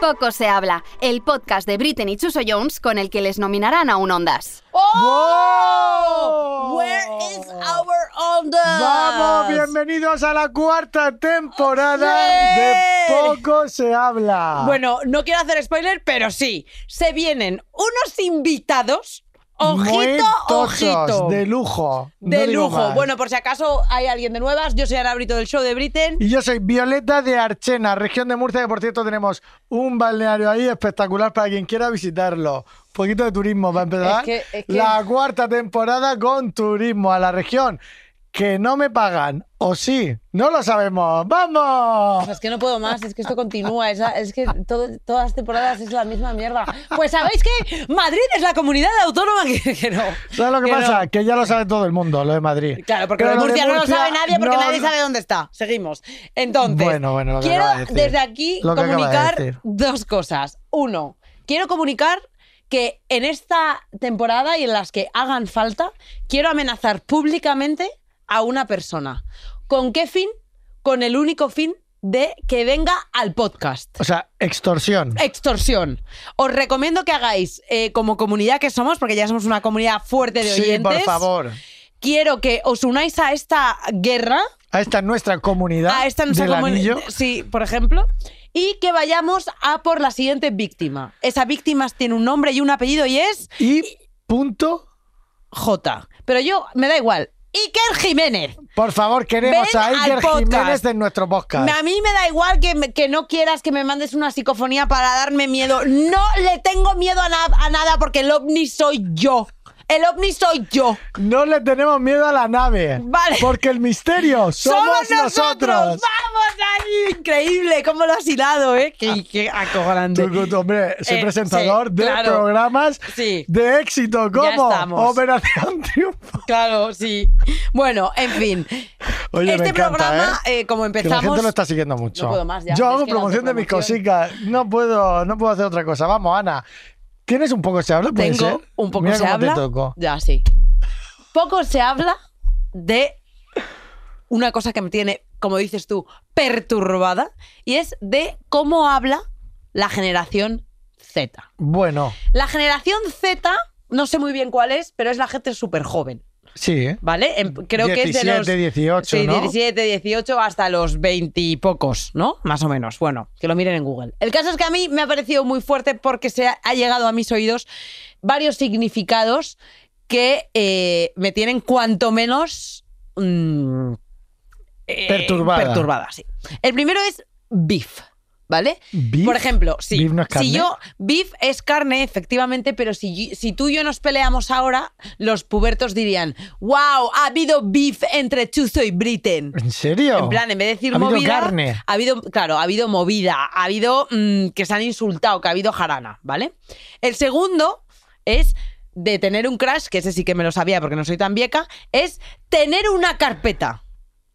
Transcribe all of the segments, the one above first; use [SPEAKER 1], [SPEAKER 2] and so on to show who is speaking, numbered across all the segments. [SPEAKER 1] Poco se habla, el podcast de Britney y Chuso Jones con el que les nominarán a un Ondas.
[SPEAKER 2] ¡Oh!
[SPEAKER 3] Where is our onda?
[SPEAKER 2] Vamos, bienvenidos a la cuarta temporada de Poco se habla.
[SPEAKER 3] Bueno, no quiero hacer spoiler, pero sí. Se vienen unos invitados. Ojito,
[SPEAKER 2] Muy tochos,
[SPEAKER 3] ojito.
[SPEAKER 2] de lujo. no
[SPEAKER 3] De
[SPEAKER 2] digo
[SPEAKER 3] lujo.
[SPEAKER 2] más.
[SPEAKER 3] Bueno, por si acaso hay alguien de nuevas, yo soy Ana Brito del show de Britain.
[SPEAKER 2] Y yo soy Violeta de Archena, región de Murcia, que por cierto tenemos un balneario ahí espectacular para quien quiera visitarlo. Un poquito de turismo para empezar.
[SPEAKER 3] Es que- es que-
[SPEAKER 2] La cuarta temporada con turismo a la región. Que no me pagan, o sí, no lo sabemos. ¡Vamos!
[SPEAKER 3] O sea, es que no puedo más, es que esto continúa, es, la- es que todo- todas las temporadas es la misma mierda. Pues sabéis que Madrid es la comunidad autónoma que, que no.
[SPEAKER 2] ¿Sabes lo que,
[SPEAKER 3] que
[SPEAKER 2] pasa?
[SPEAKER 3] no.
[SPEAKER 2] Que ya lo sabe todo el mundo, lo de Madrid.
[SPEAKER 3] Claro, porque
[SPEAKER 2] Pero
[SPEAKER 3] lo de Murcia, no lo
[SPEAKER 2] Murcia
[SPEAKER 3] sabe nadie porque
[SPEAKER 2] no-
[SPEAKER 3] nadie sabe dónde está. Seguimos. Entonces,
[SPEAKER 2] Bueno, bueno, lo que
[SPEAKER 3] quiero
[SPEAKER 2] acaba de decir.
[SPEAKER 3] desde aquí
[SPEAKER 2] Lo que acaba de
[SPEAKER 3] comunicar
[SPEAKER 2] decir.
[SPEAKER 3] dos cosas. Uno, quiero comunicar que en esta temporada y en las que hagan falta, quiero amenazar públicamente a una persona. ¿Con qué fin? Con el único fin de que venga al podcast
[SPEAKER 2] O sea, extorsión.
[SPEAKER 3] extorsión. Os recomiendo que hagáis, eh, como comunidad que somos, porque ya somos una comunidad fuerte de
[SPEAKER 2] Sí,
[SPEAKER 3] oyentes.
[SPEAKER 2] por favor.
[SPEAKER 3] Quiero que os unáis a esta guerra,
[SPEAKER 2] A esta nuestra comunidad.
[SPEAKER 3] a Ah, esta nuestra
[SPEAKER 2] del
[SPEAKER 3] comuni-
[SPEAKER 2] anillo.
[SPEAKER 3] Sí, por ejemplo. Y que vayamos a por la siguiente víctima. Esa víctima tiene un nombre y un apellido y es
[SPEAKER 2] Y punto.
[SPEAKER 3] J. Pero yo, me da igual. Iker Jiménez.
[SPEAKER 2] Por favor, queremos
[SPEAKER 3] Ven
[SPEAKER 2] a
[SPEAKER 3] al
[SPEAKER 2] Iker
[SPEAKER 3] podcast.
[SPEAKER 2] Jiménez en nuestro podcast.
[SPEAKER 3] A mí me da igual que, me- que no quieras que me mandes una psicofonía para darme miedo. No le tengo miedo a, na- a nada porque el ovni soy yo. El ovni soy yo.
[SPEAKER 2] No le tenemos miedo a la nave.
[SPEAKER 3] Vale.
[SPEAKER 2] Porque el misterio somos, nosotros.
[SPEAKER 3] ¡Vamos ahí! Increíble, cómo lo has hilado, ¿eh? Qué, qué acojonante.
[SPEAKER 2] Tú, tú, hombre, soy
[SPEAKER 3] Eh,
[SPEAKER 2] presentador
[SPEAKER 3] sí,
[SPEAKER 2] de
[SPEAKER 3] claro.
[SPEAKER 2] programas
[SPEAKER 3] Sí.
[SPEAKER 2] de éxito como
[SPEAKER 3] estamos.
[SPEAKER 2] Operación Triunfo.
[SPEAKER 3] Claro, sí. Bueno, en fin.
[SPEAKER 2] Oye, me
[SPEAKER 3] este
[SPEAKER 2] encanta,
[SPEAKER 3] programa,
[SPEAKER 2] ¿eh?
[SPEAKER 3] eh, como
[SPEAKER 2] Que la
[SPEAKER 3] empezamos.
[SPEAKER 2] gente lo está siguiendo mucho.
[SPEAKER 3] No puedo más ya, es
[SPEAKER 2] Yo hago
[SPEAKER 3] que no
[SPEAKER 2] promoción de
[SPEAKER 3] hace
[SPEAKER 2] mis
[SPEAKER 3] promoción.
[SPEAKER 2] cositas. No puedo, no puedo hacer otra cosa. Vamos, Ana. ¿Tienes un poco se habla? ¿Puede
[SPEAKER 3] Tengo
[SPEAKER 2] ser?
[SPEAKER 3] un poco
[SPEAKER 2] Mira
[SPEAKER 3] se
[SPEAKER 2] cómo te
[SPEAKER 3] habla.
[SPEAKER 2] toco.
[SPEAKER 3] Ya, sí. Poco se habla de una cosa que me tiene, como dices tú, perturbada, y es de cómo habla la generación Z.
[SPEAKER 2] Bueno,
[SPEAKER 3] La generación Z, no sé muy bien cuál es, pero es la gente súper joven,
[SPEAKER 2] sí, ¿eh?
[SPEAKER 3] ¿vale? Em- creo que es de los
[SPEAKER 2] 17, 18,
[SPEAKER 3] sí,
[SPEAKER 2] ¿no?
[SPEAKER 3] 17, 18 hasta los 20 y pocos, ¿no? Más o menos. Bueno, que lo miren en Google. El caso es que a mí me ha parecido muy fuerte porque se ha, ha llegado a mis oídos varios significados que eh, me tienen cuanto menos mm, eh,
[SPEAKER 2] Perturbada.
[SPEAKER 3] perturbada, sí. El primero es beef, ¿vale?
[SPEAKER 2] ¿Beef?
[SPEAKER 3] Por ejemplo, sí.
[SPEAKER 2] ¿Beef no es carne?
[SPEAKER 3] Si yo, beef es carne, efectivamente, pero si, si tú y yo nos peleamos ahora, los pubertos dirían, wow, ha habido beef entre Chuzo y Britain.
[SPEAKER 2] ¿En serio?
[SPEAKER 3] En plan, en vez de decir
[SPEAKER 2] Ha habido
[SPEAKER 3] movida,
[SPEAKER 2] carne.
[SPEAKER 3] ha habido, claro, ha habido movida, ha habido mm, que se han insultado, que ha habido jarana, ¿vale? El segundo es de tener un crash, que ese sí que me lo sabía porque no soy tan vieja, es tener una carpeta,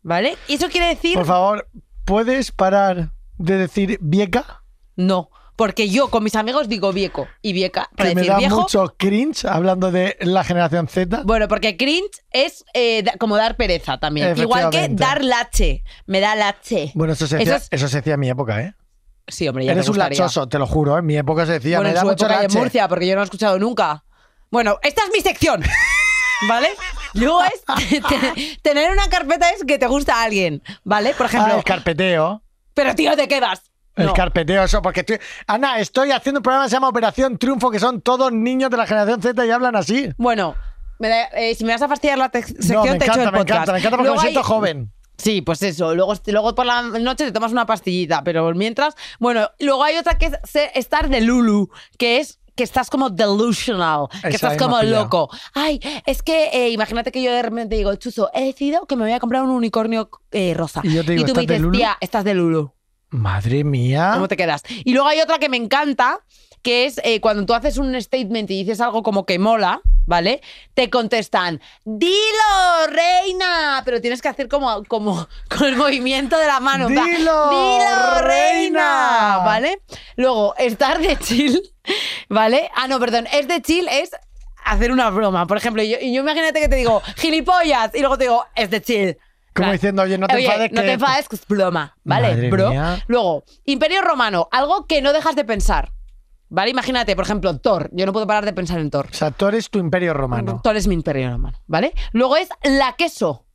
[SPEAKER 3] ¿vale? Y eso quiere decir
[SPEAKER 2] Por favor, ¿puedes parar de decir vieca?
[SPEAKER 3] no, porque yo con mis amigos digo vieco y vieca para
[SPEAKER 2] Que me
[SPEAKER 3] decir
[SPEAKER 2] da
[SPEAKER 3] viejo.
[SPEAKER 2] mucho cringe hablando de la generación Z.
[SPEAKER 3] Bueno, porque cringe es eh, da- como dar pereza también. Igual que
[SPEAKER 2] Efectivamente.
[SPEAKER 3] dar lache. Me da lache.
[SPEAKER 2] Bueno, eso se,
[SPEAKER 3] Eso
[SPEAKER 2] decía,
[SPEAKER 3] es-
[SPEAKER 2] eso se decía en mi época, ¿eh?
[SPEAKER 3] Sí, hombre, ya te
[SPEAKER 2] Eres un
[SPEAKER 3] gustaría.
[SPEAKER 2] lachoso, te lo juro. ¿eh? En mi época se decía,
[SPEAKER 3] bueno,
[SPEAKER 2] me
[SPEAKER 3] en
[SPEAKER 2] da
[SPEAKER 3] su
[SPEAKER 2] mucho
[SPEAKER 3] época y en
[SPEAKER 2] lache.
[SPEAKER 3] Murcia, porque yo no lo he escuchado nunca. Bueno, esta es mi sección. ¿Vale? Luego es te- tener una carpeta es que te gusta a alguien, ¿vale? Por
[SPEAKER 2] Ah,
[SPEAKER 3] ejemplo,
[SPEAKER 2] el carpeteo.
[SPEAKER 3] pero tío, ¿de qué vas?
[SPEAKER 2] El
[SPEAKER 3] No.
[SPEAKER 2] carpeteo, eso, porque estoy... Ana, estoy haciendo un programa que se llama Operación Triunfo, que son todos niños de la generación Z y hablan así.
[SPEAKER 3] Bueno, me da- eh, si me vas a fastidiar la te- sección,
[SPEAKER 2] no, me
[SPEAKER 3] te echo
[SPEAKER 2] encanta,
[SPEAKER 3] el
[SPEAKER 2] me
[SPEAKER 3] podcast.
[SPEAKER 2] encanta, me encanta porque
[SPEAKER 3] Luego
[SPEAKER 2] me siento
[SPEAKER 3] hay-
[SPEAKER 2] joven.
[SPEAKER 3] Sí, pues eso. Luego, luego por la noche te tomas una pastillita, pero mientras. Bueno, luego hay otra que es ser- estar de Lulu, que es que estás como delusional, que
[SPEAKER 2] Esa
[SPEAKER 3] estás
[SPEAKER 2] ahí me
[SPEAKER 3] como
[SPEAKER 2] ha pillado.
[SPEAKER 3] loco. Ay, es que eh, imagínate que yo de repente digo, Chuzo, he decidido que me voy a comprar un unicornio eh, rosa.
[SPEAKER 2] Y yo te digo,
[SPEAKER 3] tú me
[SPEAKER 2] ¿estás de
[SPEAKER 3] dices,
[SPEAKER 2] Lulu?
[SPEAKER 3] tía, estás de Lulu.
[SPEAKER 2] Madre mía.
[SPEAKER 3] ¿Cómo te quedas? Y luego hay otra que me encanta, que es eh, cuando tú haces un statement y dices algo como que mola, ¿vale? Te contestan, dilo, reina, pero tienes que hacer como, como con el movimiento de la mano. en plan,
[SPEAKER 2] "Dilo,
[SPEAKER 3] dilo, reina,
[SPEAKER 2] reina".
[SPEAKER 3] ¿vale? Luego, estar de chill, ¿vale? Ah, no, perdón, es de chill, es hacer una broma. Por ejemplo, y yo, y yo imagínate que te digo, gilipollas, y luego te digo, es de chill.
[SPEAKER 2] Como
[SPEAKER 3] Claro.
[SPEAKER 2] diciendo, oye, no te
[SPEAKER 3] Oye,
[SPEAKER 2] enfades.
[SPEAKER 3] no
[SPEAKER 2] que-
[SPEAKER 3] te enfades, que Ah, es broma, ¿vale?
[SPEAKER 2] Madre
[SPEAKER 3] bro.
[SPEAKER 2] mía.
[SPEAKER 3] Luego, Imperio Romano, algo que no dejas de pensar, ¿vale? Imagínate, por ejemplo, Thor. Yo no puedo parar de pensar en Thor.
[SPEAKER 2] O sea, tú eres tu imperio romano.
[SPEAKER 3] Thor es mi Imperio Romano, ¿vale? Luego es la queso.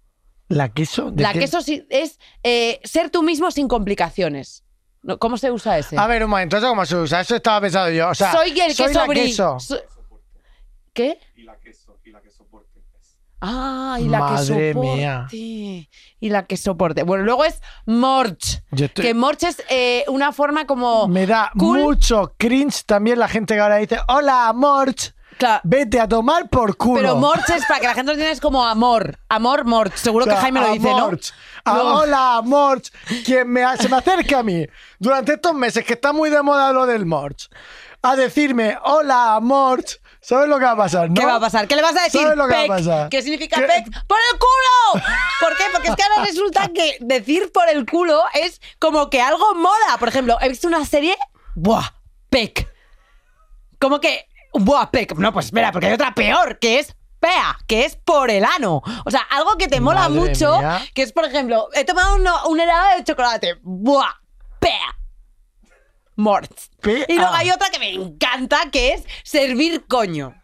[SPEAKER 2] ¿La queso? ¿De
[SPEAKER 3] La
[SPEAKER 2] qué?
[SPEAKER 3] queso sí- es eh, ser tú mismo sin complicaciones. No, ¿Cómo se usa ese?
[SPEAKER 2] A ver, un momento, ¿eso cómo se usa? Eso estaba pensado yo. O sea,
[SPEAKER 3] soy el queso
[SPEAKER 2] la
[SPEAKER 3] brie.
[SPEAKER 2] queso.
[SPEAKER 3] So- ¿Qué?
[SPEAKER 4] y la queso y la que soporte.
[SPEAKER 3] Ah, y la que
[SPEAKER 2] Madre
[SPEAKER 3] soporte.
[SPEAKER 2] mía.
[SPEAKER 3] Y la que soporte. Bueno, luego es Morch.
[SPEAKER 2] Yo estoy-
[SPEAKER 3] Que Morch es eh, una forma como.
[SPEAKER 2] Me da
[SPEAKER 3] cool.
[SPEAKER 2] mucho cringe también la gente que ahora dice, hola, Morch,
[SPEAKER 3] Claro,
[SPEAKER 2] vete a tomar por culo.
[SPEAKER 3] Pero Morch es para que la gente lo entienda, es como amor. Amor, Morch. Seguro
[SPEAKER 2] O sea,
[SPEAKER 3] que Jaime
[SPEAKER 2] a
[SPEAKER 3] lo dice, ¿no?
[SPEAKER 2] Morch, a- hola, Morch, quien me, ha- se me acerca a mí durante estos meses, que está muy de moda lo del Morch, a decirme, hola, Morch, ¿sabes lo que va a pasar? no?
[SPEAKER 3] ¿Qué va a pasar? ¿Qué le vas a decir?
[SPEAKER 2] ¿Sabes lo que va a
[SPEAKER 3] Pec?
[SPEAKER 2] pasar?
[SPEAKER 3] ¿Qué significa
[SPEAKER 2] ¿Qué?
[SPEAKER 3] pec? ¡Por el culo! ¿Por qué? Porque es que ahora resulta que decir por el culo es como que algo mola. Por ejemplo, he visto una serie. ¡Buah! Pec. Como que. ¡Buah! Pec. No, pues espera, porque hay otra peor, que es. Pea, que es por el ano. O sea, algo que te mola
[SPEAKER 2] Madre
[SPEAKER 3] mucho,
[SPEAKER 2] mía.
[SPEAKER 3] que es, por ejemplo, he tomado uno- un helado de chocolate. ¡Buah! Pea. Morts.
[SPEAKER 2] Pea.
[SPEAKER 3] Y luego hay otra que me encanta, que es servir coño.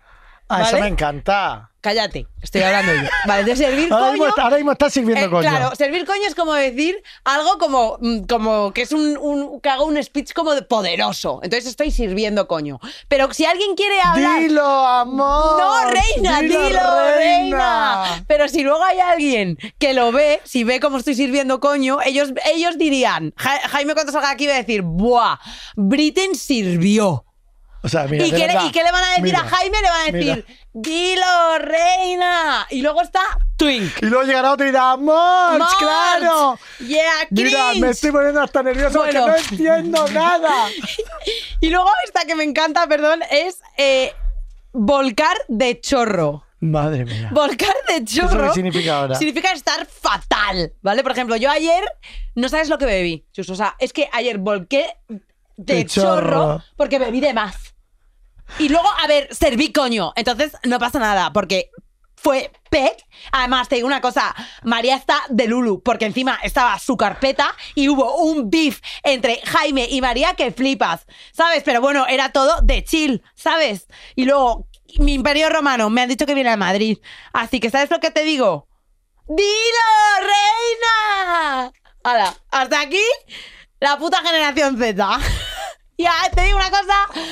[SPEAKER 2] Ah, eso
[SPEAKER 3] ¿vale?
[SPEAKER 2] me encanta.
[SPEAKER 3] Cállate, estoy hablando yo. Vale, de servir
[SPEAKER 2] Ahora
[SPEAKER 3] coño.
[SPEAKER 2] mismo, está- ahora mismo estás sirviendo
[SPEAKER 3] eh,
[SPEAKER 2] coño.
[SPEAKER 3] Claro, servir coño es como decir algo como, mm, como que es un, un- que hago un speech como de poderoso. Entonces estoy sirviendo coño. Pero si alguien quiere hablar.
[SPEAKER 2] Dilo, amor.
[SPEAKER 3] No, reina, dilo, reina. Pero si luego hay alguien que lo ve, si ve cómo estoy sirviendo coño, ellos, ellos dirían, Ja- Jaime cuando salga aquí va a decir, ¡buah! Britain sirvió.
[SPEAKER 2] O sea, mira,
[SPEAKER 3] ¿Y
[SPEAKER 2] de
[SPEAKER 3] qué, le,
[SPEAKER 2] verdad,
[SPEAKER 3] y qué le van a decir
[SPEAKER 2] mira,
[SPEAKER 3] a Jaime? Le van a
[SPEAKER 2] mira.
[SPEAKER 3] decir, dilo, reina. Y luego está Twink.
[SPEAKER 2] Y luego llegará otro y dirá, amor,
[SPEAKER 3] Mort.
[SPEAKER 2] claro.
[SPEAKER 3] Yeah,
[SPEAKER 2] Mira, me
[SPEAKER 3] cringe.
[SPEAKER 2] estoy poniendo hasta nervioso
[SPEAKER 3] Bueno.
[SPEAKER 2] porque no entiendo nada.
[SPEAKER 3] Y luego esta que me encanta, perdón, es eh, volcar de chorro.
[SPEAKER 2] Madre mía.
[SPEAKER 3] Volcar de chorro.
[SPEAKER 2] qué significa ahora?
[SPEAKER 3] Significa estar fatal, ¿vale? Por ejemplo, yo ayer no sabes lo que bebí, Chus. O sea, es que ayer volqué de,
[SPEAKER 2] De
[SPEAKER 3] chorro.
[SPEAKER 2] chorro.
[SPEAKER 3] porque bebí de más. Y luego, a ver, serví coño. Entonces no pasa nada porque fue pec. Además, te digo una cosa, María está de Lulu porque encima estaba su carpeta y hubo un beef entre Jaime y María que flipas, ¿sabes? Pero bueno, era todo de chill, ¿sabes? Y luego, mi imperio romano, me han dicho que viene a Madrid. Así que, ¿sabes lo que te digo? ¡Dilo, reina! Hala, hasta aquí la puta generación Z. ya, te digo una cosa,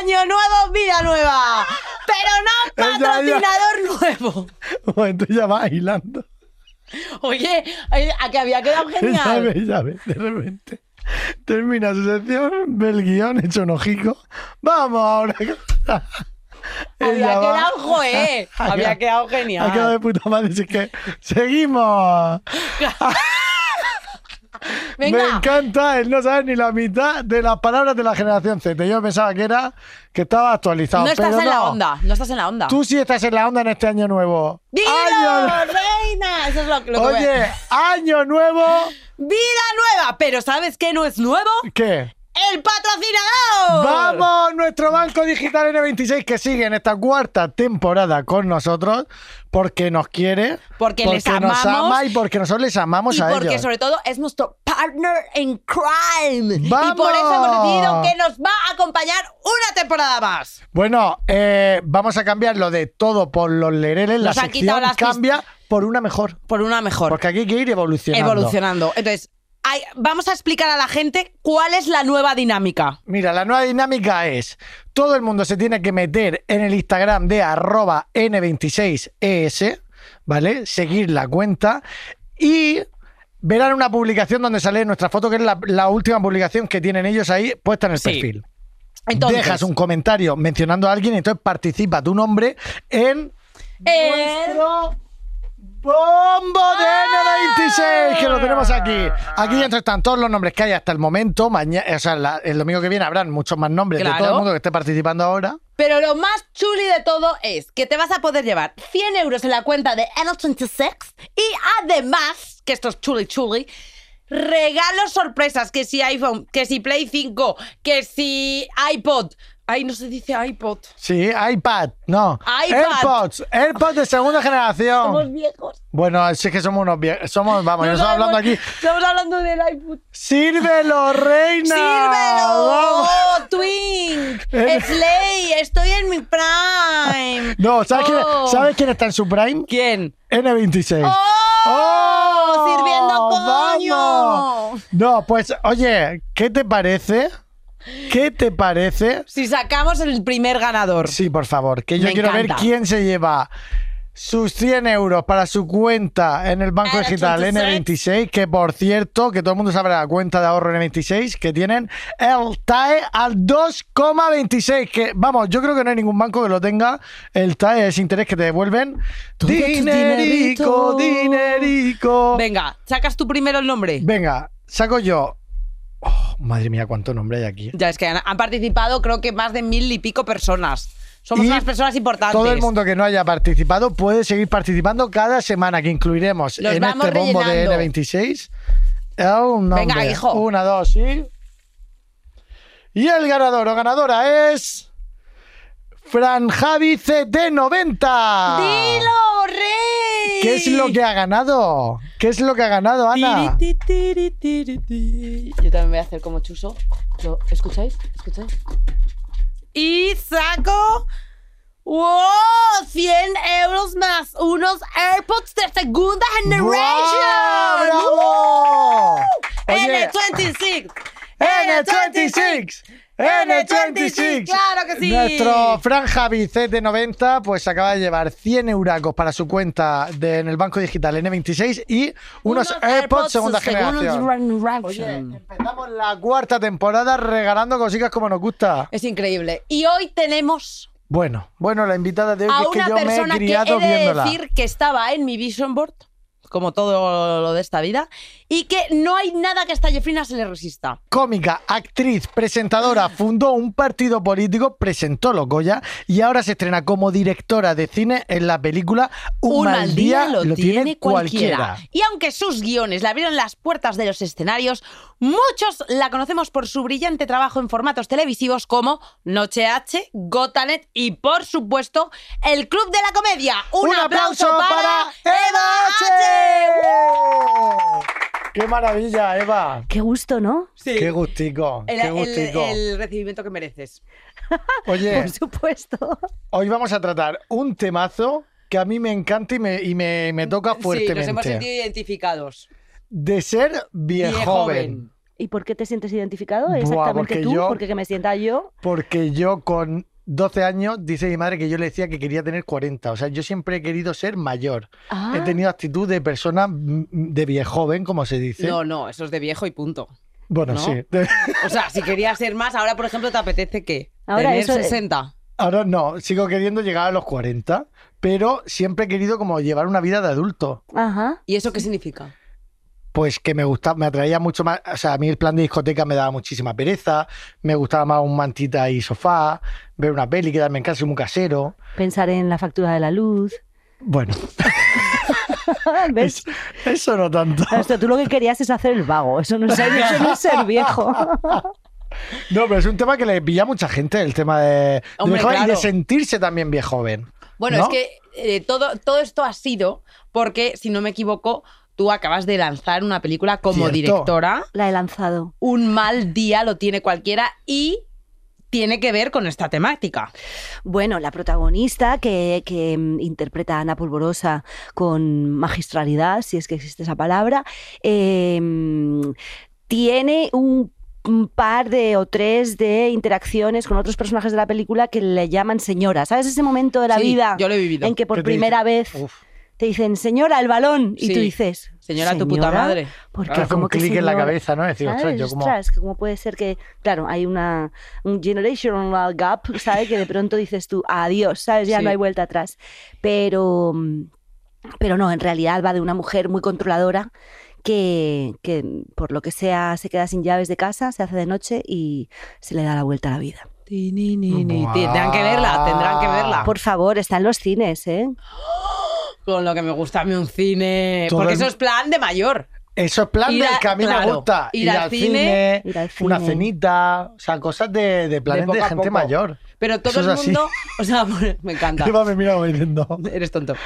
[SPEAKER 3] año nuevo, vida nueva. Pero no
[SPEAKER 2] Ya, ya.
[SPEAKER 3] patrocinador nuevo.
[SPEAKER 2] Un momento, ya va hilando.
[SPEAKER 3] Oye, oye, a que había quedado
[SPEAKER 2] Ya
[SPEAKER 3] genial.
[SPEAKER 2] ve, ya ve, de repente. Termina su sección, ve el guión, hecho un ojico. Vamos ahora.
[SPEAKER 3] Había
[SPEAKER 2] Ella va.
[SPEAKER 3] quedado, joe,
[SPEAKER 2] Ha
[SPEAKER 3] había quedado
[SPEAKER 2] Ha quedado de
[SPEAKER 3] genial.
[SPEAKER 2] puta madre, así que seguimos. Me
[SPEAKER 3] Venga,
[SPEAKER 2] encanta el no saber ni la mitad de las palabras de la generación Z. Yo pensaba que era que estaba actualizado.
[SPEAKER 3] no estás
[SPEAKER 2] pero
[SPEAKER 3] en la onda, no estás en la onda.
[SPEAKER 2] Tú sí estás en la onda en este año nuevo.
[SPEAKER 3] ¡Dilo,
[SPEAKER 2] Año-
[SPEAKER 3] reina! Eso es lo, lo que voy a-
[SPEAKER 2] Oye, año nuevo.
[SPEAKER 3] ¡Vida nueva! Pero ¿sabes qué no es nuevo?
[SPEAKER 2] ¿Qué?
[SPEAKER 3] ¡El patrocinador!
[SPEAKER 2] Vamos, nuestro banco digital N26 que sigue en esta cuarta temporada con nosotros porque nos quiere,
[SPEAKER 3] Porque les amamos.
[SPEAKER 2] nos ama y porque nosotros les amamos
[SPEAKER 3] Y
[SPEAKER 2] a
[SPEAKER 3] porque
[SPEAKER 2] ellos.
[SPEAKER 3] sobre todo es nuestro partner in crime. Y por eso
[SPEAKER 2] ¡Vamos!
[SPEAKER 3] hemos decidido que nos va a acompañar una temporada más.
[SPEAKER 2] Bueno, eh, vamos a cambiar lo de todo por los lereles.
[SPEAKER 3] Nos
[SPEAKER 2] la
[SPEAKER 3] han quitado
[SPEAKER 2] sección
[SPEAKER 3] las pis-
[SPEAKER 2] cambia por una mejor.
[SPEAKER 3] Por una mejor.
[SPEAKER 2] Porque aquí hay que ir evolucionando.
[SPEAKER 3] evolucionando. Entonces, hay- vamos a explicar a la gente cuál es la nueva dinámica.
[SPEAKER 2] Mira, la nueva dinámica es, todo el mundo se tiene que meter en el Instagram de arroba N26ES, ¿vale? Seguir la cuenta y verán una publicación donde sale nuestra foto, que es la, la última publicación que tienen ellos ahí puesta en el
[SPEAKER 3] Sí.
[SPEAKER 2] perfil.
[SPEAKER 3] Entonces,
[SPEAKER 2] Dejas un comentario mencionando a alguien y entonces participa tu nombre en
[SPEAKER 3] el-
[SPEAKER 2] nuestro bombo de 26, que lo tenemos aquí.
[SPEAKER 3] Ah.
[SPEAKER 2] Aquí dentro están todos los nombres que hay hasta el momento. Mañana, o sea, la- el domingo que viene habrán muchos más nombres de
[SPEAKER 3] Claro.
[SPEAKER 2] todo el mundo que esté participando ahora.
[SPEAKER 3] Pero lo más chuli de todo es que te vas a poder llevar 100 euros en la cuenta de N26 y además, que esto es chuli chuli, regalos sorpresas, que si iPhone, que si Play 5, que si iPod. Ay, no se dice iPod.
[SPEAKER 2] Sí, iPad, no.
[SPEAKER 3] iPad.
[SPEAKER 2] AirPods, AirPods de segunda generación.
[SPEAKER 3] Somos viejos.
[SPEAKER 2] Bueno, así que somos unos viejos. Somos, vamos, yo
[SPEAKER 3] No
[SPEAKER 2] estamos
[SPEAKER 3] sabemos-
[SPEAKER 2] hablando aquí.
[SPEAKER 3] Estamos hablando del iPod.
[SPEAKER 2] ¡Sírvelo, reina!
[SPEAKER 3] ¡Sírvelo!
[SPEAKER 2] Vamos. Eh.
[SPEAKER 3] ¡Twink! ¡Slay! ¡Estoy en mi prime!
[SPEAKER 2] No,
[SPEAKER 3] Oh.
[SPEAKER 2] ¿sabes, quién, ¿sabes quién está en su prime?
[SPEAKER 3] ¿Quién?
[SPEAKER 2] N26.
[SPEAKER 3] ¡Oh!
[SPEAKER 2] ¡Oh!
[SPEAKER 3] ¡Sirviendo coño!
[SPEAKER 2] ¡Vamos! No, pues, oye, ¿qué te parece? ¿Qué te parece?
[SPEAKER 3] Si sacamos el primer ganador.
[SPEAKER 2] Sí, por favor, que yo
[SPEAKER 3] Me
[SPEAKER 2] quiero ver
[SPEAKER 3] encanta.
[SPEAKER 2] quién se lleva sus 100 euros para su cuenta en el Banco
[SPEAKER 3] Ahora,
[SPEAKER 2] Digital
[SPEAKER 3] 26.
[SPEAKER 2] N26, que por cierto, que todo el mundo sabrá la cuenta de ahorro N26, que tienen el TAE al 2,26, que vamos, yo creo que no hay ningún banco que lo tenga, el TAE es interés que te devuelven.
[SPEAKER 3] tu
[SPEAKER 2] Dinerico,
[SPEAKER 3] dinerito.
[SPEAKER 2] dinerico.
[SPEAKER 3] Venga, sacas tú primero el nombre.
[SPEAKER 2] Venga, saco yo. Oh, madre mía, cuánto nombre hay aquí.
[SPEAKER 3] Ya es que han, han participado creo que más de mil y pico personas. Somos
[SPEAKER 2] Y
[SPEAKER 3] unas personas importantes.
[SPEAKER 2] Todo el mundo que no haya participado puede seguir participando cada semana que incluiremos
[SPEAKER 3] Los
[SPEAKER 2] en
[SPEAKER 3] vamos
[SPEAKER 2] este bombo
[SPEAKER 3] rellenando.
[SPEAKER 2] de N26. a Un nombre.
[SPEAKER 3] Venga, hijo.
[SPEAKER 2] Una, dos y. Y el ganador o ganadora es. Fran Javi CT90.
[SPEAKER 3] ¡Dilo, rey!
[SPEAKER 2] ¿Qué es lo que ha ganado? ¿Qué es lo que ha ganado, Ana?
[SPEAKER 3] Tiri, tiri, tiri, tiri. Yo también voy a hacer como chuso. ¿Lo escucháis? ¿Escucháis? Y saco. ¡Wow! 100 euros más unos AirPods de segunda
[SPEAKER 2] ¡Guau,
[SPEAKER 3] generación.
[SPEAKER 2] ¡Bravo! Oye,
[SPEAKER 3] N26.
[SPEAKER 2] N26. N26.
[SPEAKER 3] Claro que sí.
[SPEAKER 2] Nuestro Fran Javi CT90 pues acaba de llevar 100 euracos para su cuenta de- en el banco digital N26 y unos, AirPods, segunda generación. Empezamos la cuarta temporada regalando cositas como nos gusta.
[SPEAKER 3] Es increíble. Y hoy tenemos
[SPEAKER 2] Bueno, bueno, la invitada de hoy
[SPEAKER 3] a
[SPEAKER 2] que es
[SPEAKER 3] una
[SPEAKER 2] que yo me he
[SPEAKER 3] persona que he
[SPEAKER 2] criado
[SPEAKER 3] de
[SPEAKER 2] viéndola.
[SPEAKER 3] decir que estaba en mi vision board, como todo lo de esta vida, y que no hay nada que a esta Jeffrina se le resista.
[SPEAKER 2] Cómica, actriz, presentadora, fundó un partido político, presentó los Goya y ahora se estrena como directora de cine en la película Un, mal, día, lo tiene cualquiera.
[SPEAKER 3] Y aunque sus guiones le abrieron las puertas de los escenarios, muchos la conocemos por su brillante trabajo en formatos televisivos como Noche H, Gotanet y, por supuesto, El Club de la Comedia. Un, aplauso, para, Eva H.
[SPEAKER 2] ¡Qué maravilla, Eva!
[SPEAKER 5] Qué gusto, ¿no?
[SPEAKER 3] Sí.
[SPEAKER 2] ¡Qué gustico!
[SPEAKER 3] El,
[SPEAKER 2] ¡Qué
[SPEAKER 3] el-
[SPEAKER 2] gustico!
[SPEAKER 3] el recibimiento que mereces.
[SPEAKER 2] Oye,
[SPEAKER 5] Por supuesto.
[SPEAKER 2] hoy vamos a tratar un temazo que a mí me encanta y me, y me, me toca
[SPEAKER 3] Sí, nos hemos
[SPEAKER 2] fuertemente.
[SPEAKER 3] sentido identificados.
[SPEAKER 2] de ser bien
[SPEAKER 3] Bien
[SPEAKER 2] joven.
[SPEAKER 5] ¿Y por qué te sientes identificado
[SPEAKER 2] Buah,
[SPEAKER 5] exactamente
[SPEAKER 2] porque
[SPEAKER 5] tú?
[SPEAKER 2] yo-
[SPEAKER 5] Porque que me sienta yo.
[SPEAKER 2] Porque yo con 12 años, dice mi madre que yo le decía que quería tener 40. O sea, yo siempre he querido ser mayor.
[SPEAKER 5] Ah,
[SPEAKER 2] He tenido actitud de persona mm, de bien joven, como se dice.
[SPEAKER 3] No, no, eso es de viejo y punto.
[SPEAKER 2] bueno,
[SPEAKER 3] no.
[SPEAKER 2] sí.
[SPEAKER 3] O sea, si querías ser más, ahora, por ejemplo, te apetece qué?
[SPEAKER 5] Ahora
[SPEAKER 3] Tener
[SPEAKER 5] eso de-
[SPEAKER 3] 60.
[SPEAKER 2] Ahora no, sigo queriendo llegar a los 40, pero siempre he querido como llevar una vida de adulto.
[SPEAKER 5] Ah, Ajá.
[SPEAKER 3] ¿Y eso qué significa?
[SPEAKER 2] Pues que me gustaba, me atraía mucho más, o sea, a mí el plan de discoteca me daba muchísima pereza, me gustaba más un mantita y sofá, ver una peli, quedarme en casa como un casero.
[SPEAKER 5] Pensar en la factura de la luz.
[SPEAKER 2] Bueno,
[SPEAKER 5] ¿Ves?
[SPEAKER 2] eso no tanto.
[SPEAKER 5] Esto, tú lo que querías es hacer el vago. Eso no es ser, eso no es ser viejo.
[SPEAKER 2] No, pero es un tema que le pilla a mucha gente, el tema de, de
[SPEAKER 3] Hombre,
[SPEAKER 2] viejo joven y de
[SPEAKER 3] claro.
[SPEAKER 2] sentirse también bien joven.
[SPEAKER 3] Bueno,
[SPEAKER 2] ¿No?
[SPEAKER 3] es que eh, todo, todo esto ha sido porque, si no me equivoco, tú acabas de lanzar una película como
[SPEAKER 2] Cierto.
[SPEAKER 3] directora.
[SPEAKER 5] La he lanzado.
[SPEAKER 3] Un mal día lo tiene cualquiera y tiene que ver con esta temática.
[SPEAKER 5] Bueno, la protagonista que, que, mm, interpreta a Ana Polvorosa con magistralidad, si es que existe esa palabra, eh, mm, tiene un un par de o tres de interacciones con otros personajes de la película que le llaman señora. ¿Sabes ese momento de la
[SPEAKER 3] Sí,
[SPEAKER 5] vida
[SPEAKER 3] Yo lo he vivido.
[SPEAKER 5] en que por
[SPEAKER 2] ¿Qué te
[SPEAKER 5] primera vez
[SPEAKER 2] Uf,
[SPEAKER 5] te dicen señora el balón y
[SPEAKER 3] Sí.
[SPEAKER 5] tú dices
[SPEAKER 3] Señora, tu puta madre.
[SPEAKER 5] porque
[SPEAKER 2] hace un
[SPEAKER 5] Ah, como que
[SPEAKER 2] clic en la
[SPEAKER 5] señora?
[SPEAKER 2] cabeza, ¿no? Es decir, ostras,
[SPEAKER 5] ¿Sabes?
[SPEAKER 2] yo como...
[SPEAKER 5] Ostras, que cómo puede ser que, claro, hay una un generational gap, ¿sabes? Que de pronto dices tú, adiós, ¿sabes? Ya
[SPEAKER 3] Sí.
[SPEAKER 5] no hay vuelta atrás. Pero mm, Pero no, en realidad va de una mujer muy controladora que, que por lo que sea se queda sin llaves de casa, se hace de noche y se le da la vuelta a la vida.
[SPEAKER 3] Ti, ni, ni, ni. Tendrán que verla, tendrán que
[SPEAKER 2] Ah.
[SPEAKER 3] verla.
[SPEAKER 5] Por favor, está en los cines, ¿eh?
[SPEAKER 3] Con lo que me gusta a mí un cine.
[SPEAKER 2] Todo
[SPEAKER 3] Porque
[SPEAKER 2] el-
[SPEAKER 3] eso es plan de mayor.
[SPEAKER 2] Eso es plan
[SPEAKER 3] Ir
[SPEAKER 2] del
[SPEAKER 3] a-
[SPEAKER 2] que a mí me
[SPEAKER 3] claro,
[SPEAKER 2] gusta.
[SPEAKER 3] ir al cine,
[SPEAKER 5] ir al
[SPEAKER 2] una
[SPEAKER 5] cine.
[SPEAKER 2] cenita, o sea, cosas de, de planes de,
[SPEAKER 3] poco a
[SPEAKER 2] gente
[SPEAKER 3] poco.
[SPEAKER 2] mayor.
[SPEAKER 3] Pero todo
[SPEAKER 2] Eso es
[SPEAKER 3] el
[SPEAKER 2] así.
[SPEAKER 3] mundo. O sea, me encanta.
[SPEAKER 2] Eva me mira como diciendo,
[SPEAKER 3] Eres tonto.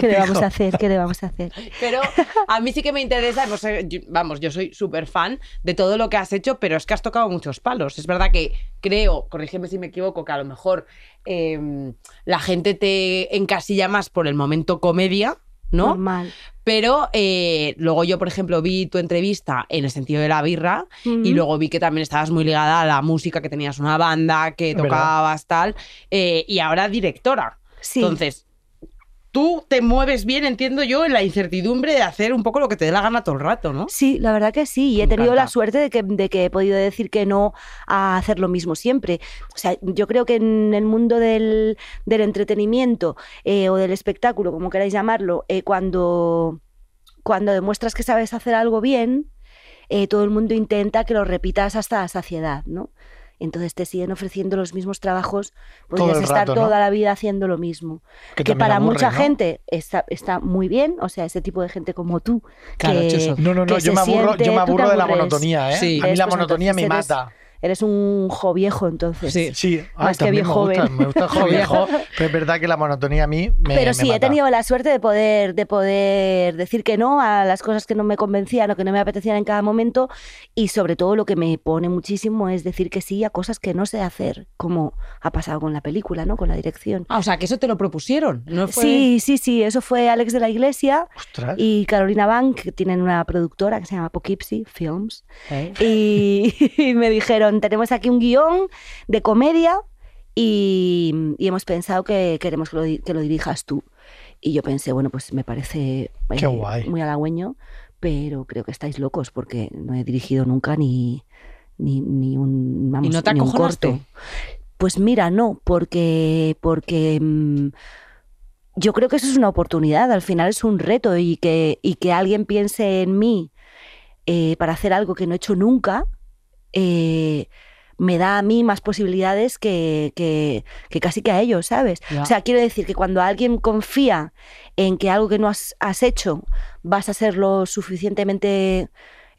[SPEAKER 5] ¿Qué le vamos
[SPEAKER 2] hijo.
[SPEAKER 5] a hacer? ¿Qué le vamos a hacer?
[SPEAKER 3] Pero a mí sí que me interesa, no sé, yo- vamos, yo soy súper fan de todo lo que has hecho, pero es que has tocado muchos palos. Es verdad que creo, corrígeme si me equivoco, que a lo mejor eh, la gente te encasilla más por el momento comedia, ¿no?
[SPEAKER 5] Normal.
[SPEAKER 3] Pero eh, luego yo, por ejemplo, vi tu entrevista en el sentido de la birra y
[SPEAKER 5] Ujú.
[SPEAKER 3] luego vi que también estabas muy ligada a la música, que tenías una banda, que
[SPEAKER 2] Es verdad.
[SPEAKER 3] tocabas, tal, eh, y ahora directora.
[SPEAKER 5] Sí.
[SPEAKER 3] Entonces, tú te mueves bien, entiendo yo, en la incertidumbre de hacer un poco lo que te dé la gana todo el rato, ¿no?
[SPEAKER 5] Sí, la verdad que sí. Y he
[SPEAKER 3] Me
[SPEAKER 5] tenido la
[SPEAKER 3] encanta.
[SPEAKER 5] suerte de que, de que he podido decir que no a hacer lo mismo siempre. O sea, yo creo que en el mundo del, del entretenimiento eh, o del espectáculo, como queráis llamarlo, eh, cuando, cuando demuestras que sabes hacer algo bien, eh, todo el mundo intenta que lo repitas hasta la saciedad, ¿no? Entonces te siguen ofreciendo los mismos trabajos,
[SPEAKER 2] Todo el
[SPEAKER 5] podrías estar
[SPEAKER 2] rato, ¿no?
[SPEAKER 5] toda la vida haciendo lo mismo
[SPEAKER 2] Que
[SPEAKER 5] que,
[SPEAKER 2] también
[SPEAKER 5] para
[SPEAKER 2] aburre,
[SPEAKER 5] mucha
[SPEAKER 2] ¿no?
[SPEAKER 5] gente está, está muy bien, o sea, ese tipo de gente como tú.
[SPEAKER 3] Claro,
[SPEAKER 5] que
[SPEAKER 3] Chuso.
[SPEAKER 2] No, no, no,
[SPEAKER 5] que
[SPEAKER 2] yo
[SPEAKER 5] se
[SPEAKER 2] me, aburro,
[SPEAKER 5] siente-
[SPEAKER 2] yo me
[SPEAKER 5] tú te
[SPEAKER 2] aburro de la
[SPEAKER 5] aburres.
[SPEAKER 2] monotonía, ¿eh?
[SPEAKER 3] Sí.
[SPEAKER 2] A mí
[SPEAKER 5] ¿Ves?
[SPEAKER 2] la
[SPEAKER 5] Pues
[SPEAKER 2] monotonía me
[SPEAKER 5] entonces
[SPEAKER 2] mata.
[SPEAKER 5] Eres un joviejo entonces.
[SPEAKER 3] Sí.
[SPEAKER 2] Sí, ah, ay,
[SPEAKER 5] Más que
[SPEAKER 2] también me
[SPEAKER 5] viejo
[SPEAKER 2] gusta,
[SPEAKER 5] joven.
[SPEAKER 2] me gusta el joven
[SPEAKER 3] Viejo.
[SPEAKER 2] viejo, pero es verdad que la monotonía a mí me
[SPEAKER 5] Pero
[SPEAKER 2] me
[SPEAKER 5] sí, he
[SPEAKER 2] mata.
[SPEAKER 5] tenido la suerte de poder, de poder decir que no a las cosas que no me convencían o que no me apetecían en cada momento. Y sobre todo lo que me pone muchísimo es decir que sí a cosas que no sé hacer, como ha pasado con la película, ¿no? Con la dirección.
[SPEAKER 3] Ah, o sea, que eso te lo propusieron, ¿no fue?
[SPEAKER 5] Sí, sí, sí, eso fue Alex de la Iglesia
[SPEAKER 2] Ostras.
[SPEAKER 5] y Carolina Bank, que tienen una productora que se llama Poughkeepsie Films.
[SPEAKER 3] ¿Eh?
[SPEAKER 5] y, y me dijeron, tenemos aquí un guión de comedia y, y hemos pensado que queremos que lo, di- que lo dirijas tú. Y yo pensé, bueno, pues me parece eh,
[SPEAKER 2] Qué guay.
[SPEAKER 5] muy halagüeño, pero creo que estáis locos porque no he dirigido nunca ni, ni, ni un, vamos,
[SPEAKER 3] no te
[SPEAKER 5] ni un
[SPEAKER 3] acojonaste?
[SPEAKER 5] corto. Pues mira, no, porque, porque mm, yo creo que eso es una oportunidad, al final es un reto y que, y que alguien piense en mí eh, para hacer algo que no he hecho nunca, eh, me da a mí más posibilidades que, que- que casi que a ellos, ¿sabes?
[SPEAKER 3] Ya.
[SPEAKER 5] O sea, quiero decir que cuando alguien confía en que algo que no has, has hecho vas a ser lo suficientemente...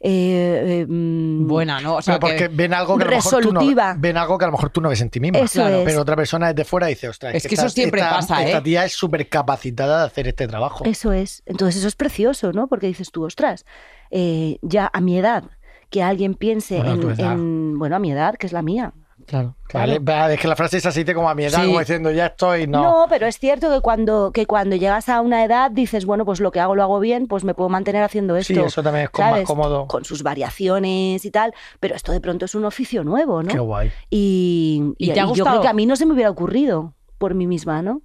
[SPEAKER 5] eh, eh, mm,
[SPEAKER 3] Buena, ¿no? O sea,
[SPEAKER 2] Pero
[SPEAKER 3] que,
[SPEAKER 2] porque ven algo que a lo mejor tú no-
[SPEAKER 5] resolutiva.
[SPEAKER 2] ven algo que a lo mejor tú no ves en ti misma.
[SPEAKER 5] Eso
[SPEAKER 3] claro,
[SPEAKER 5] es.
[SPEAKER 2] Pero otra persona desde fuera dice, ostras,
[SPEAKER 3] Es que eso siempre
[SPEAKER 2] esta-
[SPEAKER 3] pasa, ¿eh?
[SPEAKER 2] Esta tía es súper capacitada de hacer este trabajo.
[SPEAKER 5] Eso es. Entonces eso es precioso, ¿no? Porque dices tú, ostras, eh, ya a mi edad, que alguien piense
[SPEAKER 2] Bueno,
[SPEAKER 5] en-
[SPEAKER 2] tu edad.
[SPEAKER 5] en... Bueno, a mi edad, que es la mía.
[SPEAKER 3] claro.
[SPEAKER 2] ¿Vale? Va, Es que la frase esa se dice como a mi edad,
[SPEAKER 3] Sí.
[SPEAKER 2] como diciendo, ya estoy, no.
[SPEAKER 5] No, pero es cierto que cuando, que cuando llegas a una edad dices, bueno, pues lo que hago lo hago bien, pues me puedo mantener haciendo esto.
[SPEAKER 2] sí, eso también es con- más
[SPEAKER 5] ¿sabes?
[SPEAKER 2] cómodo.
[SPEAKER 5] Con sus variaciones y tal, pero esto de pronto es un oficio nuevo,
[SPEAKER 2] Qué
[SPEAKER 5] ¿no?
[SPEAKER 2] guay.
[SPEAKER 5] Y,
[SPEAKER 3] ¿Y te ha
[SPEAKER 5] yo
[SPEAKER 3] gustado?
[SPEAKER 5] creo que a mí no se me hubiera ocurrido por mí misma, ¿no?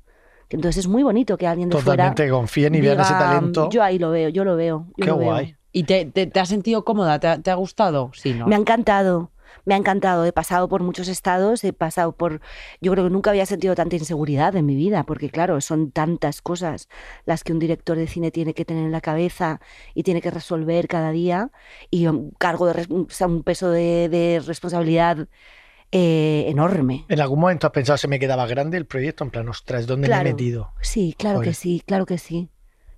[SPEAKER 5] Que Entonces es muy bonito que alguien de
[SPEAKER 2] Totalmente
[SPEAKER 5] fuera
[SPEAKER 2] confíen y vean ese
[SPEAKER 5] diga,
[SPEAKER 2] talento.
[SPEAKER 5] Yo ahí lo veo, yo lo veo. yo
[SPEAKER 2] Qué
[SPEAKER 5] lo veo".
[SPEAKER 2] guay.
[SPEAKER 3] ¿Y te, te- te has sentido cómoda? ¿Te ha, te ha gustado? Sí, ¿no?
[SPEAKER 5] Me ha encantado, me ha encantado. He pasado por muchos estados, he pasado por... Yo creo que nunca había sentido tanta inseguridad en mi vida, porque claro, son tantas cosas las que un director de cine tiene que tener en la cabeza y tiene que resolver cada día, y un cargo de... res- o sea, un peso de, de responsabilidad eh, enorme.
[SPEAKER 2] En algún momento has pensado, se me quedaba grande el proyecto, en plan, ostras, ¿dónde me
[SPEAKER 5] Claro.
[SPEAKER 2] he metido?
[SPEAKER 5] Sí, claro
[SPEAKER 2] Joder.
[SPEAKER 5] que sí, claro que sí.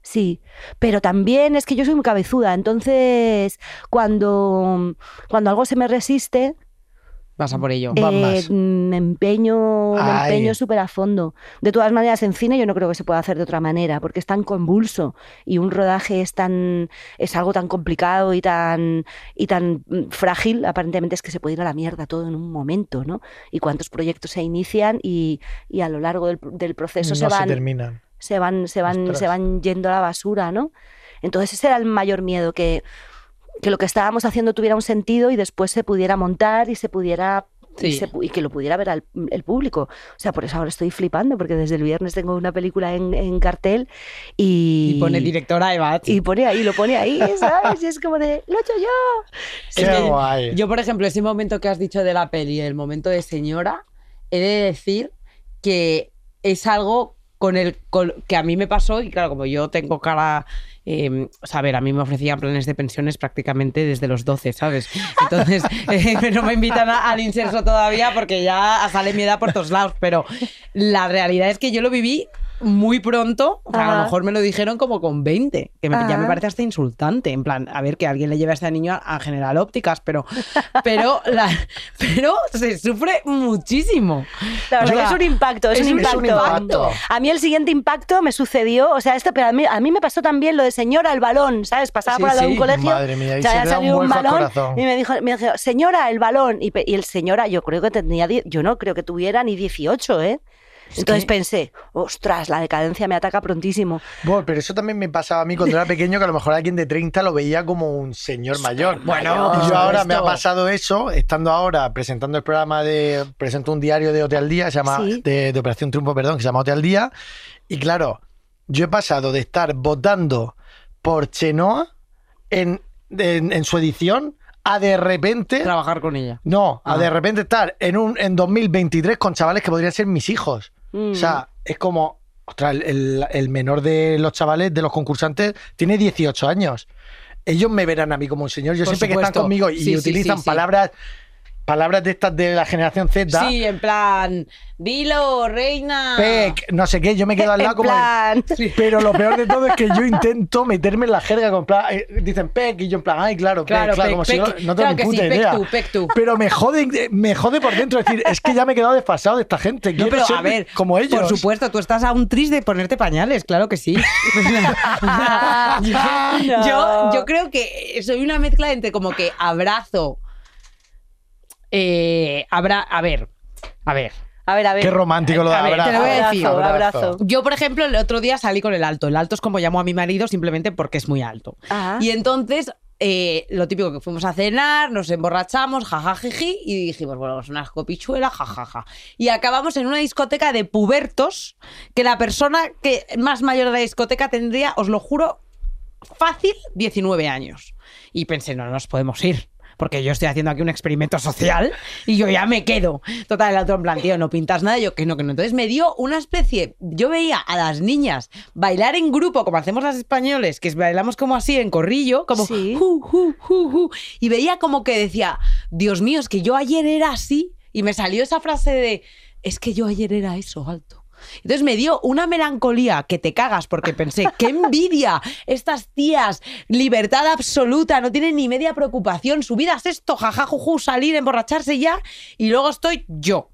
[SPEAKER 5] Sí, pero también es que yo soy muy cabezuda, entonces cuando, cuando algo se me resiste,
[SPEAKER 3] Vas a por ello.
[SPEAKER 2] Eh, Van más.
[SPEAKER 5] Me empeño, me
[SPEAKER 2] Ay.
[SPEAKER 5] empeño súper a fondo. De todas maneras, en cine yo no creo que se pueda hacer de otra manera, porque es tan convulso y un rodaje es tan es algo tan complicado y tan y tan mm, frágil. Aparentemente es que se puede ir a la mierda todo en un momento, ¿no? Y cuántos proyectos se inician y, y a lo largo del, del proceso
[SPEAKER 2] no
[SPEAKER 5] se van
[SPEAKER 2] terminan.
[SPEAKER 5] se van, se van,
[SPEAKER 2] Ostras.
[SPEAKER 5] se van yendo a la basura, ¿no? Entonces ese era el mayor miedo, que, que lo que estábamos haciendo tuviera un sentido y después se pudiera montar y se pudiera y,
[SPEAKER 3] Sí.
[SPEAKER 5] se pu- y que lo pudiera ver al- el público. O sea, por eso ahora estoy flipando, porque desde el viernes tengo una película en, en cartel y...
[SPEAKER 3] Y pone directora Eva.
[SPEAKER 5] Y pone ahí, lo pone ahí, ¿sabes? Y es como de, lo he hecho yo.
[SPEAKER 3] Es
[SPEAKER 2] Qué
[SPEAKER 3] que
[SPEAKER 2] guay.
[SPEAKER 3] Yo, por ejemplo, ese momento que has dicho de la peli, el momento de señora, he de decir que es algo con el con- que a mí me pasó, y claro, como yo tengo cara. eh, o sea, a ver, a mí me ofrecían planes de pensiones prácticamente desde los 12, ¿sabes? Entonces, eh, no me invitan a- al inserso todavía porque ya sale mi edad por todos lados, pero la realidad es que yo lo viví muy pronto, o sea, a lo
[SPEAKER 5] Ajá.
[SPEAKER 3] mejor me lo dijeron como con 20, que me- ya me
[SPEAKER 5] Ajá.
[SPEAKER 3] parece hasta insultante, en plan, a ver, que alguien le lleve a este niño a, a General Ópticas, pero, pero, la- pero se sufre muchísimo.
[SPEAKER 5] La verdad
[SPEAKER 3] O sea,
[SPEAKER 5] que es un impacto, es,
[SPEAKER 3] es
[SPEAKER 5] un
[SPEAKER 3] un- es
[SPEAKER 5] impacto.
[SPEAKER 3] un
[SPEAKER 2] impacto.
[SPEAKER 5] A mí el siguiente impacto me sucedió, o sea, esto, pero a mí, a mí me pasó también lo de señora al balón, ¿sabes? Pasaba
[SPEAKER 3] Sí,
[SPEAKER 5] por al lado de
[SPEAKER 3] sí.
[SPEAKER 5] un colegio,
[SPEAKER 2] Madre mía, ahí
[SPEAKER 5] ya
[SPEAKER 2] se
[SPEAKER 5] había
[SPEAKER 2] te da un
[SPEAKER 5] salido
[SPEAKER 2] vuelco al
[SPEAKER 5] balón
[SPEAKER 2] corazón.
[SPEAKER 5] y me dijo, me dijo, señora, el balón. Y, pe- y el señora, yo creo que tenía, die- yo no creo que tuviera ni 18, ¿eh? Entonces
[SPEAKER 3] que-
[SPEAKER 5] pensé, ostras, la decadencia me ataca prontísimo.
[SPEAKER 2] Bueno, pero eso también me pasaba a mí cuando era pequeño, que a lo mejor alguien de 30 lo veía como un señor mayor.
[SPEAKER 3] Bueno,
[SPEAKER 2] Y
[SPEAKER 3] por
[SPEAKER 2] yo ahora me ha
[SPEAKER 3] supuesto.
[SPEAKER 2] pasado eso, estando ahora presentando el programa de. Presento un diario de Hotel al Día, se llama,
[SPEAKER 5] Sí.
[SPEAKER 2] de, de Operación Triunfo, perdón, que se llama Hotel al Día. Y claro, yo he pasado de estar votando por Chenoa en, en, en su edición a de repente.
[SPEAKER 3] Trabajar con ella.
[SPEAKER 2] No, a
[SPEAKER 3] Ah.
[SPEAKER 2] de repente estar en un en 2023 con chavales que podrían ser mis hijos.
[SPEAKER 5] Mm.
[SPEAKER 2] O sea, es como, ostras, el, el- el menor de los chavales, de los concursantes, tiene 18 años. Ellos me verán a mí como un señor. Yo
[SPEAKER 3] Por
[SPEAKER 2] siempre que
[SPEAKER 3] supuesto.
[SPEAKER 2] están conmigo y
[SPEAKER 3] Sí, sí,
[SPEAKER 2] utilizan
[SPEAKER 3] sí, sí.
[SPEAKER 2] palabras palabras de estas de la generación Z,
[SPEAKER 3] Sí, ah. en plan, dilo, reina.
[SPEAKER 2] pec, no sé qué, yo me quedo al lado
[SPEAKER 5] en
[SPEAKER 2] como... de-
[SPEAKER 5] plan,
[SPEAKER 2] Pero lo peor de todo es que yo intento meterme en la jerga con plan, eh, dicen pec y yo en plan, ay, claro, pec,
[SPEAKER 3] Claro,
[SPEAKER 2] claro,
[SPEAKER 3] pec,
[SPEAKER 2] como si
[SPEAKER 3] pec.
[SPEAKER 2] yo no tengo
[SPEAKER 3] Claro
[SPEAKER 2] ni
[SPEAKER 3] que sí,
[SPEAKER 2] puta
[SPEAKER 3] pec
[SPEAKER 2] idea.
[SPEAKER 3] tú, pec tú.
[SPEAKER 2] Pero me jode, me jode por dentro decir, es que ya me he quedado desfasado de esta gente,
[SPEAKER 3] No,
[SPEAKER 2] quiero
[SPEAKER 3] pero
[SPEAKER 2] ser
[SPEAKER 3] a ver,
[SPEAKER 2] como ellos.
[SPEAKER 3] Por supuesto, tú estás a un tris de ponerte pañales, claro que sí. yo, Ah, yo- yo creo que soy una mezcla entre como que abrazo. eh, habrá, a ver, a ver.
[SPEAKER 5] a ver, a ver.
[SPEAKER 2] Qué romántico lo de
[SPEAKER 3] A ver,
[SPEAKER 2] abrazo.
[SPEAKER 3] te lo voy a decir.
[SPEAKER 5] Abrazo.
[SPEAKER 3] Yo, por ejemplo, el otro día salí con el alto. El alto es como llamo a mi marido simplemente porque es muy alto.
[SPEAKER 5] Ajá.
[SPEAKER 3] Y entonces, eh, lo típico que fuimos a cenar, nos emborrachamos, jajajiji, y dijimos, bueno, pues unas copichuelas, jajaja. Y acabamos en una discoteca de pubertos, que la persona que más mayor de la discoteca tendría, os lo juro, fácil 19 años. Y pensé, no nos podemos ir. Porque yo estoy haciendo aquí un experimento social y yo ya me quedo. Total, el otro en plan, tío, no pintas nada. Yo que no, que no. Entonces me dio una especie. Yo veía a las niñas bailar en grupo, como hacemos las españoles, que bailamos como así en corrillo, como.
[SPEAKER 5] Sí.
[SPEAKER 3] "Ju, ju, ju, ju", y veía como que decía, Dios mío, es que yo ayer era así. Y me salió esa frase de, es que yo ayer era eso, alto. Entonces me dio una melancolía que te cagas porque pensé, qué envidia estas tías, libertad absoluta, no tienen ni media preocupación, su vida es esto, jajajuju, salir, emborracharse ya y luego estoy yo,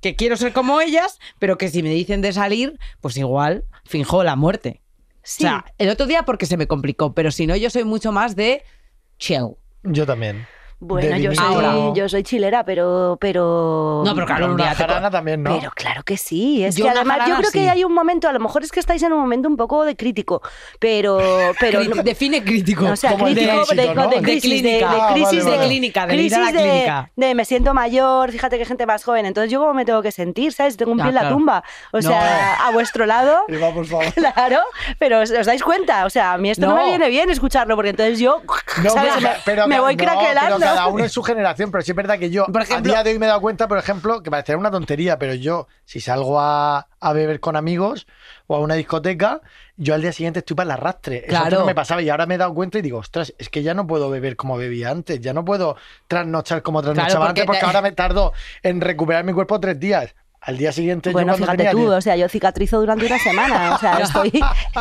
[SPEAKER 3] que quiero ser como ellas, pero que si me dicen de salir, pues igual finjo la muerte.
[SPEAKER 5] Sí.
[SPEAKER 3] O sea, el otro día porque se me complicó, pero si no yo soy mucho más de chill.
[SPEAKER 2] Yo también.
[SPEAKER 5] bueno,
[SPEAKER 2] de
[SPEAKER 5] yo
[SPEAKER 2] vinilo.
[SPEAKER 5] soy,
[SPEAKER 2] Ahora.
[SPEAKER 5] yo soy chilera, pero, pero.
[SPEAKER 3] No, pero claro, un
[SPEAKER 2] Una
[SPEAKER 3] día te-
[SPEAKER 2] jarana también, ¿no?
[SPEAKER 5] Pero claro que sí, es
[SPEAKER 3] Yo
[SPEAKER 5] que
[SPEAKER 3] una
[SPEAKER 5] además yo
[SPEAKER 3] jarana
[SPEAKER 5] creo
[SPEAKER 3] sí.
[SPEAKER 5] que hay un momento, a lo mejor es que estáis en un momento un poco de crítico, pero... pero
[SPEAKER 3] Crit- define crítico.
[SPEAKER 5] no, o sea,
[SPEAKER 2] como el
[SPEAKER 5] crítico
[SPEAKER 2] éxito,
[SPEAKER 5] de,
[SPEAKER 2] ¿no?
[SPEAKER 5] de
[SPEAKER 2] De
[SPEAKER 5] crisis, de, de
[SPEAKER 3] clínica.
[SPEAKER 2] Ah,
[SPEAKER 5] crisis
[SPEAKER 2] vale,
[SPEAKER 5] de
[SPEAKER 2] vale.
[SPEAKER 3] Clínica, de ir a la
[SPEAKER 5] crisis de-
[SPEAKER 3] clínica.
[SPEAKER 5] de me siento mayor, fíjate que gente más joven, entonces yo cómo me tengo que sentir, ¿sabes? Tengo un
[SPEAKER 3] Ah,
[SPEAKER 5] pie en la
[SPEAKER 3] claro.
[SPEAKER 5] tumba, o
[SPEAKER 3] No.
[SPEAKER 5] sea, a vuestro lado,
[SPEAKER 2] Elba, por favor.
[SPEAKER 5] claro, pero os, os dais cuenta, o sea, a mí esto no.
[SPEAKER 3] No.
[SPEAKER 5] me viene bien escucharlo, porque entonces yo,
[SPEAKER 2] No,
[SPEAKER 5] ¿sabes?
[SPEAKER 2] pero-
[SPEAKER 5] me,
[SPEAKER 2] pero
[SPEAKER 5] me
[SPEAKER 2] ca-
[SPEAKER 5] voy
[SPEAKER 2] no,
[SPEAKER 5] craquelando.
[SPEAKER 2] Pero cada uno en su generación, pero sí es verdad que yo
[SPEAKER 3] Por ejemplo-
[SPEAKER 2] a día de hoy me he dado cuenta, por ejemplo, que parecerá una tontería, pero yo si salgo a, a beber con amigos o a una discoteca, yo al día siguiente estoy para el arrastre. Eso antes
[SPEAKER 3] Claro.
[SPEAKER 2] no me pasaba y ahora me he dado cuenta y digo, ostras, es que ya no puedo beber como bebía antes, ya no puedo trasnochar como trasnochaba
[SPEAKER 3] porque
[SPEAKER 2] antes porque
[SPEAKER 3] te-
[SPEAKER 2] ahora me tardo en recuperar mi cuerpo tres días. Al día siguiente yo
[SPEAKER 5] Bueno,
[SPEAKER 2] cuando
[SPEAKER 5] fíjate
[SPEAKER 2] tenía
[SPEAKER 5] tú,
[SPEAKER 2] 10,
[SPEAKER 5] o sea, yo cicatrizo durante una semana, o sea, estoy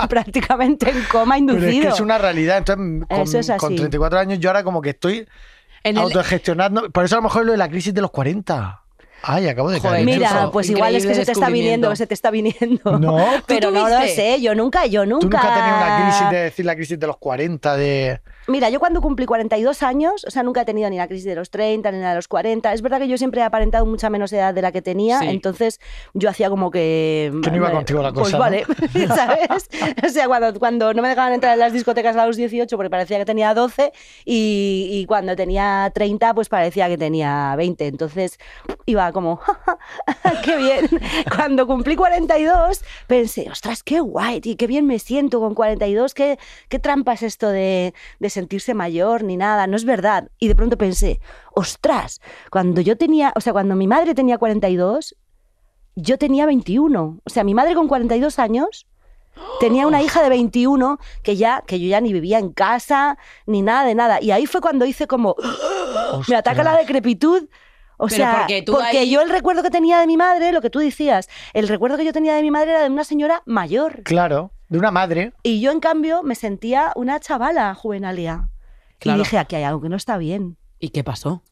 [SPEAKER 5] prácticamente en coma inducido.
[SPEAKER 2] Pero es que es una realidad. Entonces, con,
[SPEAKER 5] Eso es así.
[SPEAKER 2] con 34 años, yo ahora como que estoy
[SPEAKER 3] En el-
[SPEAKER 2] autogestionando. Por eso a lo mejor lo de la crisis de los 40. Ay, acabo de
[SPEAKER 3] Joder,
[SPEAKER 2] caer. en
[SPEAKER 3] incluso.
[SPEAKER 5] Mira,
[SPEAKER 2] eso.
[SPEAKER 5] pues igual es que se
[SPEAKER 3] Increíble
[SPEAKER 5] te está viniendo,
[SPEAKER 3] descubrimiento.
[SPEAKER 5] se te está viniendo.
[SPEAKER 2] No. ¿Tú
[SPEAKER 5] pero no lo
[SPEAKER 3] tuviste?
[SPEAKER 5] sé, yo nunca, yo nunca.
[SPEAKER 2] Tú nunca has tenido una crisis de decir la crisis de los 40, de...
[SPEAKER 5] Mira, yo cuando cumplí 42 años, o sea, nunca he tenido ni la crisis de los 30 ni la de los 40. Es verdad que yo siempre he aparentado mucha menos edad de la que tenía,
[SPEAKER 3] Sí.
[SPEAKER 5] entonces yo hacía como que.
[SPEAKER 2] Que no iba contigo la cosa, ¿no?
[SPEAKER 5] Mm, Pues vale, ¿sabes? O sea, cuando, cuando no me dejaban entrar en las discotecas a los 18 porque parecía que tenía 12 y, y cuando tenía 30 pues parecía que tenía 20. Entonces iba como, "Ja, ja, ¡Qué bien! Cuando cumplí 42, pensé, ostras, qué guay, tío, qué bien me siento con 42, qué, qué trampa es esto de, de sentirse mayor ni nada, no es verdad. Y de pronto pensé, ostras, cuando yo tenía, o sea, cuando mi madre tenía 42, yo tenía 21. O sea, mi madre con 42 años tenía una hija de 21 que ya que yo ya ni vivía en casa ni nada de nada y ahí fue cuando hice como me ataca la decrepitud. O
[SPEAKER 3] Pero
[SPEAKER 5] sea,
[SPEAKER 3] porque tú ahí-
[SPEAKER 5] yo el recuerdo que tenía de mi madre, lo que tú decías, el recuerdo que yo tenía de mi madre era de una señora mayor.
[SPEAKER 2] Claro, de una madre.
[SPEAKER 5] Y yo, en cambio, me sentía una chavala juvenalia.
[SPEAKER 3] Claro.
[SPEAKER 5] Y dije, aquí hay algo que no está bien.
[SPEAKER 3] ¿Y qué pasó?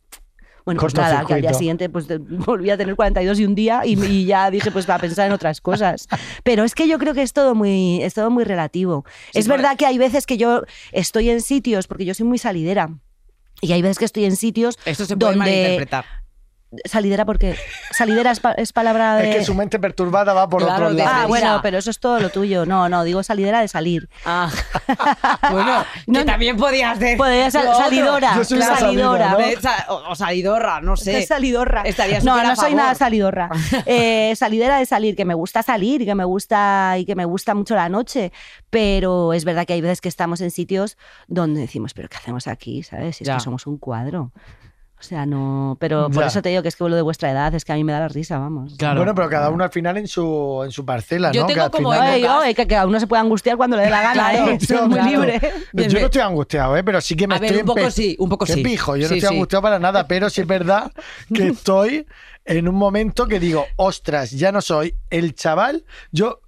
[SPEAKER 5] Bueno, pues nada, que al día
[SPEAKER 2] Cortocircuito.
[SPEAKER 5] siguiente pues de- volví a tener 42 y un día y, y ya dije pues a pensar en otras cosas. Pero es que yo creo que es todo muy, es todo muy relativo.
[SPEAKER 3] Sí,
[SPEAKER 5] es
[SPEAKER 3] por-
[SPEAKER 2] e-
[SPEAKER 5] verdad que hay veces que yo estoy en sitios, porque yo soy muy salidera, y hay veces que estoy en sitios
[SPEAKER 3] Esto se puede
[SPEAKER 5] donde...
[SPEAKER 3] malinterpretar.
[SPEAKER 5] Salidera porque... Salidera es, pa- es palabra de...
[SPEAKER 2] Es que su mente perturbada va por
[SPEAKER 3] Claro,
[SPEAKER 2] otro
[SPEAKER 3] de-
[SPEAKER 2] lado.
[SPEAKER 5] Ah,
[SPEAKER 3] Salida.
[SPEAKER 5] bueno, pero eso es todo lo tuyo. No, no, digo salidera de salir.
[SPEAKER 3] Ah. bueno,
[SPEAKER 5] No,
[SPEAKER 3] que
[SPEAKER 5] no.
[SPEAKER 3] también podías decir.
[SPEAKER 5] Podría ser
[SPEAKER 3] lo otro.
[SPEAKER 5] salidora.
[SPEAKER 2] Yo soy
[SPEAKER 3] una
[SPEAKER 5] salidora.
[SPEAKER 2] salida, ¿no?
[SPEAKER 3] De sa- o, o salidorra, no sé.
[SPEAKER 5] De salidorra.
[SPEAKER 3] Estaría
[SPEAKER 5] no,
[SPEAKER 3] súper a
[SPEAKER 5] no soy
[SPEAKER 3] favor.
[SPEAKER 5] nada salidorra. Eh, salidera de salir, que me gusta salir, que me gusta y que me gusta mucho la noche, pero es verdad que hay veces que estamos en sitios donde decimos, pero ¿qué hacemos aquí? ¿Sabes? Si es
[SPEAKER 3] Ya.
[SPEAKER 5] que somos un cuadro. O sea, no, pero por
[SPEAKER 2] Ya.
[SPEAKER 5] eso te digo que es que lo de vuestra edad es que a mí me da la risa, vamos.
[SPEAKER 3] Claro.
[SPEAKER 2] Bueno, pero cada uno al final en su, en su parcela,
[SPEAKER 3] Yo
[SPEAKER 2] ¿no?
[SPEAKER 3] tengo
[SPEAKER 2] Que al
[SPEAKER 3] como
[SPEAKER 2] final-
[SPEAKER 5] Ay, ay, eh, que cada uno se puede angustiar cuando le dé la gana,
[SPEAKER 3] Claro,
[SPEAKER 5] ¿eh? Soy
[SPEAKER 2] Yo,
[SPEAKER 5] muy
[SPEAKER 2] claro.
[SPEAKER 5] libre.
[SPEAKER 2] Yo
[SPEAKER 3] Bien,
[SPEAKER 2] no
[SPEAKER 3] bien.
[SPEAKER 2] estoy angustiado, ¿eh? pero sí que me
[SPEAKER 3] A ver,
[SPEAKER 2] estoy
[SPEAKER 3] un poco
[SPEAKER 2] empe-
[SPEAKER 3] sí, un poco
[SPEAKER 2] Qué
[SPEAKER 3] sí.
[SPEAKER 2] pijo, yo no
[SPEAKER 3] Sí,
[SPEAKER 2] estoy
[SPEAKER 3] sí.
[SPEAKER 2] angustiado para nada, pero sí es verdad que estoy en un momento que digo, ostras, ya no soy el chaval. Yo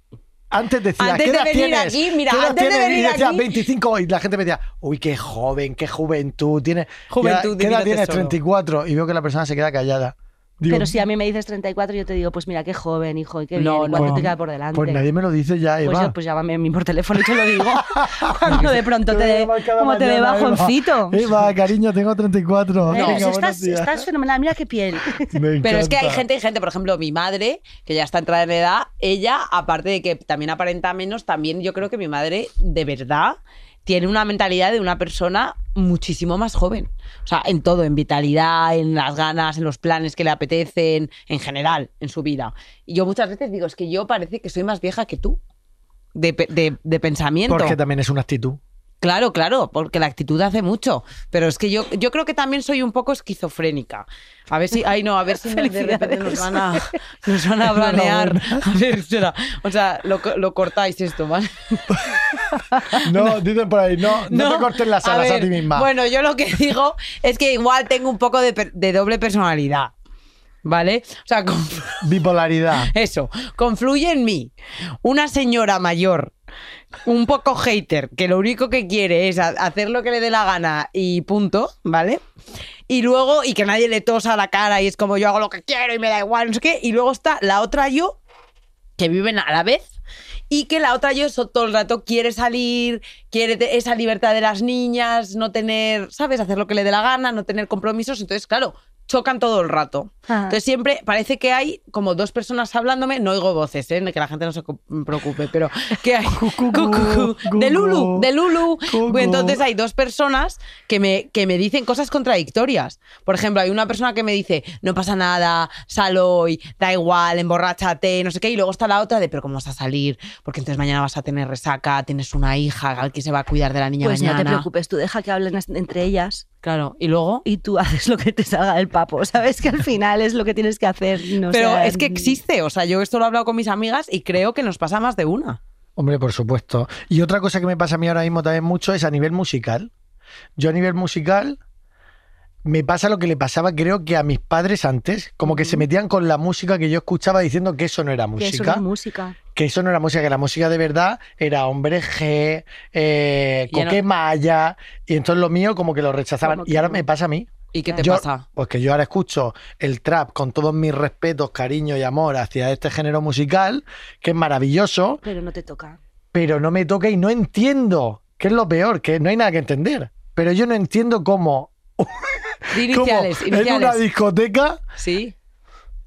[SPEAKER 2] antes decía,
[SPEAKER 3] Antes
[SPEAKER 2] ¿qué
[SPEAKER 3] de
[SPEAKER 2] edad
[SPEAKER 3] venir
[SPEAKER 2] tienes?
[SPEAKER 3] aquí, mira,
[SPEAKER 2] ¿Qué edad
[SPEAKER 3] antes de
[SPEAKER 2] tienes?"
[SPEAKER 3] venir
[SPEAKER 2] y decía,
[SPEAKER 3] aquí-
[SPEAKER 2] 25, y la gente me decía, uy, qué joven, qué juventud tienes.
[SPEAKER 3] Juventud,
[SPEAKER 2] Ya, ¿Qué edad
[SPEAKER 3] divino
[SPEAKER 2] tienes?
[SPEAKER 3] tesoro.
[SPEAKER 2] 34. Y veo que la persona se queda callada. Digo,
[SPEAKER 5] Pero si a mí me dices 34, yo te digo, pues mira, qué joven, hijo, y qué bien,
[SPEAKER 3] No,
[SPEAKER 5] y cuánto
[SPEAKER 2] no.
[SPEAKER 5] te queda por delante.
[SPEAKER 2] pues nadie me lo dice ya, Eva.
[SPEAKER 5] Pues, yo, pues llámame a mí por teléfono y te lo digo. Cuando de pronto te
[SPEAKER 2] voy a
[SPEAKER 5] dé
[SPEAKER 2] llamar cada
[SPEAKER 5] como te dé
[SPEAKER 2] mañana, Eva.
[SPEAKER 5] bajoncito.
[SPEAKER 2] Eva, cariño, tengo 34.
[SPEAKER 5] Eh,
[SPEAKER 2] Venga,
[SPEAKER 5] si
[SPEAKER 2] buenos
[SPEAKER 5] estás,
[SPEAKER 2] días.
[SPEAKER 5] estás fenomenal, mira qué piel.
[SPEAKER 2] Me
[SPEAKER 3] Pero es que hay
[SPEAKER 2] encanta.
[SPEAKER 3] gente, hay gente, por ejemplo, mi madre, que ya está entrada en edad, ella, aparte de que también aparenta menos, también yo creo que mi madre, de verdad, tiene una mentalidad de una persona muchísimo más joven. O sea, en todo, en vitalidad, en las ganas, en los planes que le apetecen, en general, en su vida. Y yo muchas veces digo, es que yo parece que soy más vieja que tú. De, pe- de- de pensamiento.
[SPEAKER 2] Porque también es una actitud.
[SPEAKER 3] Claro, claro, porque la actitud hace mucho. Pero es que yo, yo creo que también soy un poco esquizofrénica. A ver si, ay no, a ver si de repente nos van a, nos van a banear. A ver, espera. O sea, lo, co- lo cortáis esto, ¿vale?
[SPEAKER 2] No, dicen por ahí, no, no, te cortes las
[SPEAKER 3] A
[SPEAKER 2] alas a,
[SPEAKER 3] ver,
[SPEAKER 2] ti misma.
[SPEAKER 3] Bueno, yo lo que digo es que igual tengo un poco de, per- de doble personalidad. ¿Vale? O sea, con-
[SPEAKER 2] Bipolaridad.
[SPEAKER 3] Eso, confluye en mí una señora mayor, un poco hater, que lo único que quiere es ha- hacer lo que le dé la gana y punto, ¿vale? Y luego, y que nadie le tosa a la cara y es como yo hago lo que quiero y me da igual, no sé qué. Y luego está la otra yo, que viven a la vez. Y que la otra yo eso todo el rato quiere salir, quiere te- esa libertad de las niñas, no tener, ¿sabes? Hacer lo que le dé la gana, no tener compromisos. Entonces, claro, chocan todo el rato.
[SPEAKER 5] Ah.
[SPEAKER 3] Entonces siempre parece que hay como dos personas hablándome, no oigo voces, ¿eh? que la gente no se co- preocupe, pero que hay
[SPEAKER 2] Cucú,
[SPEAKER 3] Cucú,
[SPEAKER 2] cucú.
[SPEAKER 3] de Lulu, de Lulu.
[SPEAKER 2] Cucú.
[SPEAKER 3] Entonces hay dos personas que me, que me dicen cosas contradictorias. Por ejemplo, hay una persona que me dice, no pasa nada, sal hoy, da igual, emborráchate, no sé qué. Y luego está la otra de, pero ¿cómo vas a salir? Porque entonces mañana vas a tener resaca, tienes una hija al que se va a cuidar de la niña
[SPEAKER 5] Pues no
[SPEAKER 3] mañana.
[SPEAKER 5] te preocupes, tú deja que hablen as- entre ellas
[SPEAKER 3] Claro, y luego...
[SPEAKER 5] y tú haces lo que te salga del papo. Sabes que al final es lo que tienes que hacer. no mm,
[SPEAKER 3] pero
[SPEAKER 5] sea-
[SPEAKER 3] es que existe, o sea, yo esto lo he hablado con mis amigas y creo que nos pasa más de una.
[SPEAKER 2] Hombre, por supuesto. Y otra cosa que me pasa a mí ahora mismo también mucho es a nivel musical. Yo a nivel musical me pasa lo que le pasaba creo que a mis padres antes, como que se metían con la música que yo escuchaba diciendo que eso no era
[SPEAKER 5] Que
[SPEAKER 2] música.
[SPEAKER 5] eso no es música.
[SPEAKER 2] que eso no era música, que la música de verdad era Hombre G, eh,
[SPEAKER 3] Ya no-
[SPEAKER 2] Coque Maya, y entonces lo mío como que lo rechazaban.
[SPEAKER 5] Como que
[SPEAKER 2] Y ahora
[SPEAKER 5] no.
[SPEAKER 2] me pasa a mí.
[SPEAKER 3] ¿Y qué te
[SPEAKER 2] Yo-
[SPEAKER 3] pasa?
[SPEAKER 2] Pues que yo ahora escucho el trap con todos mis respetos, cariño y amor hacia este género musical, que es maravilloso,
[SPEAKER 5] Pero no te toca.
[SPEAKER 2] pero no me toca y no entiendo, que es lo peor, que no hay nada que entender. Pero yo no entiendo cómo,
[SPEAKER 3] Di
[SPEAKER 2] cómo
[SPEAKER 3] Iniciales,
[SPEAKER 2] en una
[SPEAKER 3] iniciales.
[SPEAKER 2] discoteca
[SPEAKER 3] Sí.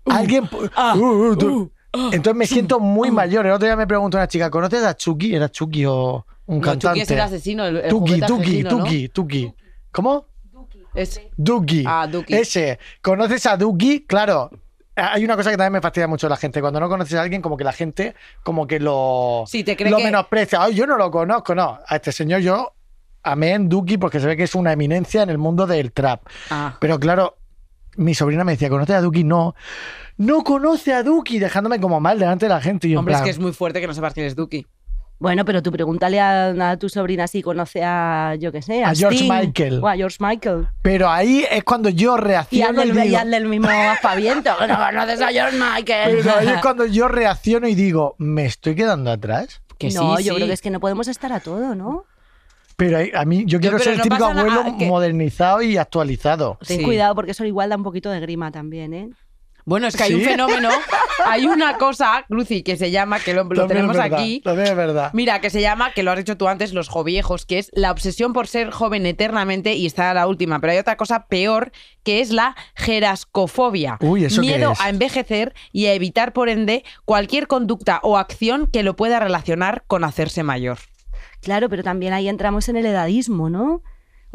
[SPEAKER 2] alguien... pu-
[SPEAKER 3] ah,
[SPEAKER 2] Uh, uh, tú- Entonces me siento muy mayor. El otro día me preguntó una chica, ¿conoces a Chucky? ¿Era Chucky o un
[SPEAKER 3] No, Chucky
[SPEAKER 2] cantante?
[SPEAKER 3] es el asesino, el, el
[SPEAKER 2] Tuki,
[SPEAKER 3] juguete
[SPEAKER 2] Tuki,
[SPEAKER 3] asesino, ¿no?
[SPEAKER 2] Tuki, Tuki. ¿Cómo?
[SPEAKER 3] Es-
[SPEAKER 2] Duki.
[SPEAKER 3] Ah, Duki.
[SPEAKER 2] Ese. ¿Conoces a Duki? Claro. Ah, Hay una cosa que también me fastidia mucho a la gente. Cuando no conoces a alguien, como que la gente como que lo,
[SPEAKER 3] Sí, te cree
[SPEAKER 2] lo
[SPEAKER 3] que-
[SPEAKER 2] menosprecia. Ay, yo no lo conozco. No, a este señor yo amé en Duki porque se ve que es una eminencia en el mundo del trap.
[SPEAKER 3] Ah,
[SPEAKER 2] Pero claro, mi sobrina me decía, ¿conoces a Duki? No, no conoce a Duki, dejándome como mal delante de la gente. Y yo en
[SPEAKER 3] Hombre, es
[SPEAKER 2] plan,
[SPEAKER 3] que es muy fuerte que no sepas quién es Duki.
[SPEAKER 5] Bueno, pero tú pregúntale a, a tu sobrina si conoce a, yo qué sé, a,
[SPEAKER 2] A George
[SPEAKER 5] Sting
[SPEAKER 2] Michael.
[SPEAKER 5] O a George Michael.
[SPEAKER 2] Pero ahí es cuando yo
[SPEAKER 5] Y
[SPEAKER 2] reacciono
[SPEAKER 5] hazle
[SPEAKER 2] y
[SPEAKER 5] el, y
[SPEAKER 2] digo-
[SPEAKER 5] hazle el mismo aspaviento. que no conoces a George Michael.
[SPEAKER 2] Pero ahí es cuando yo reacciono y digo, ¿me estoy quedando atrás?
[SPEAKER 3] Que sí,
[SPEAKER 5] no, yo
[SPEAKER 3] sí.
[SPEAKER 5] creo que es que no podemos estar a todo, ¿no?
[SPEAKER 2] Pero ahí- a mí, yo quiero
[SPEAKER 3] pero
[SPEAKER 2] ser el
[SPEAKER 3] no
[SPEAKER 2] típico
[SPEAKER 3] pasa nada,
[SPEAKER 2] abuelo
[SPEAKER 3] que-
[SPEAKER 2] modernizado y actualizado.
[SPEAKER 5] Ten
[SPEAKER 3] Sí.
[SPEAKER 5] cuidado porque eso igual da un poquito de grima también, ¿eh?
[SPEAKER 3] Bueno, es que hay un
[SPEAKER 2] Sí.
[SPEAKER 3] fenómeno, hay una cosa, Lucy, que se llama, que lo, lo
[SPEAKER 2] También es
[SPEAKER 3] tenemos
[SPEAKER 2] verdad,
[SPEAKER 3] aquí.
[SPEAKER 2] También es verdad.
[SPEAKER 3] Mira, que se llama, que lo has dicho tú antes, los joviejos, que es la obsesión por ser joven eternamente y está la última. Pero hay otra cosa peor, que es la gerascofobia.
[SPEAKER 2] Uy, ¿eso qué
[SPEAKER 3] Miedo
[SPEAKER 2] es?
[SPEAKER 3] a envejecer y a evitar, por ende, cualquier conducta o acción que lo pueda relacionar con hacerse mayor.
[SPEAKER 5] Claro, pero también ahí entramos en el edadismo, ¿no?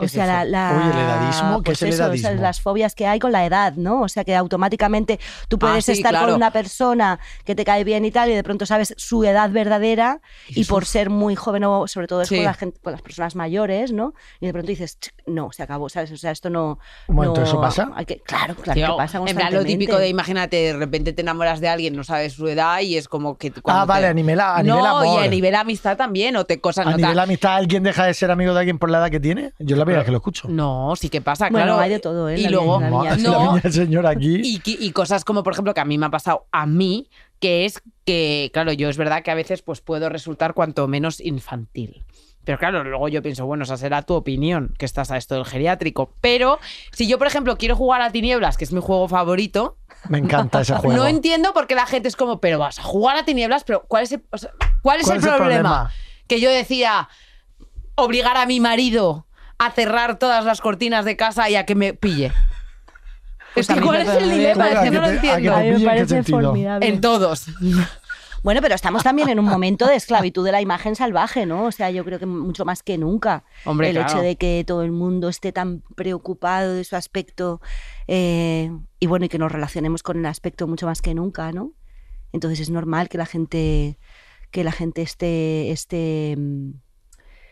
[SPEAKER 5] O
[SPEAKER 3] ¿Qué es
[SPEAKER 5] sea, la,
[SPEAKER 3] eso?
[SPEAKER 5] la-
[SPEAKER 2] Oye, el edadismo, ¿qué
[SPEAKER 5] pues
[SPEAKER 2] es el
[SPEAKER 5] eso, o sea,
[SPEAKER 2] edadismo?
[SPEAKER 5] las fobias que hay con la edad, ¿no? O sea, que automáticamente tú
[SPEAKER 3] Ah,
[SPEAKER 5] puedes
[SPEAKER 3] sí,
[SPEAKER 5] estar
[SPEAKER 3] claro.
[SPEAKER 5] con una persona que te cae bien y tal, y de pronto sabes su edad verdadera, y, por ser muy joven, o sobre todo es
[SPEAKER 3] Sí.
[SPEAKER 5] con, la gente- con las personas mayores, ¿no? Y de pronto dices, "Ch, no, se acabó, ¿sabes? O sea, esto no.
[SPEAKER 2] Un momento,
[SPEAKER 5] no-
[SPEAKER 2] ¿eso pasa?
[SPEAKER 5] hay que- claro, claro, que
[SPEAKER 3] Tío,
[SPEAKER 5] pasa.
[SPEAKER 3] en plan, lo
[SPEAKER 5] constantemente.
[SPEAKER 3] típico de imagínate, de repente te enamoras de alguien, no sabes su edad y es como que. cuando
[SPEAKER 2] Ah, vale,
[SPEAKER 3] te-
[SPEAKER 2] a nivel, a nivel
[SPEAKER 3] no,
[SPEAKER 2] amor.
[SPEAKER 3] y a nivel amistad también, o te cosas.
[SPEAKER 2] A
[SPEAKER 3] no,
[SPEAKER 2] nivel
[SPEAKER 3] ta-
[SPEAKER 2] amistad, ¿alguien deja de ser amigo de alguien por la edad que tiene? Yo es la primera vez que lo escucho.
[SPEAKER 3] No, sí que pasa,
[SPEAKER 5] Bueno,
[SPEAKER 3] Ah, claro.
[SPEAKER 5] hay de todo, ¿eh?
[SPEAKER 3] Y
[SPEAKER 5] La
[SPEAKER 3] luego,
[SPEAKER 5] vida, la vida.
[SPEAKER 2] Madre,
[SPEAKER 3] no,
[SPEAKER 2] la niña señora aquí.
[SPEAKER 3] Y, que- y cosas como, por ejemplo, que a mí me ha pasado a mí, que es que, claro, yo es verdad que a veces pues puedo resultar cuanto menos infantil. Pero claro, luego yo pienso, bueno, esa será tu opinión, que estás a esto del geriátrico. Pero si yo, por ejemplo, quiero jugar a Tinieblas, que es mi juego favorito,
[SPEAKER 2] Me encanta ese juego.
[SPEAKER 3] no entiendo por qué la gente es como, pero vas a jugar a Tinieblas, pero ¿cuál es el, o sea, ¿cuál es
[SPEAKER 2] ¿Cuál
[SPEAKER 3] el problema? Que yo decía, obligar a mi marido a cerrar todas las cortinas de casa y a que me pille. es
[SPEAKER 5] Pues
[SPEAKER 3] que,
[SPEAKER 5] a mí
[SPEAKER 3] ¿cuál
[SPEAKER 5] me
[SPEAKER 3] es el
[SPEAKER 5] parece-
[SPEAKER 3] dilema? Es
[SPEAKER 2] ¿A
[SPEAKER 3] que
[SPEAKER 2] que
[SPEAKER 3] no lo
[SPEAKER 2] te- a que
[SPEAKER 3] entiendo.
[SPEAKER 5] A mí me
[SPEAKER 2] ¿En qué
[SPEAKER 5] parece
[SPEAKER 2] sentido?
[SPEAKER 5] formidable.
[SPEAKER 3] En todos.
[SPEAKER 5] Bueno, pero estamos también en un momento de esclavitud de la imagen salvaje, ¿no? O sea, yo creo que mucho más que nunca.
[SPEAKER 3] Hombre,
[SPEAKER 5] el
[SPEAKER 3] claro.
[SPEAKER 5] hecho de que todo el mundo esté tan preocupado de su aspecto eh, y bueno, y que nos relacionemos con el aspecto mucho más que nunca, ¿no? Entonces es normal que la gente que la gente esté, esté mm,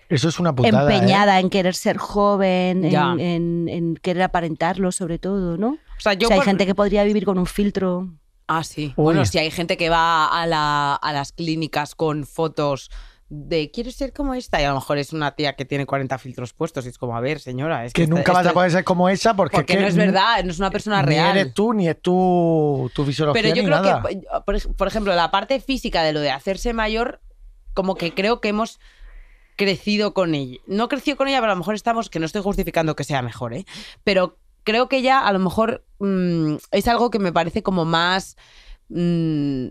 [SPEAKER 2] Eso es una putada. ¿eh?
[SPEAKER 5] empeñada en querer ser joven, en-
[SPEAKER 3] Ya.
[SPEAKER 5] en, en querer aparentarlo sobre todo, ¿no?
[SPEAKER 3] O sea, yo
[SPEAKER 5] o sea, hay
[SPEAKER 3] por-
[SPEAKER 5] gente que podría vivir con un filtro.
[SPEAKER 3] Ah, sí.
[SPEAKER 2] Uy.
[SPEAKER 3] Bueno, si hay gente que va a, la- a las clínicas con fotos de quiero ser como esta y a lo mejor es una tía que tiene 40 filtros puestos y es como, a ver, señora, es que,
[SPEAKER 2] Que
[SPEAKER 3] esta-
[SPEAKER 2] nunca vas
[SPEAKER 3] esto-
[SPEAKER 2] a poder ser como esa porque,
[SPEAKER 3] Porque
[SPEAKER 2] es que
[SPEAKER 3] no es verdad, no es una persona real.
[SPEAKER 2] Ni eres tú, ni es tu, tu fisiología.
[SPEAKER 3] Pero yo
[SPEAKER 2] ni
[SPEAKER 3] creo
[SPEAKER 2] nada.
[SPEAKER 3] que, por, ej- por ejemplo, la parte física de lo de hacerse mayor, como que creo que hemos crecido con ella. No creció con ella, pero a lo mejor estamos, que no estoy justificando que sea mejor, ¿eh? Pero creo que ya a lo mejor mm, es algo que me parece como más mm,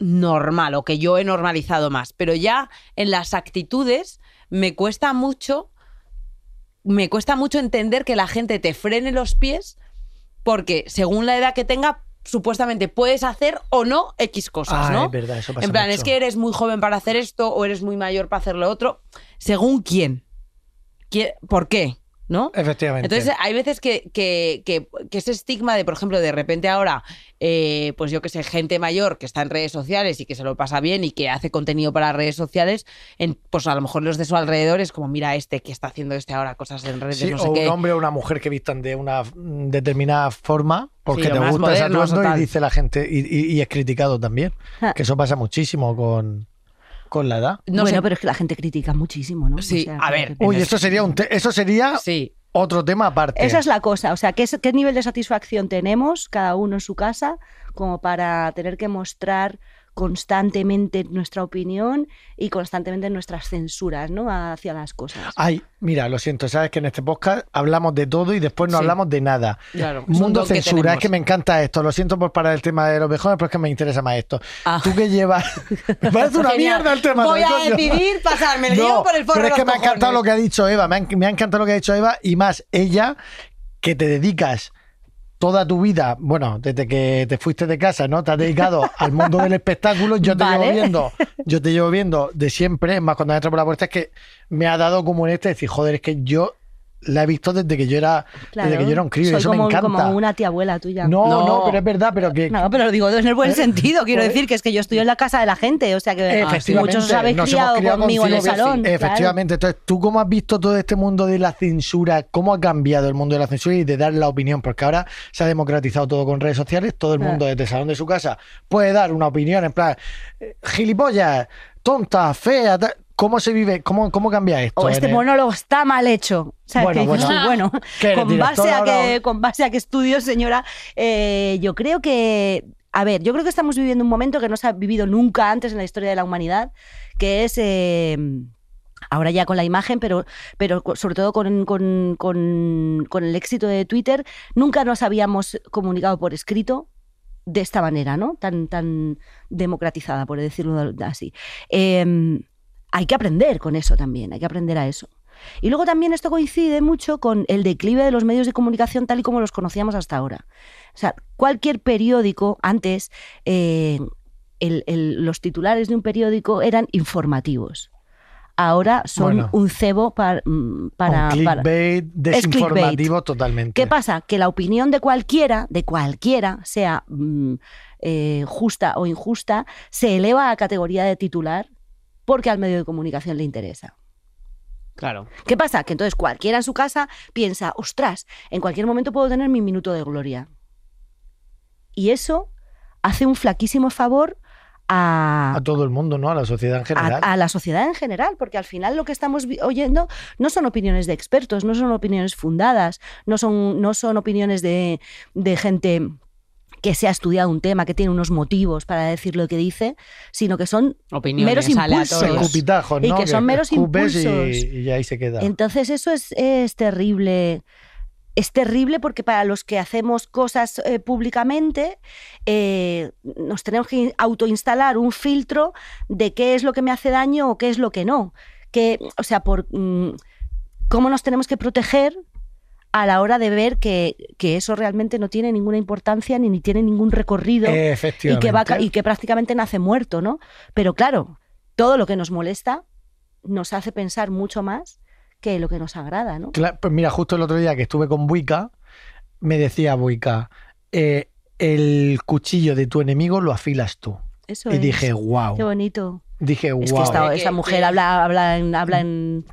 [SPEAKER 3] normal o que yo he normalizado más. Pero ya en las actitudes me cuesta mucho me cuesta mucho entender que la gente te frene los pies porque según la edad que tenga, supuestamente puedes hacer o no X cosas,
[SPEAKER 2] Ah,
[SPEAKER 3] ¿no?
[SPEAKER 2] es verdad, eso pasa
[SPEAKER 3] en plan,
[SPEAKER 2] mucho.
[SPEAKER 3] es que eres muy joven para hacer esto o eres muy mayor para hacer lo otro, según quién. ¿Qui- ¿Por qué? ¿No?
[SPEAKER 2] Efectivamente.
[SPEAKER 3] Entonces, hay veces que, que- que- que ese estigma de, por ejemplo, de repente ahora, eh, pues yo que sé, gente mayor que está en redes sociales y que se lo pasa bien y que hace contenido para redes sociales, en- pues a lo mejor los de su alrededor es como, mira este que está haciendo este ahora cosas en redes,
[SPEAKER 2] Sí,
[SPEAKER 3] no
[SPEAKER 2] o
[SPEAKER 3] sé
[SPEAKER 2] un
[SPEAKER 3] qué.
[SPEAKER 2] hombre o una mujer que vistan de una mm, determinada forma porque
[SPEAKER 3] Sí, o
[SPEAKER 2] te
[SPEAKER 3] más
[SPEAKER 2] gusta ese
[SPEAKER 3] modernos o
[SPEAKER 2] atuendo
[SPEAKER 3] tal.
[SPEAKER 2] y dice la gente y, y- y es criticado también.
[SPEAKER 5] Ah.
[SPEAKER 2] Que eso pasa muchísimo con, con la edad.
[SPEAKER 3] No
[SPEAKER 5] bueno,
[SPEAKER 3] sé.
[SPEAKER 5] pero es que la gente critica muchísimo, ¿no?
[SPEAKER 3] Sí, a
[SPEAKER 5] creo
[SPEAKER 3] ver.
[SPEAKER 5] que-
[SPEAKER 2] Uy, eso sería un te- eso sería
[SPEAKER 3] Sí,
[SPEAKER 2] otro tema aparte.
[SPEAKER 5] Esa es la cosa, o sea, ¿qué, es- qué nivel de satisfacción tenemos cada uno en su casa como para tener que mostrar constantemente nuestra opinión y constantemente nuestras censuras ¿no? hacia las cosas.
[SPEAKER 2] Ay, mira, lo siento, sabes que en este podcast hablamos de todo y después no
[SPEAKER 3] Sí.
[SPEAKER 2] hablamos de nada.
[SPEAKER 3] claro. Es un
[SPEAKER 2] Mundo
[SPEAKER 3] don que
[SPEAKER 2] censura, es que me
[SPEAKER 3] tenemos.
[SPEAKER 2] encanta esto. Lo siento por parar el tema de los mejores, pero es que me interesa más esto.
[SPEAKER 3] Ah.
[SPEAKER 2] Tú que llevas. Me parece una
[SPEAKER 3] Genial.
[SPEAKER 2] mierda el tema.
[SPEAKER 3] Voy
[SPEAKER 2] del
[SPEAKER 3] a
[SPEAKER 2] coño.
[SPEAKER 3] decidir pasarme el guión por el forro
[SPEAKER 2] pero
[SPEAKER 3] de
[SPEAKER 2] es que
[SPEAKER 3] los
[SPEAKER 2] me ha encantado
[SPEAKER 3] cojones.
[SPEAKER 2] lo que ha dicho Eva. Me ha, me ha encantado lo que ha dicho Eva y más ella que te dedicas toda tu vida, bueno, desde que te fuiste de casa, ¿no? Te has dedicado al mundo del espectáculo. Yo te
[SPEAKER 5] Vale.
[SPEAKER 2] llevo viendo, yo te llevo viendo de siempre. Es más, cuando entro por la puerta es que me ha dado como en este decir, joder, es que yo la he visto desde que yo era, desde que yo era un crío. y
[SPEAKER 5] Soy
[SPEAKER 2] eso
[SPEAKER 5] como,
[SPEAKER 2] me encanta.
[SPEAKER 5] como una tía abuela tuya.
[SPEAKER 2] No, eh, no,
[SPEAKER 3] No.
[SPEAKER 2] pero es verdad, pero que.
[SPEAKER 5] No, pero lo digo en el buen sentido. Quiero
[SPEAKER 2] Joder.
[SPEAKER 5] decir que es que yo estoy en la casa de la gente. O sea que
[SPEAKER 2] pues eh, Efectivamente,
[SPEAKER 5] muchos os habéis
[SPEAKER 2] nos hemos
[SPEAKER 5] criado,
[SPEAKER 2] criado
[SPEAKER 5] conmigo en el
[SPEAKER 2] contigo,
[SPEAKER 5] salón. claro.
[SPEAKER 2] Efectivamente, entonces, ¿tú cómo has visto todo este mundo de la censura? ¿Cómo ha cambiado el mundo de la censura y de dar la opinión? Porque ahora se ha democratizado todo con redes sociales, todo el
[SPEAKER 5] Claro.
[SPEAKER 2] mundo desde el salón de su casa puede dar una opinión en plan, eh, gilipollas, tonta, fea, tal. ¿cómo se vive? ¿Cómo, cómo cambia esto?
[SPEAKER 5] O
[SPEAKER 2] en
[SPEAKER 5] este
[SPEAKER 2] el-
[SPEAKER 5] monólogo está mal hecho. O sea,
[SPEAKER 2] Bueno,
[SPEAKER 5] que dices tú,
[SPEAKER 2] bueno.
[SPEAKER 5] bueno,
[SPEAKER 2] ¿Qué eres,
[SPEAKER 5] con, base
[SPEAKER 2] directora
[SPEAKER 5] a
[SPEAKER 2] ahora
[SPEAKER 5] que, con base a que estudios, señora, eh, yo creo que... A ver, yo creo que estamos viviendo un momento que no se ha vivido nunca antes en la historia de la humanidad, que es... eh, Ahora ya con la imagen, pero, pero co- sobre todo con, con- con- con el éxito de Twitter, nunca nos habíamos comunicado por escrito de esta manera, ¿no? Tan, tan democratizada, por decirlo así. Eh, hay que aprender con eso también, hay que aprender a eso. Y luego también esto coincide mucho con el declive de los medios de comunicación tal y como los conocíamos hasta ahora. O sea, cualquier periódico antes, eh, el- el- los titulares de un periódico eran informativos. Ahora son
[SPEAKER 2] Bueno.
[SPEAKER 5] un cebo par- mm, para...
[SPEAKER 2] un
[SPEAKER 5] para-
[SPEAKER 2] clickbait desinformativo totalmente.
[SPEAKER 5] ¿Qué pasa? Que la opinión de cualquiera, de cualquiera, sea mm, eh, justa o injusta, se eleva a categoría de titular porque al medio de comunicación le interesa.
[SPEAKER 3] Claro.
[SPEAKER 5] ¿Qué pasa? Que entonces cualquiera en su casa piensa, ostras, en cualquier momento puedo tener mi minuto de gloria. Y eso hace un flaquísimo favor a,
[SPEAKER 2] A todo el mundo, ¿no? A la sociedad en
[SPEAKER 5] a-
[SPEAKER 2] general.
[SPEAKER 5] A, la sociedad en general, porque al final lo que estamos vi- oyendo no son opiniones de expertos, no son opiniones fundadas, no son, no son opiniones de, de gente que se ha estudiado un tema, que tiene unos motivos para decir lo que dice, sino que son...
[SPEAKER 3] Opiniones
[SPEAKER 5] Meros impulsos.
[SPEAKER 3] aleatorias.
[SPEAKER 2] Escupitajos,
[SPEAKER 5] Y
[SPEAKER 2] ¿no?
[SPEAKER 5] que son meros
[SPEAKER 2] escupes y-
[SPEAKER 5] impulsos.
[SPEAKER 2] Y, ahí se queda.
[SPEAKER 5] Entonces eso es, es terrible. Es terrible porque para los que hacemos cosas eh, públicamente eh, nos tenemos que autoinstalar un filtro de qué es lo que me hace daño o qué es lo que no. Que, o sea, por mm, cómo nos tenemos que proteger a la hora de ver que, que eso realmente no tiene ninguna importancia ni, ni tiene ningún recorrido
[SPEAKER 2] Eh,
[SPEAKER 5] y
[SPEAKER 2] Efectivamente.
[SPEAKER 5] que, va ca- y que prácticamente nace muerto, ¿no? Pero claro, todo lo que nos molesta nos hace pensar mucho más que lo que nos agrada, ¿no?
[SPEAKER 2] Cla- pues mira, justo el otro día que estuve con Buica, me decía Buica, eh, el cuchillo de tu enemigo lo afilas tú.
[SPEAKER 5] Eso
[SPEAKER 2] y
[SPEAKER 5] es.
[SPEAKER 2] dije, wow.
[SPEAKER 5] Qué bonito.
[SPEAKER 2] Dije, wow.
[SPEAKER 5] Es que esta,
[SPEAKER 3] Eh,
[SPEAKER 5] esa
[SPEAKER 3] que-
[SPEAKER 5] mujer
[SPEAKER 3] que-
[SPEAKER 5] habla, habla en, habla en,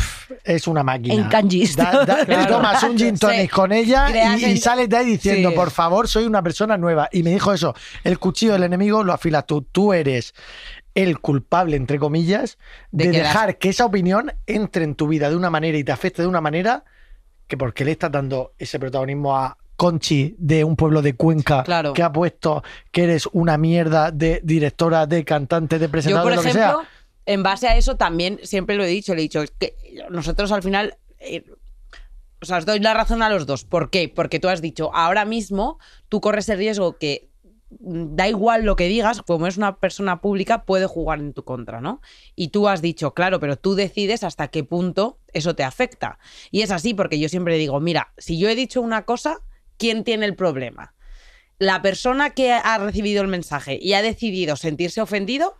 [SPEAKER 2] Es una máquina.
[SPEAKER 5] en kanjis.
[SPEAKER 2] Da- da- te tomas un gin tonic
[SPEAKER 3] Sí.
[SPEAKER 2] con ella
[SPEAKER 3] Creas
[SPEAKER 2] y, y
[SPEAKER 3] en-
[SPEAKER 2] sales de ahí diciendo,
[SPEAKER 3] Sí.
[SPEAKER 2] por favor, soy una persona nueva. Y me dijo eso, el cuchillo del enemigo lo afilas tú. Tú eres el culpable, entre comillas, de,
[SPEAKER 3] De que
[SPEAKER 2] dejar que esa opinión entre en tu vida de una manera y te afecte de una manera que porque le estás dando ese protagonismo a Conchi de un pueblo de Cuenca
[SPEAKER 3] Claro.
[SPEAKER 2] que ha puesto que eres una mierda de directora, de cantante, de
[SPEAKER 3] Yo,
[SPEAKER 2] presentador,
[SPEAKER 3] por
[SPEAKER 2] de lo que
[SPEAKER 3] ejemplo,
[SPEAKER 2] sea.
[SPEAKER 3] en base a eso también siempre lo he dicho, le he dicho es que nosotros al final... eh, o sea, os doy la razón a los dos. ¿Por qué? Porque tú has dicho, ahora mismo tú corres el riesgo que mm, da igual lo que digas, como es una persona pública, puede jugar en tu contra, ¿no? Y tú has dicho, claro, pero tú decides hasta qué punto eso te afecta. Y es así porque yo siempre digo, mira, si yo he dicho una cosa, ¿quién tiene el problema? ¿La persona que ha recibido el mensaje y ha decidido sentirse ofendido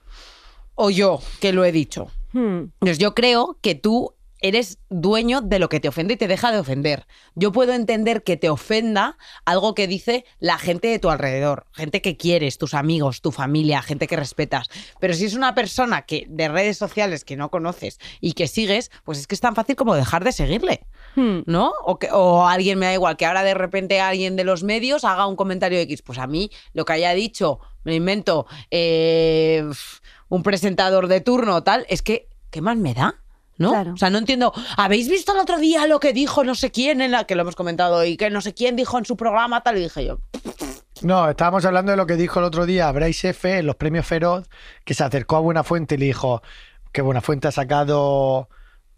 [SPEAKER 3] o yo que lo he dicho?
[SPEAKER 5] Hmm.
[SPEAKER 3] Entonces yo creo que tú eres dueño de lo que te ofende y te deja de ofender. Yo puedo entender que te ofenda algo que dice la gente de tu alrededor, gente que quieres, tus amigos, tu familia, gente que respetas. Pero si es una persona que de redes sociales que no conoces y que sigues, pues es que es tan fácil como dejar de seguirle.
[SPEAKER 5] Hmm.
[SPEAKER 3] ¿no? O, que- o alguien me da igual, que ahora de repente alguien de los medios haga un comentario X. Pues a mí lo que haya dicho, me lo invento, eh, pf, un presentador de turno tal, es que, ¿qué más me da? ¿No?
[SPEAKER 5] Claro.
[SPEAKER 3] O sea, no entiendo. ¿Habéis visto el otro día lo que dijo no sé quién en la que lo hemos comentado hoy? Que no sé quién dijo en su programa tal y dije yo.
[SPEAKER 2] No, estábamos hablando de lo que dijo el otro día Bryce F. en los premios Feroz, que se acercó a Buenafuente y le dijo que Buenafuente ha sacado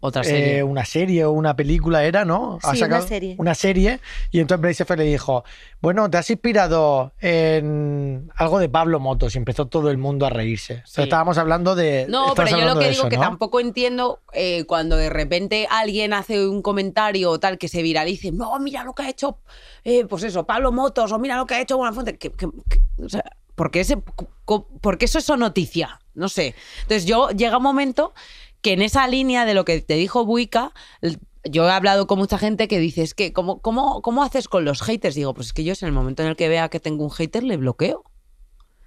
[SPEAKER 3] Otra
[SPEAKER 2] eh,
[SPEAKER 3] serie.
[SPEAKER 2] una serie o una película, ¿era, no? Ha
[SPEAKER 5] Sí, una
[SPEAKER 2] sacado
[SPEAKER 5] serie.
[SPEAKER 2] Una serie. Y entonces Bryce F. le dijo, bueno, te has inspirado en algo de Pablo Motos y empezó todo el mundo a reírse. Entonces,
[SPEAKER 3] Sí.
[SPEAKER 2] estábamos hablando de...
[SPEAKER 3] No, pero
[SPEAKER 2] estabas
[SPEAKER 3] yo lo
[SPEAKER 2] hablando
[SPEAKER 3] que
[SPEAKER 2] de
[SPEAKER 3] digo
[SPEAKER 2] eso,
[SPEAKER 3] que
[SPEAKER 2] ¿no?
[SPEAKER 3] tampoco entiendo eh, cuando de repente alguien hace un comentario o tal que se viralice, no, mira lo que ha hecho, eh, pues eso, Pablo Motos, o mira lo que ha hecho Buenafuente. Que, que- que- o sea, ¿por, qué ese, co- por qué eso es noticia? No sé. Entonces yo llega un momento que en esa línea de lo que te dijo Buica, el- yo he hablado con mucha gente que dice, es que, ¿cómo, cómo, cómo haces con los haters? Digo, pues es que yo en el momento en el que vea que tengo un hater, le bloqueo.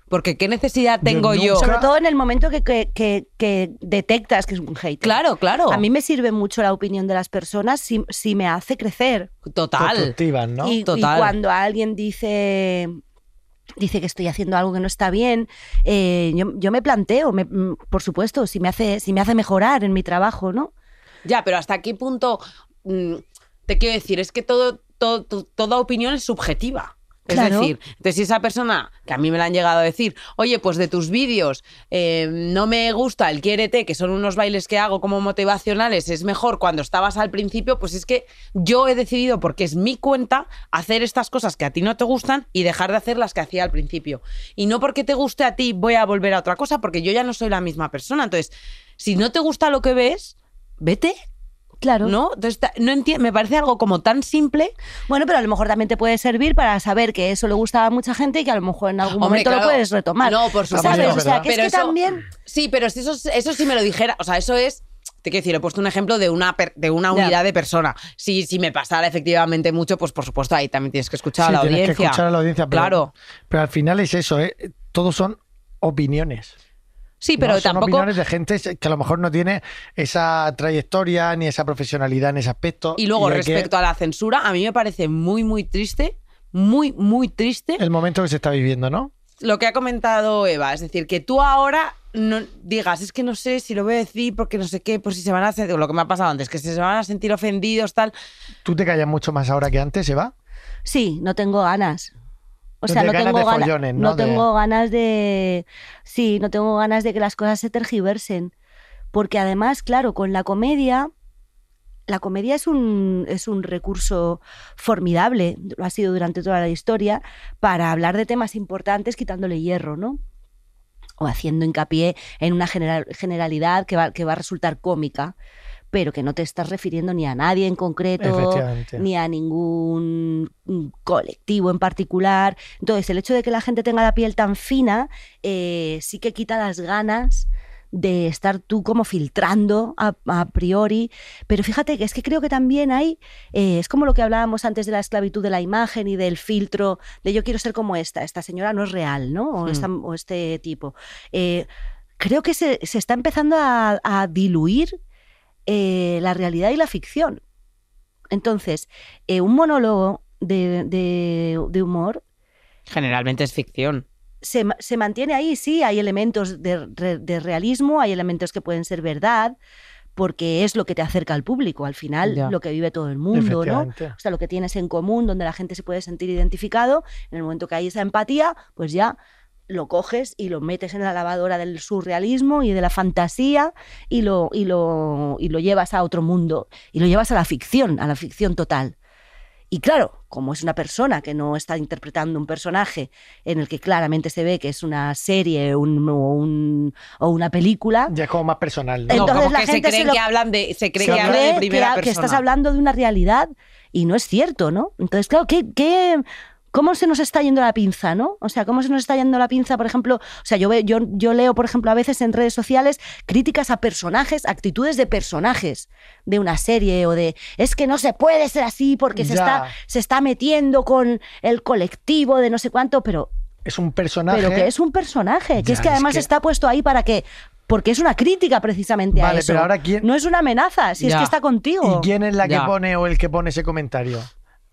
[SPEAKER 3] Porque qué necesidad tengo yo.
[SPEAKER 2] nunca-
[SPEAKER 5] Sobre todo en el momento que, que- que- que detectas que es un hater.
[SPEAKER 3] Claro, claro.
[SPEAKER 5] A mí me sirve mucho la opinión de las personas si, si me hace crecer.
[SPEAKER 3] Total.
[SPEAKER 2] Constructivas, ¿no?
[SPEAKER 5] y, y
[SPEAKER 3] Total.
[SPEAKER 5] cuando alguien dice dice que estoy haciendo algo que no está bien, eh, yo, yo me planteo, me- mm, por supuesto, si me hace si me hace mejorar en mi trabajo, ¿no?
[SPEAKER 3] Ya, pero ¿hasta qué punto mm, te quiero decir? Es que todo, todo- to- toda opinión es subjetiva. Es
[SPEAKER 5] Claro.
[SPEAKER 3] decir, entonces si esa persona, que a mí me la han llegado a decir, oye, pues de tus vídeos eh, no me gusta el quiérete, que son unos bailes que hago como motivacionales, es mejor cuando estabas al principio, pues es que yo he decidido, porque es mi cuenta, hacer estas cosas que a ti no te gustan y dejar de hacer las que hacía al principio. Y no porque te guste a ti voy a volver a otra cosa, porque yo ya no soy la misma persona. Entonces, si no te gusta lo que ves, vete.
[SPEAKER 5] Claro.
[SPEAKER 3] ¿No? Entonces, ta- no enti- me parece algo como tan simple.
[SPEAKER 5] Bueno, pero a lo mejor también te puede servir para saber que eso le gustaba a mucha gente y que a lo mejor en algún
[SPEAKER 3] Hombre,
[SPEAKER 5] momento
[SPEAKER 3] claro.
[SPEAKER 5] lo puedes retomar.
[SPEAKER 3] No, por
[SPEAKER 2] supuesto.
[SPEAKER 5] ¿Sabes?
[SPEAKER 2] Es
[SPEAKER 5] O sea, que es
[SPEAKER 3] verdad.
[SPEAKER 5] que
[SPEAKER 3] Pero eso-
[SPEAKER 5] también
[SPEAKER 3] Sí, pero si eso, es- eso sí me lo dijera. O sea, eso es. Te quiero decir, he puesto un ejemplo de una, per- de una
[SPEAKER 5] Ya.
[SPEAKER 3] unidad de persona. Si, si me pasara efectivamente mucho, pues por supuesto ahí también tienes que escuchar
[SPEAKER 2] Sí,
[SPEAKER 3] a la
[SPEAKER 2] tienes
[SPEAKER 3] audiencia.
[SPEAKER 2] que escuchar a la audiencia. Pero,
[SPEAKER 3] Claro.
[SPEAKER 2] Pero al final es eso, ¿eh? Todos son opiniones.
[SPEAKER 3] Sí, pero
[SPEAKER 2] ¿no? Son
[SPEAKER 3] tampoco.
[SPEAKER 2] opiniones de gente que a lo mejor no tiene esa trayectoria ni esa profesionalidad en ese aspecto.
[SPEAKER 3] Y luego,
[SPEAKER 2] hay que-
[SPEAKER 3] respecto a la censura, a mí me parece muy, muy triste. Muy, muy triste.
[SPEAKER 2] El momento que se está viviendo, ¿no?
[SPEAKER 3] lo que ha comentado Eva, es decir, que tú ahora no digas, es que no sé si lo voy a decir porque no sé qué, por si se van a sentir, lo que me ha pasado antes, que si se van a sentir ofendidos, tal.
[SPEAKER 2] ¿Tú te callas mucho más ahora que antes, Eva?
[SPEAKER 5] Sí, no tengo ganas. O
[SPEAKER 2] No
[SPEAKER 5] sea,
[SPEAKER 2] te
[SPEAKER 5] no
[SPEAKER 2] ganas
[SPEAKER 5] tengo
[SPEAKER 2] de
[SPEAKER 5] gana-
[SPEAKER 2] follones, ¿no?
[SPEAKER 5] no
[SPEAKER 2] De-
[SPEAKER 5] tengo ganas de sí, no tengo ganas de que las cosas se tergiversen, porque además, claro, con la comedia la comedia es un, es un recurso formidable, lo ha sido durante toda la historia, para hablar de temas importantes quitándole hierro, ¿no? O haciendo hincapié en una general- generalidad que va, que va a resultar cómica, pero que no te estás refiriendo ni a nadie en concreto,
[SPEAKER 2] Efectivamente.
[SPEAKER 5] ni a ningún mm, colectivo en particular. Entonces, el hecho de que la gente tenga la piel tan fina eh, sí que quita las ganas de estar tú como filtrando a, a priori. Pero fíjate que es que creo que también hay, eh, es como lo que hablábamos antes de la esclavitud de la imagen y del filtro de yo quiero ser como esta, esta señora no es real, ¿no? O,
[SPEAKER 3] Hmm.
[SPEAKER 5] esta- o este tipo. Eh, creo que se, se está empezando a, a diluir eh, la realidad y la ficción. Entonces, eh, un monólogo de, de- de humor
[SPEAKER 3] Generalmente es ficción.
[SPEAKER 5] se, ma- se mantiene ahí, sí, hay elementos de, re- de realismo, hay elementos que pueden ser verdad, porque es lo que te acerca al público, al final,
[SPEAKER 3] Ya.
[SPEAKER 5] lo que vive todo el mundo, ¿no?
[SPEAKER 2] Efectivamente.
[SPEAKER 5] O sea, lo que tienes en común, donde la gente se puede sentir identificado, en el momento que hay esa empatía, pues ya lo coges y lo metes en la lavadora del surrealismo y de la fantasía y lo, y lo, y lo llevas a otro mundo, y lo llevas a la ficción, a la ficción total. Y claro, como es una persona que no está interpretando un personaje en el que claramente se ve que es una serie un- o, un- o una película,
[SPEAKER 2] Ya es como más personal, ¿no?
[SPEAKER 3] No,
[SPEAKER 5] Entonces
[SPEAKER 3] como
[SPEAKER 5] la
[SPEAKER 3] que
[SPEAKER 5] gente
[SPEAKER 3] se
[SPEAKER 5] se
[SPEAKER 3] creen
[SPEAKER 5] lo-
[SPEAKER 3] que hablan de. Se cree
[SPEAKER 2] se
[SPEAKER 3] que
[SPEAKER 2] cree
[SPEAKER 3] hablan de
[SPEAKER 5] que-
[SPEAKER 3] primera
[SPEAKER 5] que,
[SPEAKER 3] persona.
[SPEAKER 5] estás hablando de una realidad y no es cierto, ¿no? Entonces, claro, ¿qué, qué, cómo se nos está yendo la pinza, no? O sea, ¿cómo se nos está yendo la pinza, por ejemplo? O sea, yo, veo- yo, yo leo, por ejemplo, a veces en redes sociales críticas a personajes, actitudes de personajes de una serie o de es que no se puede ser así porque
[SPEAKER 2] Ya.
[SPEAKER 5] se está, se está metiendo con el colectivo de no sé cuánto, pero,
[SPEAKER 2] Es un personaje.
[SPEAKER 5] pero que es un personaje, que
[SPEAKER 2] Ya,
[SPEAKER 5] es que
[SPEAKER 2] es
[SPEAKER 5] además
[SPEAKER 2] que-
[SPEAKER 5] está puesto ahí para que... Porque es una crítica precisamente a
[SPEAKER 2] Vale,
[SPEAKER 5] eso.
[SPEAKER 2] pero ahora quién-
[SPEAKER 5] No es una amenaza, si
[SPEAKER 3] Ya.
[SPEAKER 5] es que está contigo.
[SPEAKER 2] ¿Y quién es la
[SPEAKER 3] Ya.
[SPEAKER 2] que pone o el que pone ese comentario?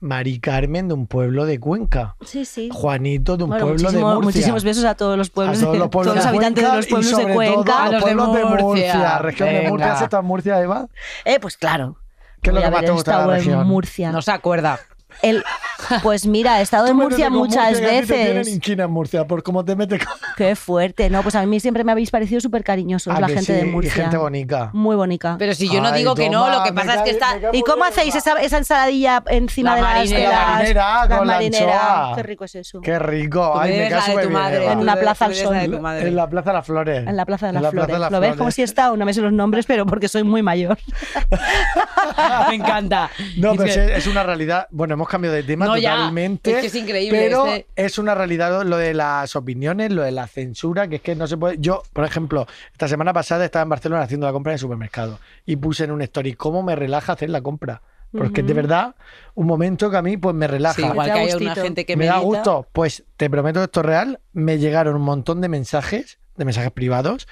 [SPEAKER 2] Mari Carmen de un pueblo de Cuenca.
[SPEAKER 5] Sí, sí.
[SPEAKER 2] Juanito de un
[SPEAKER 5] Bueno,
[SPEAKER 2] pueblo de
[SPEAKER 5] muchísimo-
[SPEAKER 2] Murcia.
[SPEAKER 5] muchísimos besos a todos los pueblos,
[SPEAKER 2] a todos los pueblos de
[SPEAKER 5] habitantes de
[SPEAKER 2] Cuenca
[SPEAKER 5] los
[SPEAKER 2] y
[SPEAKER 5] pueblos de
[SPEAKER 2] sobre todo
[SPEAKER 5] Cuenca.
[SPEAKER 2] a los
[SPEAKER 3] A los
[SPEAKER 2] pueblos
[SPEAKER 3] de
[SPEAKER 2] de Murcia.
[SPEAKER 3] Murcia.
[SPEAKER 2] Región de
[SPEAKER 3] Venga.
[SPEAKER 2] Murcia, ¿has estado en Murcia, Eva?
[SPEAKER 5] Eh, pues claro.
[SPEAKER 2] ¿Qué es lo
[SPEAKER 5] Voy
[SPEAKER 2] que
[SPEAKER 5] a
[SPEAKER 2] más
[SPEAKER 5] ver,
[SPEAKER 2] te
[SPEAKER 5] he
[SPEAKER 2] gusta de la
[SPEAKER 5] estado
[SPEAKER 2] región?
[SPEAKER 5] en Murcia.
[SPEAKER 3] No se acuerda.
[SPEAKER 5] El- pues mira, he estado
[SPEAKER 2] Tú
[SPEAKER 5] en
[SPEAKER 2] métete
[SPEAKER 5] Murcia
[SPEAKER 2] con
[SPEAKER 5] muchas
[SPEAKER 2] Murcia, que a ti Te tienen
[SPEAKER 5] veces.
[SPEAKER 2] inquina en Murcia por cómo te metes con
[SPEAKER 5] Qué fuerte. No, pues a mí siempre me habéis parecido súper cariñosos
[SPEAKER 2] Ah,
[SPEAKER 5] Pues la
[SPEAKER 2] que
[SPEAKER 5] gente
[SPEAKER 2] sí,
[SPEAKER 5] de
[SPEAKER 2] y
[SPEAKER 5] Murcia.
[SPEAKER 2] gente bonita.
[SPEAKER 5] Muy bonita.
[SPEAKER 3] Pero si yo no
[SPEAKER 2] Ay,
[SPEAKER 3] digo que no,
[SPEAKER 2] toma,
[SPEAKER 3] lo que
[SPEAKER 2] me
[SPEAKER 3] pasa es que está.
[SPEAKER 2] cae- me cae
[SPEAKER 5] ¿Y
[SPEAKER 2] muy
[SPEAKER 5] cómo
[SPEAKER 2] bien,
[SPEAKER 5] hacéis
[SPEAKER 2] Eva.
[SPEAKER 5] esa, esa ensaladilla encima
[SPEAKER 3] La
[SPEAKER 5] de las, de
[SPEAKER 3] marinera.
[SPEAKER 5] las-
[SPEAKER 3] La
[SPEAKER 2] marinera
[SPEAKER 5] la
[SPEAKER 2] con la
[SPEAKER 5] marinera.
[SPEAKER 2] anchoa.
[SPEAKER 5] Qué rico es eso.
[SPEAKER 2] Qué rico.
[SPEAKER 3] Tú me
[SPEAKER 2] Ay, me
[SPEAKER 3] debes
[SPEAKER 2] cae
[SPEAKER 3] la de
[SPEAKER 2] súper
[SPEAKER 3] tu
[SPEAKER 2] bien,
[SPEAKER 3] madre.
[SPEAKER 2] Eva.
[SPEAKER 5] En
[SPEAKER 3] tú
[SPEAKER 5] la
[SPEAKER 3] debes-
[SPEAKER 5] Plaza
[SPEAKER 3] tú
[SPEAKER 5] del
[SPEAKER 3] debes la de
[SPEAKER 5] Sol.
[SPEAKER 3] tu madre.
[SPEAKER 2] En la Plaza de las Flores.
[SPEAKER 5] En la Plaza de
[SPEAKER 2] En
[SPEAKER 5] las
[SPEAKER 2] la Plaza
[SPEAKER 5] Flores.
[SPEAKER 2] de las
[SPEAKER 5] Lo ves como
[SPEAKER 2] Flores.
[SPEAKER 5] si he estado, no me sé los nombres, pero porque soy muy mayor.
[SPEAKER 3] Me encanta.
[SPEAKER 2] No,
[SPEAKER 3] Es
[SPEAKER 2] pero
[SPEAKER 3] que-
[SPEAKER 2] sí, es, una realidad. Bueno, hemos cambiado de tema
[SPEAKER 3] No, ya.
[SPEAKER 2] totalmente.
[SPEAKER 3] Es que es increíble
[SPEAKER 2] Pero
[SPEAKER 3] este-
[SPEAKER 2] es una realidad lo de las opiniones, lo de la censura, que es que no se puede. Yo, por ejemplo, esta semana pasada estaba en Barcelona haciendo la compra en el supermercado y puse en un story cómo me relaja hacer la compra. Porque
[SPEAKER 5] Mm.
[SPEAKER 2] es de verdad, un momento que a mí pues me relaja.
[SPEAKER 3] Sí, igual
[SPEAKER 5] da
[SPEAKER 3] que hay
[SPEAKER 5] gustito.
[SPEAKER 3] una gente que
[SPEAKER 2] me da
[SPEAKER 3] medita.
[SPEAKER 2] gusto. Pues te prometo que esto es real. Me llegaron un montón de mensajes, de mensajes privados.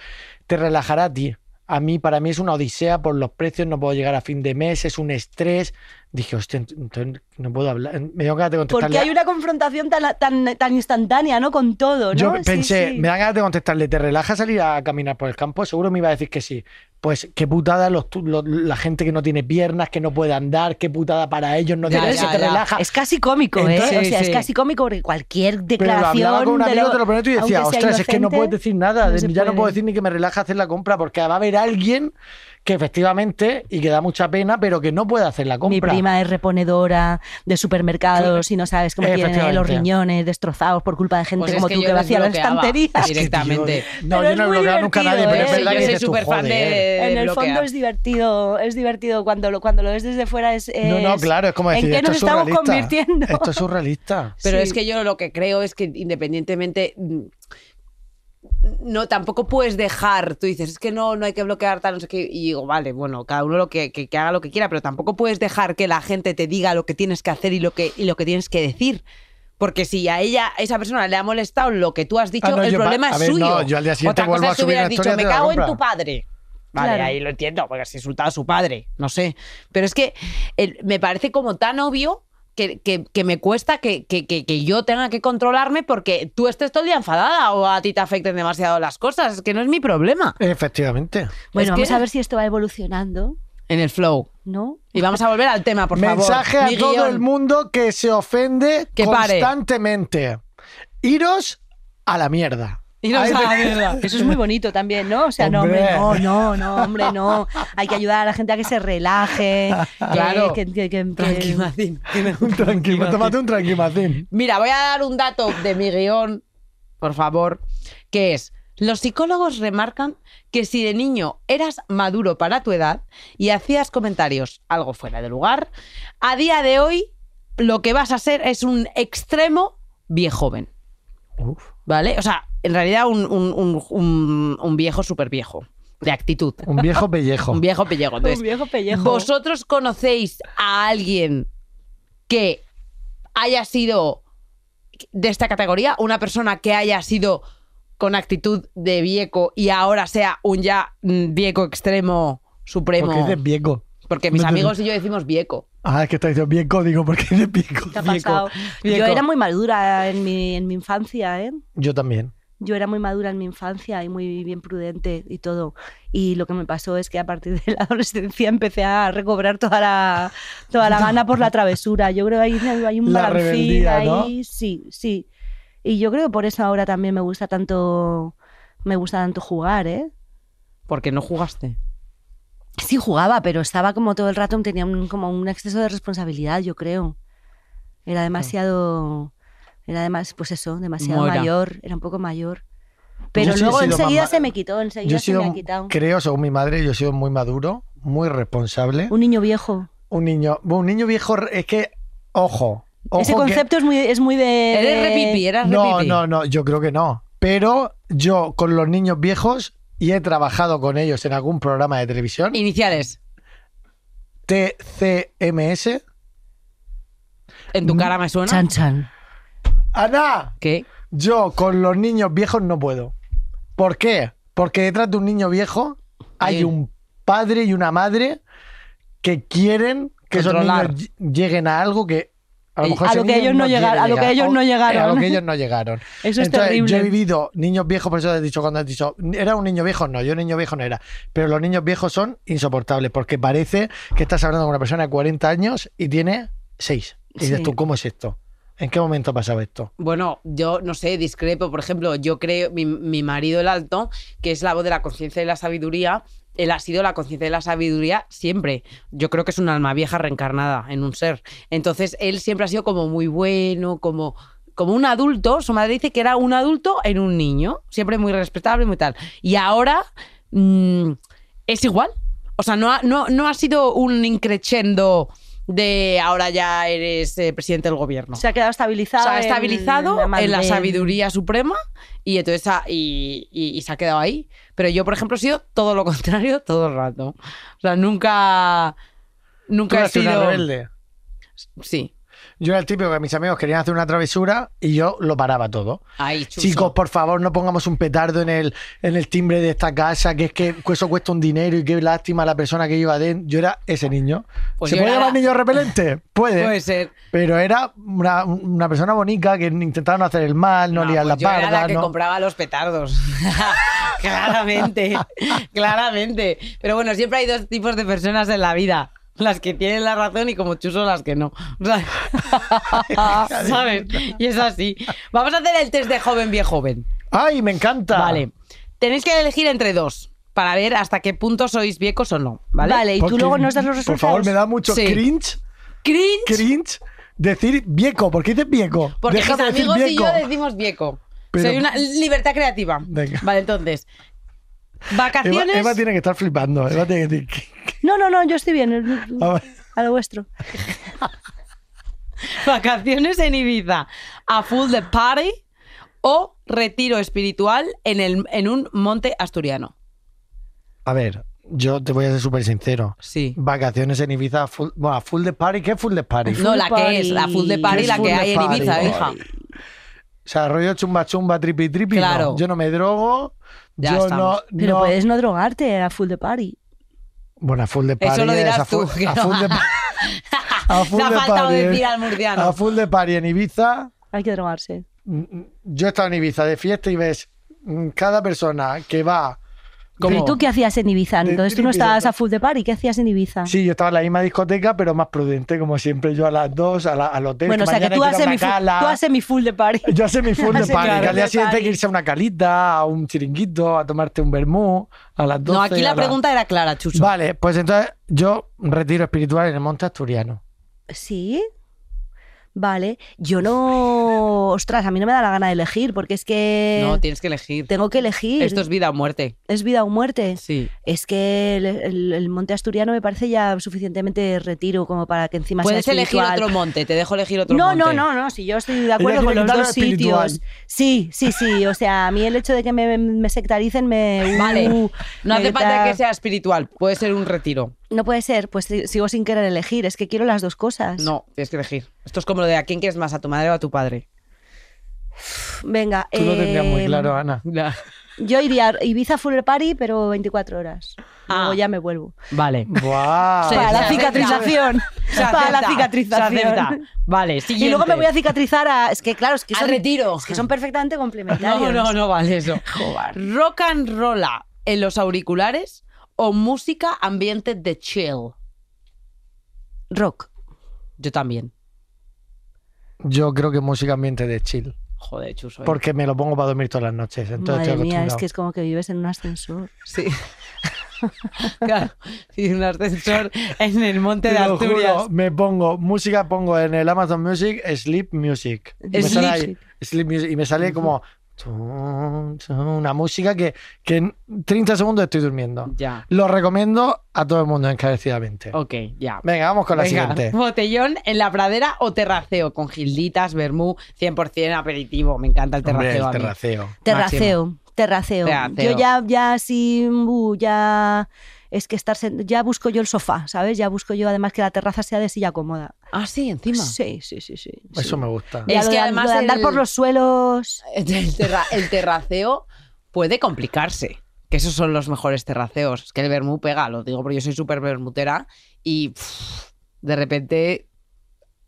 [SPEAKER 2] Te relajará a ti. A mí, para mí es una odisea por los precios. No puedo llegar a fin de mes, es un estrés. Dije, hostia, ent- entonces no puedo hablar. Me dio ganas de contestarle.
[SPEAKER 5] Porque hay una confrontación tan, tan, tan instantánea, ¿no? Con todo, ¿no?
[SPEAKER 2] Yo
[SPEAKER 5] Sí,
[SPEAKER 2] pensé,
[SPEAKER 5] sí.
[SPEAKER 2] me dan ganas de contestarle, ¿te relaja salir a caminar por el campo? Seguro me iba a decir que sí. Pues qué putada los, tu- los- la gente que no tiene piernas, que no puede andar, qué putada para ellos, no
[SPEAKER 3] Ya,
[SPEAKER 2] tiene
[SPEAKER 3] ya,
[SPEAKER 2] eso, te
[SPEAKER 3] ya.
[SPEAKER 2] relaja.
[SPEAKER 5] Es casi cómico, ¿eh?
[SPEAKER 2] Entonces-
[SPEAKER 5] o sea,
[SPEAKER 3] Sí,
[SPEAKER 5] es
[SPEAKER 3] sí.
[SPEAKER 5] casi cómico porque cualquier
[SPEAKER 2] Pero lo
[SPEAKER 5] declaración.
[SPEAKER 2] hablaba con un
[SPEAKER 5] de
[SPEAKER 2] amigo,
[SPEAKER 5] lo-
[SPEAKER 2] te lo prometo, y
[SPEAKER 5] aunque
[SPEAKER 2] decía,
[SPEAKER 5] sea
[SPEAKER 2] ostras, es que no
[SPEAKER 5] inocente,
[SPEAKER 2] puedes decir nada,
[SPEAKER 5] no
[SPEAKER 2] de-
[SPEAKER 5] se
[SPEAKER 2] ya no puedo
[SPEAKER 5] puede.
[SPEAKER 2] decir ni que me relaja hacer la compra, porque va a haber alguien que efectivamente, y que da mucha pena, pero que no puede hacer la
[SPEAKER 5] Mi
[SPEAKER 2] compra.
[SPEAKER 5] prima es reponedora de supermercados y no sabes cómo tiene
[SPEAKER 2] Efectivamente.
[SPEAKER 5] los riñones destrozados por culpa de gente
[SPEAKER 3] Pues es
[SPEAKER 5] como tú
[SPEAKER 3] yo
[SPEAKER 5] que
[SPEAKER 3] los
[SPEAKER 5] vacía la
[SPEAKER 3] bloqueaba
[SPEAKER 5] estantería.
[SPEAKER 2] Es que, tío,
[SPEAKER 3] Directamente.
[SPEAKER 2] no,
[SPEAKER 5] Pero
[SPEAKER 2] yo
[SPEAKER 5] es
[SPEAKER 2] no he
[SPEAKER 5] muy
[SPEAKER 2] bloqueado nunca a nadie,
[SPEAKER 5] divertido,
[SPEAKER 2] pero es
[SPEAKER 5] ¿eh?
[SPEAKER 2] verdad
[SPEAKER 3] Yo
[SPEAKER 2] que
[SPEAKER 3] soy
[SPEAKER 2] dices tú,
[SPEAKER 3] súper fan
[SPEAKER 2] "Joder".
[SPEAKER 3] de-
[SPEAKER 5] En el
[SPEAKER 3] bloquear.
[SPEAKER 5] fondo es divertido, es divertido cuando lo, cuando lo ves desde fuera es,
[SPEAKER 2] No, no,
[SPEAKER 5] es-
[SPEAKER 2] claro, es como decir,
[SPEAKER 5] ¿en qué
[SPEAKER 2] esto
[SPEAKER 5] nos
[SPEAKER 2] es
[SPEAKER 5] estamos
[SPEAKER 2] surrealista.
[SPEAKER 5] convirtiendo?
[SPEAKER 2] Esto es surrealista.
[SPEAKER 3] Pero
[SPEAKER 5] Sí.
[SPEAKER 3] es que yo lo que creo es que independientemente mm, no tampoco puedes dejar tú dices es que no no hay que bloquear tal no sé qué y digo vale bueno cada uno lo que, que- que haga lo que quiera pero tampoco puedes dejar que la gente te diga lo que tienes que hacer y lo que y lo que tienes que decir porque si a ella a esa persona le ha molestado lo que tú has dicho
[SPEAKER 2] Ah, no,
[SPEAKER 3] el
[SPEAKER 2] yo pa-
[SPEAKER 3] problema
[SPEAKER 2] a
[SPEAKER 3] es
[SPEAKER 2] ver,
[SPEAKER 3] suyo
[SPEAKER 2] no, yo al día siguiente
[SPEAKER 3] otra
[SPEAKER 2] vuelvo
[SPEAKER 3] cosa
[SPEAKER 2] a
[SPEAKER 3] es que
[SPEAKER 2] subir
[SPEAKER 3] hubieras
[SPEAKER 2] la
[SPEAKER 3] dicho
[SPEAKER 2] historia
[SPEAKER 3] me
[SPEAKER 2] de la
[SPEAKER 3] cago en
[SPEAKER 2] compra".
[SPEAKER 3] tu padre Vale,
[SPEAKER 5] Claro.
[SPEAKER 3] ahí lo entiendo, porque has insultado a su padre, no sé. Pero es que el- me parece como tan obvio que, que- que me cuesta que, que- que- que yo tenga que controlarme porque tú estés todo el día enfadada o a ti te afecten demasiado las cosas. Es que no es mi problema.
[SPEAKER 2] Efectivamente.
[SPEAKER 5] Bueno,
[SPEAKER 3] Es
[SPEAKER 5] vamos
[SPEAKER 3] que-
[SPEAKER 5] a ver si esto va evolucionando,
[SPEAKER 3] En el flow.
[SPEAKER 5] ¿no?
[SPEAKER 3] Y vamos a volver al tema, por favor.
[SPEAKER 2] Mensaje a
[SPEAKER 3] Mi
[SPEAKER 2] todo
[SPEAKER 3] guión.
[SPEAKER 2] el mundo que se ofende
[SPEAKER 3] Que pare.
[SPEAKER 2] constantemente. Iros a la mierda.
[SPEAKER 3] Iros
[SPEAKER 2] Ahí
[SPEAKER 3] a la
[SPEAKER 2] te-
[SPEAKER 3] mierda.
[SPEAKER 5] Eso es muy bonito también, ¿no? O sea,
[SPEAKER 2] Hombre.
[SPEAKER 5] no, hombre, no, no, no, hombre, no. Hay que ayudar a la gente a que se relaje.
[SPEAKER 3] Claro.
[SPEAKER 5] Que, que- que- que-
[SPEAKER 3] Tranquimacín.
[SPEAKER 2] Un tranquilo, tómate un tranquimacín.
[SPEAKER 3] Mira, voy a dar un dato de mi guión, por favor, que es, los psicólogos remarcan que si de niño eras maduro para tu edad y hacías comentarios algo fuera de lugar, a día de hoy lo que vas a ser es un extremo viejo joven,
[SPEAKER 2] Uf.
[SPEAKER 3] ¿vale? O sea, en realidad un, un- un- un- un viejo súper viejo, de actitud,
[SPEAKER 2] Un viejo pellejo.
[SPEAKER 3] un viejo pellejo. Entonces,
[SPEAKER 5] Un viejo pellejo.
[SPEAKER 3] ¿Vosotros conocéis a alguien que haya sido de esta categoría? ¿Una persona que haya sido con actitud de vieco y ahora sea un ya mm, vieco extremo supremo?
[SPEAKER 2] ¿Por qué dices viejo?
[SPEAKER 3] Porque mis
[SPEAKER 2] No te-
[SPEAKER 3] amigos y yo decimos vieco.
[SPEAKER 2] Ah, es que está diciendo viejo, digo, ¿por qué dices viejo?
[SPEAKER 5] ¿Qué ha
[SPEAKER 2] Viejo.
[SPEAKER 5] pasado? Yo
[SPEAKER 2] Viejo.
[SPEAKER 5] era muy madura en mi, en mi infancia, ¿eh?
[SPEAKER 2] Yo también.
[SPEAKER 5] Yo era muy madura en mi infancia y muy bien prudente y todo. Y lo que me pasó es que a partir de la adolescencia empecé a recobrar toda la, toda la gana por la travesura. Yo creo que hay, hay un
[SPEAKER 2] La
[SPEAKER 5] balancín
[SPEAKER 2] rebeldía, ¿no?
[SPEAKER 5] ahí. Sí, sí. Y yo creo que por eso ahora también me gusta tanto, me gusta tanto jugar, ¿eh?
[SPEAKER 3] Porque no jugaste.
[SPEAKER 5] Sí jugaba, pero estaba como todo el rato, tenía un- como un exceso de responsabilidad, yo creo. Era demasiado, era además, pues eso, demasiado
[SPEAKER 3] Mora.
[SPEAKER 5] mayor, era un poco mayor. Pero
[SPEAKER 2] Yo sí he
[SPEAKER 5] luego
[SPEAKER 2] sido más
[SPEAKER 5] enseguida
[SPEAKER 2] ma-
[SPEAKER 5] se me quitó, enseguida
[SPEAKER 2] Yo he
[SPEAKER 5] se
[SPEAKER 2] sido,
[SPEAKER 5] me ha quitado.
[SPEAKER 2] creo, según mi madre, yo he sido muy maduro, muy responsable.
[SPEAKER 5] Un niño viejo.
[SPEAKER 2] Un niño, un niño viejo es que, ojo, ojo
[SPEAKER 5] Ese
[SPEAKER 2] que-
[SPEAKER 5] concepto es muy, es muy de.
[SPEAKER 3] Eres
[SPEAKER 5] de-
[SPEAKER 3] repipi, eras
[SPEAKER 2] Eh, No,
[SPEAKER 3] repipi.
[SPEAKER 2] no, no, yo creo que no. Pero yo con los niños viejos y he trabajado con ellos en algún programa de televisión,
[SPEAKER 3] Iniciales.
[SPEAKER 2] TCMS.
[SPEAKER 3] En tu cara me suena.
[SPEAKER 5] Chan chan.
[SPEAKER 2] Ana,
[SPEAKER 3] ¿Qué?
[SPEAKER 2] yo con los niños viejos no puedo. ¿Por qué? Porque detrás de un niño viejo hay
[SPEAKER 3] Bien.
[SPEAKER 2] un padre y una madre que quieren que
[SPEAKER 3] Controlar.
[SPEAKER 2] esos niños ll- lleguen a algo que a lo,
[SPEAKER 3] Y-
[SPEAKER 2] mejor
[SPEAKER 5] a
[SPEAKER 2] ese
[SPEAKER 5] lo que
[SPEAKER 2] niño
[SPEAKER 5] ellos no
[SPEAKER 2] quiere
[SPEAKER 5] llegar- a lo que
[SPEAKER 2] llegar,
[SPEAKER 5] ellos
[SPEAKER 2] o- eh,
[SPEAKER 5] no llegaron.
[SPEAKER 2] A lo que ellos no llegaron.
[SPEAKER 5] Eso es
[SPEAKER 2] Entonces,
[SPEAKER 5] terrible.
[SPEAKER 2] Yo he vivido niños viejos, por eso te he dicho cuando has dicho, era un niño viejo, no, yo niño viejo no era, pero los niños viejos son insoportables porque parece que estás hablando con una persona de 40 años y tiene 6. Y dices
[SPEAKER 5] Sí.
[SPEAKER 2] tú, ¿cómo es esto? ¿En qué momento ha pasado esto?
[SPEAKER 3] Bueno, yo no sé, discrepo. Por ejemplo, yo creo, mi, mi marido el alto, que es la voz de la conciencia y la sabiduría, él ha sido la conciencia de la sabiduría siempre. Yo creo que es un alma vieja reencarnada en un ser. Entonces, él siempre ha sido como muy bueno, como, como un adulto. Su madre dice que era un adulto en un niño, siempre muy respetable, muy tal. Y ahora mm, es igual. O sea, no ha, no, no ha sido un increchendo de ahora ya eres eh, presidente del gobierno.
[SPEAKER 5] Se ha
[SPEAKER 3] O
[SPEAKER 5] quedado estabilizado.
[SPEAKER 3] sea, ha
[SPEAKER 5] en-
[SPEAKER 3] estabilizado en, la
[SPEAKER 5] Malden.
[SPEAKER 3] sabiduría suprema y entonces ha- y, y- y se ha quedado ahí. Pero yo, por ejemplo, he sido todo lo contrario todo el rato. O sea, nunca.
[SPEAKER 2] Tú
[SPEAKER 3] Nunca he
[SPEAKER 2] eras una
[SPEAKER 3] sido.
[SPEAKER 2] rebelde.
[SPEAKER 3] Sí.
[SPEAKER 2] Yo era el típico que mis amigos querían hacer una travesura y yo lo paraba todo.
[SPEAKER 3] Ahí, chuso.
[SPEAKER 2] Chicos, por favor, no pongamos un petardo en el, en el timbre de esta casa, que es que eso cuesta un dinero y qué lástima la persona que iba dentro. Yo era ese niño.
[SPEAKER 3] Pues
[SPEAKER 2] ¿Se
[SPEAKER 3] yo
[SPEAKER 2] puede
[SPEAKER 3] era- Pues-
[SPEAKER 2] llamar niño repelente? Puede.
[SPEAKER 3] Puede ser.
[SPEAKER 2] Pero era una, una persona bonita que intentaba no hacer el mal, no, liar
[SPEAKER 3] pues
[SPEAKER 2] la
[SPEAKER 3] yo era
[SPEAKER 2] parda.
[SPEAKER 3] la que
[SPEAKER 2] ¿no?
[SPEAKER 3] compraba los petardos. claramente, claramente. Pero bueno, siempre hay dos tipos de personas en la vida. Las que tienen la razón y como chuso las que no. O sea, ¿Sabes? Y es así. Vamos a hacer el test de joven viejo joven.
[SPEAKER 2] ¡Ay, me encanta!
[SPEAKER 3] Vale. Tenéis que elegir entre dos para ver hasta qué punto sois viejos o no.
[SPEAKER 5] Vale,
[SPEAKER 3] ¿Vale?
[SPEAKER 5] y tú
[SPEAKER 2] Porque,
[SPEAKER 5] luego nos das los
[SPEAKER 2] Por
[SPEAKER 5] resultados.
[SPEAKER 2] favor, me da mucho
[SPEAKER 3] Sí.
[SPEAKER 2] cringe,
[SPEAKER 3] Cringe.
[SPEAKER 2] cringe decir viejo. ¿Por qué dices viejo?
[SPEAKER 3] Porque
[SPEAKER 2] Deja de
[SPEAKER 3] mis
[SPEAKER 2] decir
[SPEAKER 3] amigos y
[SPEAKER 2] viejo.
[SPEAKER 3] yo decimos vieco.
[SPEAKER 2] Pero-
[SPEAKER 3] Soy una libertad creativa.
[SPEAKER 2] Venga.
[SPEAKER 3] Vale, entonces.
[SPEAKER 2] Eva,
[SPEAKER 3] Vacaciones.
[SPEAKER 2] Eva tiene que estar flipando. Eva tiene que decir,
[SPEAKER 5] No, no, no, yo estoy bien.
[SPEAKER 2] A ver.
[SPEAKER 5] A lo vuestro.
[SPEAKER 3] Vacaciones en Ibiza, a full the party o retiro espiritual en, el, en un monte asturiano.
[SPEAKER 2] A ver, yo te voy a ser súper sincero.
[SPEAKER 3] Sí.
[SPEAKER 2] Vacaciones en Ibiza, full, bueno, a full de party. ¿Qué es full de party?
[SPEAKER 3] No, la
[SPEAKER 5] party.
[SPEAKER 3] que es, la full de
[SPEAKER 2] ¿Qué
[SPEAKER 3] party,
[SPEAKER 2] es
[SPEAKER 3] la
[SPEAKER 2] full
[SPEAKER 3] que
[SPEAKER 2] de
[SPEAKER 3] hay en
[SPEAKER 2] party?
[SPEAKER 3] Ibiza, hija.
[SPEAKER 2] O sea, rollo chumba chumba, tripi tripi. no.
[SPEAKER 3] Claro.
[SPEAKER 2] Yo no me drogo.
[SPEAKER 3] Ya
[SPEAKER 2] yo
[SPEAKER 3] estamos.
[SPEAKER 2] no.
[SPEAKER 5] Pero
[SPEAKER 2] no-
[SPEAKER 5] puedes no drogarte a full de party.
[SPEAKER 2] Bueno, a full de party.
[SPEAKER 3] Eso lo
[SPEAKER 2] es,
[SPEAKER 3] dirás
[SPEAKER 2] a full,
[SPEAKER 3] tú, que
[SPEAKER 2] a
[SPEAKER 3] no.
[SPEAKER 2] full de pa- a full
[SPEAKER 3] Le ha
[SPEAKER 2] de
[SPEAKER 3] faltado
[SPEAKER 2] party,
[SPEAKER 3] decir
[SPEAKER 2] eh.
[SPEAKER 3] al murciano.
[SPEAKER 2] A full de party en Ibiza.
[SPEAKER 5] Hay que drogarse.
[SPEAKER 2] Mm, mm, Yo he estado en Ibiza de fiesta y ves mm, cada persona que va.
[SPEAKER 3] ¿Cómo?
[SPEAKER 5] ¿Y tú qué hacías en Ibiza?
[SPEAKER 2] De
[SPEAKER 5] Entonces tú no
[SPEAKER 2] tripis,
[SPEAKER 5] estabas
[SPEAKER 2] ¿no?
[SPEAKER 5] a full de party. ¿Qué hacías en Ibiza?
[SPEAKER 2] Sí, yo estaba en la misma discoteca, pero más prudente, como siempre, yo a las dos, a la- al hotel.
[SPEAKER 5] bueno, o sea que
[SPEAKER 2] mañana
[SPEAKER 5] tú
[SPEAKER 2] hay ir a
[SPEAKER 5] haces,
[SPEAKER 2] una
[SPEAKER 5] mi full,
[SPEAKER 2] gala.
[SPEAKER 5] tú haces mi full de party.
[SPEAKER 2] Yo hace mi full de
[SPEAKER 5] Hace
[SPEAKER 2] party.
[SPEAKER 5] mi
[SPEAKER 2] que
[SPEAKER 5] full
[SPEAKER 2] Al
[SPEAKER 5] de
[SPEAKER 2] día siguiente hay que
[SPEAKER 5] party.
[SPEAKER 2] irse a una calita, a un chiringuito, a tomarte un vermú, a las 12.
[SPEAKER 3] No, aquí
[SPEAKER 2] a
[SPEAKER 3] la
[SPEAKER 2] las-
[SPEAKER 3] pregunta era clara, Chuso.
[SPEAKER 2] Vale, pues entonces yo retiro espiritual en el monte asturiano.
[SPEAKER 5] Sí. Vale. Yo no. Ostras, a mí no me da la gana de elegir porque es que.
[SPEAKER 3] No, tienes que elegir.
[SPEAKER 5] tengo que elegir.
[SPEAKER 3] Esto es vida o muerte.
[SPEAKER 5] Es vida o muerte.
[SPEAKER 3] Sí.
[SPEAKER 5] Es que el, el- el monte asturiano me parece ya suficientemente retiro como para que encima
[SPEAKER 3] Puedes
[SPEAKER 5] sea
[SPEAKER 3] elegir
[SPEAKER 5] espiritual.
[SPEAKER 3] otro monte, te dejo elegir otro
[SPEAKER 5] no,
[SPEAKER 3] monte.
[SPEAKER 5] no, no, no, si yo estoy de acuerdo
[SPEAKER 2] quiere
[SPEAKER 5] con los
[SPEAKER 2] quitar lo
[SPEAKER 5] dos
[SPEAKER 2] espiritual.
[SPEAKER 5] sitios. Sí, sí, sí, o sea, a mí el hecho de que me, me sectaricen me...
[SPEAKER 3] Vale.
[SPEAKER 5] uh,
[SPEAKER 3] No
[SPEAKER 5] me
[SPEAKER 3] hace falta
[SPEAKER 5] da-
[SPEAKER 3] que sea espiritual, puede ser un retiro.
[SPEAKER 5] No puede ser, pues si- sigo sin querer elegir, es que quiero las dos cosas.
[SPEAKER 3] No, tienes que elegir. Esto es como lo de a quién quieres más, a tu madre o a tu padre.
[SPEAKER 5] Venga,
[SPEAKER 2] Tú lo tendrías muy
[SPEAKER 5] eh,
[SPEAKER 2] claro, Ana.
[SPEAKER 5] Yo iría a Ibiza Fuller Party, pero 24 horas.
[SPEAKER 3] Ah.
[SPEAKER 5] Luego ya me vuelvo.
[SPEAKER 3] Vale.
[SPEAKER 2] ¡Guau!
[SPEAKER 3] Sí,
[SPEAKER 5] Para
[SPEAKER 3] se
[SPEAKER 5] la
[SPEAKER 3] acepta.
[SPEAKER 5] cicatrización.
[SPEAKER 3] Se
[SPEAKER 5] Para la
[SPEAKER 3] acepta,
[SPEAKER 5] cicatrización.
[SPEAKER 3] se acepta. Vale, siguiente.
[SPEAKER 5] Y luego me voy a cicatrizar a. Es que claro, es que
[SPEAKER 3] Al
[SPEAKER 5] son,
[SPEAKER 3] retiro.
[SPEAKER 5] es que son perfectamente complementarios.
[SPEAKER 3] No, no, no vale eso. Rock and roll en los auriculares o música ambiente de chill.
[SPEAKER 5] Rock.
[SPEAKER 3] Yo también.
[SPEAKER 2] Yo creo que música ambiente de chill.
[SPEAKER 3] Joder, chuso. ¿eh?
[SPEAKER 2] Porque me lo pongo para dormir todas las noches. Entonces
[SPEAKER 5] Madre
[SPEAKER 2] estoy
[SPEAKER 5] mía, es
[SPEAKER 2] acostumbrado.
[SPEAKER 5] que es como que vives en un ascensor.
[SPEAKER 3] Sí. claro. Y un ascensor en el monte de
[SPEAKER 2] Te lo juro,
[SPEAKER 3] Asturias.
[SPEAKER 2] me pongo música, pongo en el Amazon Music Sleep Music. Y me
[SPEAKER 3] Sleep
[SPEAKER 2] sale ahí,
[SPEAKER 5] Music.
[SPEAKER 2] Sleep Music. Y me sale como tun, tun, una música que, que en 30 segundos estoy durmiendo.
[SPEAKER 3] Ya.
[SPEAKER 2] Lo recomiendo a todo el mundo encarecidamente.
[SPEAKER 3] Ok, ya.
[SPEAKER 2] Venga, vamos con la
[SPEAKER 3] Venga,
[SPEAKER 2] siguiente.
[SPEAKER 3] Botellón en la pradera o terraceo con gilditas, vermú, 100% aperitivo. Me encanta el
[SPEAKER 2] Hombre,
[SPEAKER 3] terraceo.
[SPEAKER 2] el
[SPEAKER 3] a mí.
[SPEAKER 2] terraceo.
[SPEAKER 5] Terraceo. Terraceo.
[SPEAKER 3] Terraceo.
[SPEAKER 5] Yo ya, ya sí, uh, ya. Es que estar sen- ya busco yo el sofá, ¿sabes? Ya busco yo además que la terraza sea de silla cómoda.
[SPEAKER 3] Ah, sí, encima.
[SPEAKER 5] Sí, sí, sí, sí.
[SPEAKER 2] Eso me gusta.
[SPEAKER 3] Eh,
[SPEAKER 5] Ya
[SPEAKER 3] Es
[SPEAKER 5] lo
[SPEAKER 3] que
[SPEAKER 5] de-
[SPEAKER 3] además
[SPEAKER 5] lo de andar
[SPEAKER 3] el-
[SPEAKER 5] por los suelos.
[SPEAKER 3] El, terra- el terraceo puede complicarse. Que esos son los mejores terraceos. Es que el vermú pega, lo digo porque yo soy súper vermutera y pff, de repente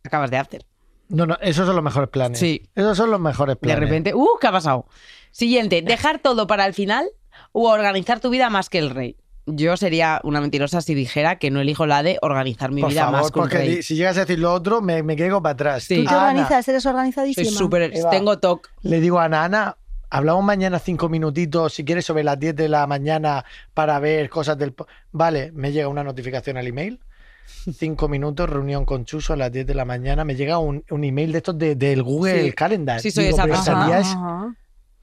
[SPEAKER 3] acabas de after.
[SPEAKER 2] No, no, esos son los mejores planes.
[SPEAKER 3] Sí.
[SPEAKER 2] Esos son los mejores
[SPEAKER 3] De
[SPEAKER 2] planes.
[SPEAKER 3] repente, ¡uh! ¿Qué ha pasado? Siguiente, dejar todo para el final o organizar tu vida más que el rey. Yo sería una mentirosa si dijera que no elijo la de organizar mi
[SPEAKER 2] Por
[SPEAKER 3] vida
[SPEAKER 2] favor,
[SPEAKER 3] más que un
[SPEAKER 2] porque
[SPEAKER 3] rey.
[SPEAKER 2] di- si llegas a decir lo otro, me, me caigo para atrás.
[SPEAKER 3] Sí.
[SPEAKER 5] Tú te
[SPEAKER 2] Ana,
[SPEAKER 5] organizas, eres
[SPEAKER 3] Soy
[SPEAKER 5] organizadísima.
[SPEAKER 3] súper,
[SPEAKER 2] Eva.
[SPEAKER 3] tengo TOC.
[SPEAKER 2] Le digo a Ana, Ana, hablamos mañana cinco minutitos, si quieres, sobre las 10 de la mañana para ver cosas del... po- Vale, me llega una notificación al email. Cinco minutos, reunión con Chuso a las 10 de la mañana. Me llega un, un email de estos de- del Google
[SPEAKER 3] Sí.
[SPEAKER 2] Calendar.
[SPEAKER 3] Sí, soy
[SPEAKER 2] Digo,
[SPEAKER 3] esa
[SPEAKER 2] pero
[SPEAKER 3] persona. Ah.
[SPEAKER 2] esa día es,
[SPEAKER 5] Ajá.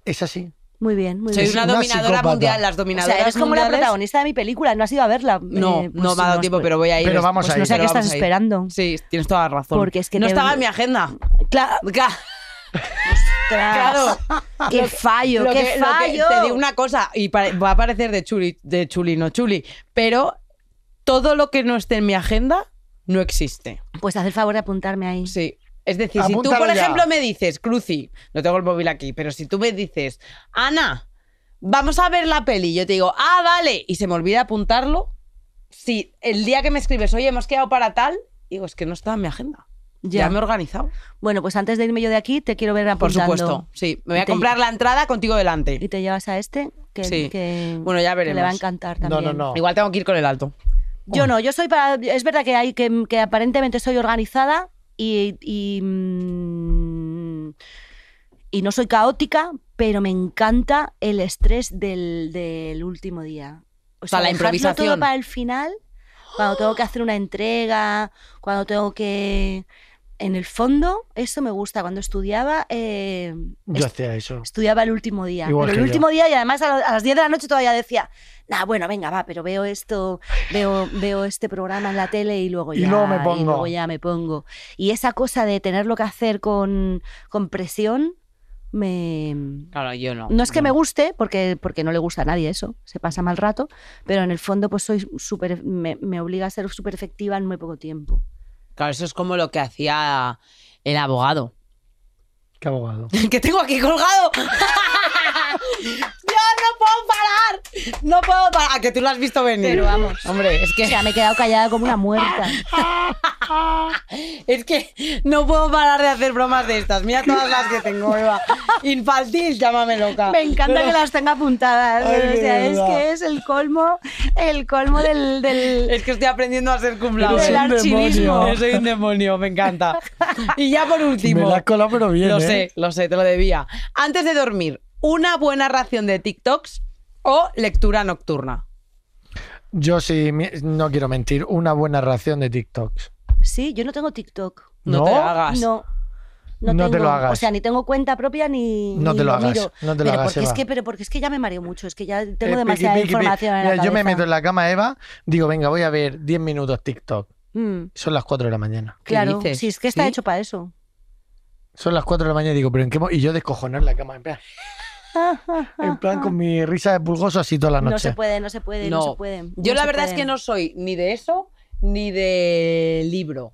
[SPEAKER 2] es así.
[SPEAKER 5] Muy bien, muy
[SPEAKER 3] Soy
[SPEAKER 5] bien.
[SPEAKER 2] Es
[SPEAKER 3] Pues una
[SPEAKER 2] una
[SPEAKER 3] dominadora
[SPEAKER 2] psicópata.
[SPEAKER 3] mundial. Las
[SPEAKER 5] O
[SPEAKER 3] dominadoras
[SPEAKER 5] sea, eres como la
[SPEAKER 3] mundiales-
[SPEAKER 5] protagonista de mi película, no has ido a verla.
[SPEAKER 3] No,
[SPEAKER 5] Eh, pues
[SPEAKER 3] no me ha dado
[SPEAKER 5] no,
[SPEAKER 3] tiempo,
[SPEAKER 5] pues-
[SPEAKER 3] pero voy a ir.
[SPEAKER 2] Pero vamos
[SPEAKER 3] Pues
[SPEAKER 2] a
[SPEAKER 5] No
[SPEAKER 2] ir.
[SPEAKER 5] sé a
[SPEAKER 3] pero
[SPEAKER 5] qué estás
[SPEAKER 3] vamos a ir.
[SPEAKER 5] esperando.
[SPEAKER 3] Sí, tienes toda la razón.
[SPEAKER 5] Porque es que
[SPEAKER 3] no
[SPEAKER 5] te-
[SPEAKER 3] estaba en mi agenda.
[SPEAKER 5] Cla-
[SPEAKER 3] Claro.
[SPEAKER 5] Claro. Qué fallo,
[SPEAKER 3] Lo
[SPEAKER 5] qué
[SPEAKER 3] que- lo que-
[SPEAKER 5] fallo.
[SPEAKER 3] te digo una cosa, y pare- va a parecer de chuli, de chuli, no chuli, pero todo lo que no esté en mi agenda no existe.
[SPEAKER 5] Pues haz el favor de apuntarme ahí.
[SPEAKER 3] Sí. Es decir, si tú,
[SPEAKER 2] Apúntalo
[SPEAKER 3] por
[SPEAKER 2] ya.
[SPEAKER 3] ejemplo, me dices, Cruci, no tengo el móvil aquí, pero si tú me dices, Ana, vamos a ver la peli, yo te digo, ah, vale, y se me olvida apuntarlo, si el día que me escribes, oye, hemos quedado para tal, digo, es que no estaba en mi agenda. Ya, me he organizado.
[SPEAKER 5] Bueno, pues antes de irme yo de aquí, te quiero ver
[SPEAKER 3] Por
[SPEAKER 5] apuntando.
[SPEAKER 3] supuesto, sí. Me voy
[SPEAKER 5] Y
[SPEAKER 3] a
[SPEAKER 5] te-
[SPEAKER 3] comprar la entrada contigo delante.
[SPEAKER 5] Y te llevas a este, que,
[SPEAKER 3] Sí.
[SPEAKER 5] que-
[SPEAKER 3] Bueno, ya
[SPEAKER 5] que le va a
[SPEAKER 3] veremos.
[SPEAKER 5] encantar
[SPEAKER 2] No,
[SPEAKER 5] también.
[SPEAKER 2] no, no.
[SPEAKER 3] Igual tengo que ir con el alto.
[SPEAKER 5] Yo no, yo soy para. Es verdad que hay que, que aparentemente soy organizada y. y, mm, y no soy caótica, pero me encanta el estrés del, del último día. O
[SPEAKER 3] sea, la
[SPEAKER 5] dejarlo
[SPEAKER 3] improvisación.
[SPEAKER 5] todo para el final, cuando tengo que hacer una entrega, cuando tengo que. En el fondo, eso me gusta. Cuando estudiaba, eh,
[SPEAKER 2] Yo hacía eso.
[SPEAKER 5] estudiaba el último día.
[SPEAKER 2] Igual
[SPEAKER 5] pero
[SPEAKER 2] que
[SPEAKER 5] el
[SPEAKER 2] yo.
[SPEAKER 5] último día y además a, lo- a las 10 de la noche todavía decía, nah, bueno, venga, va, pero veo esto, veo, veo este programa en la tele y luego
[SPEAKER 2] Y
[SPEAKER 5] ya
[SPEAKER 2] luego me pongo.
[SPEAKER 5] luego ya me pongo. Y esa cosa de tenerlo que hacer con, con presión me
[SPEAKER 3] Claro, yo no.
[SPEAKER 5] no es que me guste, porque, porque no le gusta a nadie eso, se pasa mal rato, pero en el fondo pues soy súper me, me obliga a ser súper efectiva en muy poco tiempo.
[SPEAKER 3] Claro, eso es como lo que hacía el abogado.
[SPEAKER 2] Qué abogado.
[SPEAKER 3] que tengo aquí colgado. Yo no puedo parar. No puedo parar. Ah, que tú lo has visto venir.
[SPEAKER 5] Pero vamos.
[SPEAKER 3] Hombre, es
[SPEAKER 5] O
[SPEAKER 3] que,
[SPEAKER 5] sea, me he quedado callada como una muerta.
[SPEAKER 3] es que no puedo parar de hacer bromas de estas. Mira todas las que tengo, Eva. Infantil, llámame loca.
[SPEAKER 5] Me encanta que las tenga apuntadas.
[SPEAKER 2] Ay, de
[SPEAKER 5] o sea, es
[SPEAKER 2] verdad.
[SPEAKER 5] que es el colmo, el colmo del, del-
[SPEAKER 3] Es que estoy aprendiendo a ser cumplado.
[SPEAKER 5] del
[SPEAKER 2] un
[SPEAKER 5] archivismo.
[SPEAKER 2] demonio.
[SPEAKER 3] Soy un demonio, me encanta. Y ya por último.
[SPEAKER 2] Me la has colado, pero bien.
[SPEAKER 3] Lo
[SPEAKER 2] ¿eh?
[SPEAKER 3] sé, lo sé, te lo debía. Antes de dormir, una buena ración de TikToks o lectura nocturna.
[SPEAKER 2] Yo sí, mi- no quiero mentir, una buena ración de TikToks.
[SPEAKER 5] Sí, yo no tengo TikTok.
[SPEAKER 3] No,
[SPEAKER 2] ¿No?
[SPEAKER 3] te la hagas.
[SPEAKER 5] No.
[SPEAKER 2] No te
[SPEAKER 5] tengo.
[SPEAKER 2] lo hagas.
[SPEAKER 5] O sea, ni tengo cuenta propia ni.
[SPEAKER 2] No
[SPEAKER 5] ni
[SPEAKER 2] te lo hagas,
[SPEAKER 5] miro.
[SPEAKER 2] no te lo
[SPEAKER 5] pero
[SPEAKER 2] hagas,
[SPEAKER 5] Porque es
[SPEAKER 2] Eva.
[SPEAKER 5] que, pero porque es que ya me mareo mucho, es que ya tengo
[SPEAKER 2] Eh, piqui,
[SPEAKER 5] demasiada
[SPEAKER 2] piqui, piqui.
[SPEAKER 5] información. en la
[SPEAKER 2] Mira, yo me
[SPEAKER 5] cabeza.
[SPEAKER 2] meto en la cama, Eva, digo, venga, voy a ver 10 minutos TikTok.
[SPEAKER 5] Mm,
[SPEAKER 2] Son las 4 de la mañana.
[SPEAKER 5] claro,
[SPEAKER 3] dices?
[SPEAKER 5] sí, es que está
[SPEAKER 3] ¿Sí?
[SPEAKER 5] hecho para eso.
[SPEAKER 2] Son las 4 de la mañana y digo, pero ¿en qué mo-? Y yo descojonar la cama, en plan, en plan con mi risa de pulgoso así toda la
[SPEAKER 5] Ah, No
[SPEAKER 2] noche.
[SPEAKER 5] se puede, no se puede, no, se puede.
[SPEAKER 3] Yo
[SPEAKER 5] no
[SPEAKER 3] la
[SPEAKER 5] se
[SPEAKER 3] verdad es
[SPEAKER 5] puede.
[SPEAKER 3] que no soy ni de eso ni de libro.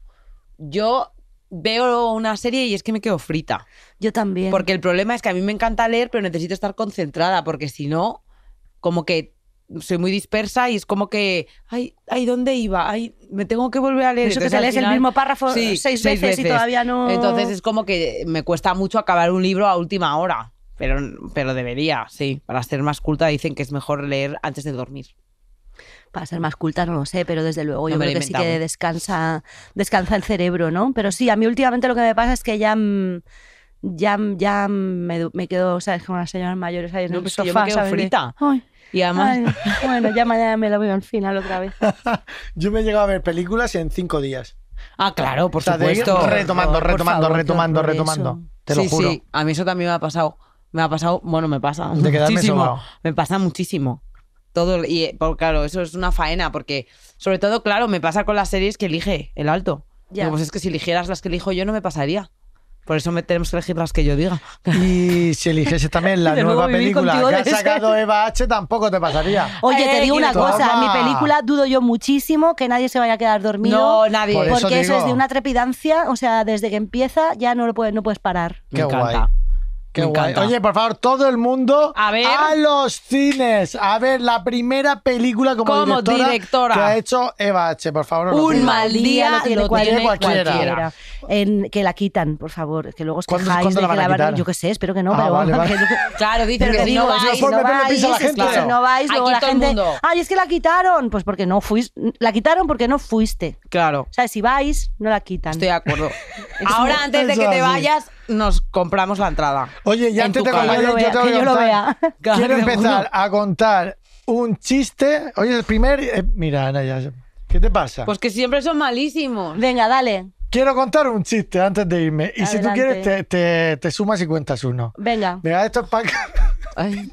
[SPEAKER 3] Yo veo una serie y es que me quedo frita.
[SPEAKER 5] Yo también.
[SPEAKER 3] Porque el problema es que a mí me encanta leer, pero necesito estar concentrada, porque si no, como que soy muy dispersa y es como que, ay, ay, ¿dónde iba? Ay, me tengo que volver a leer.
[SPEAKER 5] Eso que
[SPEAKER 3] Entonces,
[SPEAKER 5] te
[SPEAKER 3] al
[SPEAKER 5] lees el
[SPEAKER 3] final-
[SPEAKER 5] mismo párrafo
[SPEAKER 3] Sí,
[SPEAKER 5] seis,
[SPEAKER 3] seis
[SPEAKER 5] veces, y
[SPEAKER 3] veces.
[SPEAKER 5] todavía no.
[SPEAKER 3] Entonces es como que me cuesta mucho acabar un libro a última hora. Pero, pero debería, sí. Para ser más culta dicen que es mejor leer antes de dormir.
[SPEAKER 5] Para ser más culta no lo sé, pero desde luego yo
[SPEAKER 3] No me lo
[SPEAKER 5] creo que sí
[SPEAKER 3] inventamos.
[SPEAKER 5] que descansa, descansa el cerebro, ¿no? Pero sí, a mí últimamente lo que me pasa es que ya, mm, ya, ya me, du- me quedo, ¿sabes? Como las señoras mayores ahí en
[SPEAKER 3] No,
[SPEAKER 5] el
[SPEAKER 3] pues que
[SPEAKER 5] sofá,
[SPEAKER 3] yo me quedo
[SPEAKER 5] ¿sabes? De,
[SPEAKER 3] frita.
[SPEAKER 5] "Ay,
[SPEAKER 3] Y además,
[SPEAKER 5] ay, bueno, ya mañana me lo veo al final otra vez.
[SPEAKER 2] Yo me he llegado a ver películas en 5 días.
[SPEAKER 3] ah, claro, por
[SPEAKER 2] O sea, de ir
[SPEAKER 3] supuesto.
[SPEAKER 2] retomando,
[SPEAKER 5] Por favor,
[SPEAKER 2] retomando,
[SPEAKER 5] qué horror
[SPEAKER 2] retomando,
[SPEAKER 5] eso.
[SPEAKER 2] retomando. Te lo
[SPEAKER 3] sí,
[SPEAKER 2] juro.
[SPEAKER 3] sí, a mí eso también me ha pasado. Me ha pasado, bueno, me pasa
[SPEAKER 2] De quedarme
[SPEAKER 3] muchísimo.
[SPEAKER 2] sobao.
[SPEAKER 3] Me pasa muchísimo. Todo, y eh, por- claro, eso es una faena, porque sobre todo, claro, me pasa con las series que elige el alto.
[SPEAKER 5] Ya.
[SPEAKER 3] Digo, pues es que si eligieras las que elijo yo no me pasaría. Por eso me, tenemos que elegir las que yo diga.
[SPEAKER 2] Y si eligiese también la
[SPEAKER 5] De nuevo
[SPEAKER 2] nueva
[SPEAKER 5] vivir
[SPEAKER 2] película
[SPEAKER 5] contigo
[SPEAKER 2] que ha
[SPEAKER 5] de ese- Oh.
[SPEAKER 2] sacado Eva H, tampoco te pasaría.
[SPEAKER 5] Oye, te
[SPEAKER 3] Eh,
[SPEAKER 5] digo una
[SPEAKER 2] toma.
[SPEAKER 5] cosa, en mi película dudo yo muchísimo que nadie se vaya a quedar dormido.
[SPEAKER 3] No, nadie.
[SPEAKER 2] Por eso
[SPEAKER 5] porque eso,
[SPEAKER 2] digo.
[SPEAKER 5] es de una trepidancia, o sea, desde que empieza ya no lo puedes, no puedes parar.
[SPEAKER 3] me
[SPEAKER 2] Qué guay.
[SPEAKER 3] encanta.
[SPEAKER 2] Qué
[SPEAKER 3] Me
[SPEAKER 2] guay.
[SPEAKER 3] encanta.
[SPEAKER 2] Oye, por favor, todo el mundo
[SPEAKER 3] A ver.
[SPEAKER 2] los cines. A ver la primera película como,
[SPEAKER 3] Como
[SPEAKER 2] directora,
[SPEAKER 3] directora.
[SPEAKER 2] que ha hecho Eva H. Por favor, os lo
[SPEAKER 3] Un
[SPEAKER 2] pido.
[SPEAKER 3] mal día lo tiene cualquiera.
[SPEAKER 5] En, que la quitan, por favor, que luego os
[SPEAKER 2] ¿Cuándo-
[SPEAKER 5] quejáis
[SPEAKER 2] cuándo
[SPEAKER 5] de
[SPEAKER 2] la
[SPEAKER 5] que
[SPEAKER 2] van a
[SPEAKER 5] la van a-
[SPEAKER 2] quitar?
[SPEAKER 5] Yo qué sé, espero que no,
[SPEAKER 2] Ah,
[SPEAKER 5] pero
[SPEAKER 2] vale,
[SPEAKER 5] vamos,
[SPEAKER 2] vale.
[SPEAKER 5] que-
[SPEAKER 3] Claro, dicen
[SPEAKER 5] Pero
[SPEAKER 3] que
[SPEAKER 5] que
[SPEAKER 3] si no
[SPEAKER 5] digo,
[SPEAKER 3] vais,
[SPEAKER 2] si no
[SPEAKER 3] no
[SPEAKER 2] forme pelo
[SPEAKER 3] vais,
[SPEAKER 2] pisa la
[SPEAKER 3] es
[SPEAKER 2] gente.
[SPEAKER 5] que
[SPEAKER 3] claro.
[SPEAKER 5] si no vais, luego
[SPEAKER 3] Aquí
[SPEAKER 5] la
[SPEAKER 3] todo el
[SPEAKER 5] gente.
[SPEAKER 3] mundo.
[SPEAKER 5] Ay, es que la quitaron. Pues porque no fuiste. La quitaron porque no fuiste.
[SPEAKER 3] Claro,
[SPEAKER 5] O sea, si vais, no la quitan.
[SPEAKER 3] estoy de acuerdo. Ahora, antes de que
[SPEAKER 2] Eso
[SPEAKER 3] te
[SPEAKER 2] así.
[SPEAKER 3] vayas, nos compramos la entrada.
[SPEAKER 2] Oye, y
[SPEAKER 3] En
[SPEAKER 2] antes
[SPEAKER 3] tu
[SPEAKER 2] de que
[SPEAKER 3] cara.
[SPEAKER 2] vayas,
[SPEAKER 5] Que yo lo
[SPEAKER 2] yo
[SPEAKER 5] vea,
[SPEAKER 2] te voy
[SPEAKER 5] que
[SPEAKER 2] a
[SPEAKER 5] yo lo
[SPEAKER 2] contar-
[SPEAKER 5] vea.
[SPEAKER 3] Claro,
[SPEAKER 2] Quiero
[SPEAKER 3] de
[SPEAKER 2] empezar
[SPEAKER 3] uno.
[SPEAKER 2] a contar un chiste. Hoy es el primer. eh, mira, Ana, ya. ¿Qué te pasa?
[SPEAKER 3] Pues que siempre son malísimos.
[SPEAKER 5] Venga, dale.
[SPEAKER 2] Quiero contar un chiste antes de irme. Y si tú
[SPEAKER 5] Adelante.
[SPEAKER 2] quieres, te, te- te sumas y cuentas uno.
[SPEAKER 5] Venga.
[SPEAKER 2] Venga, esto es para.
[SPEAKER 3] Ay,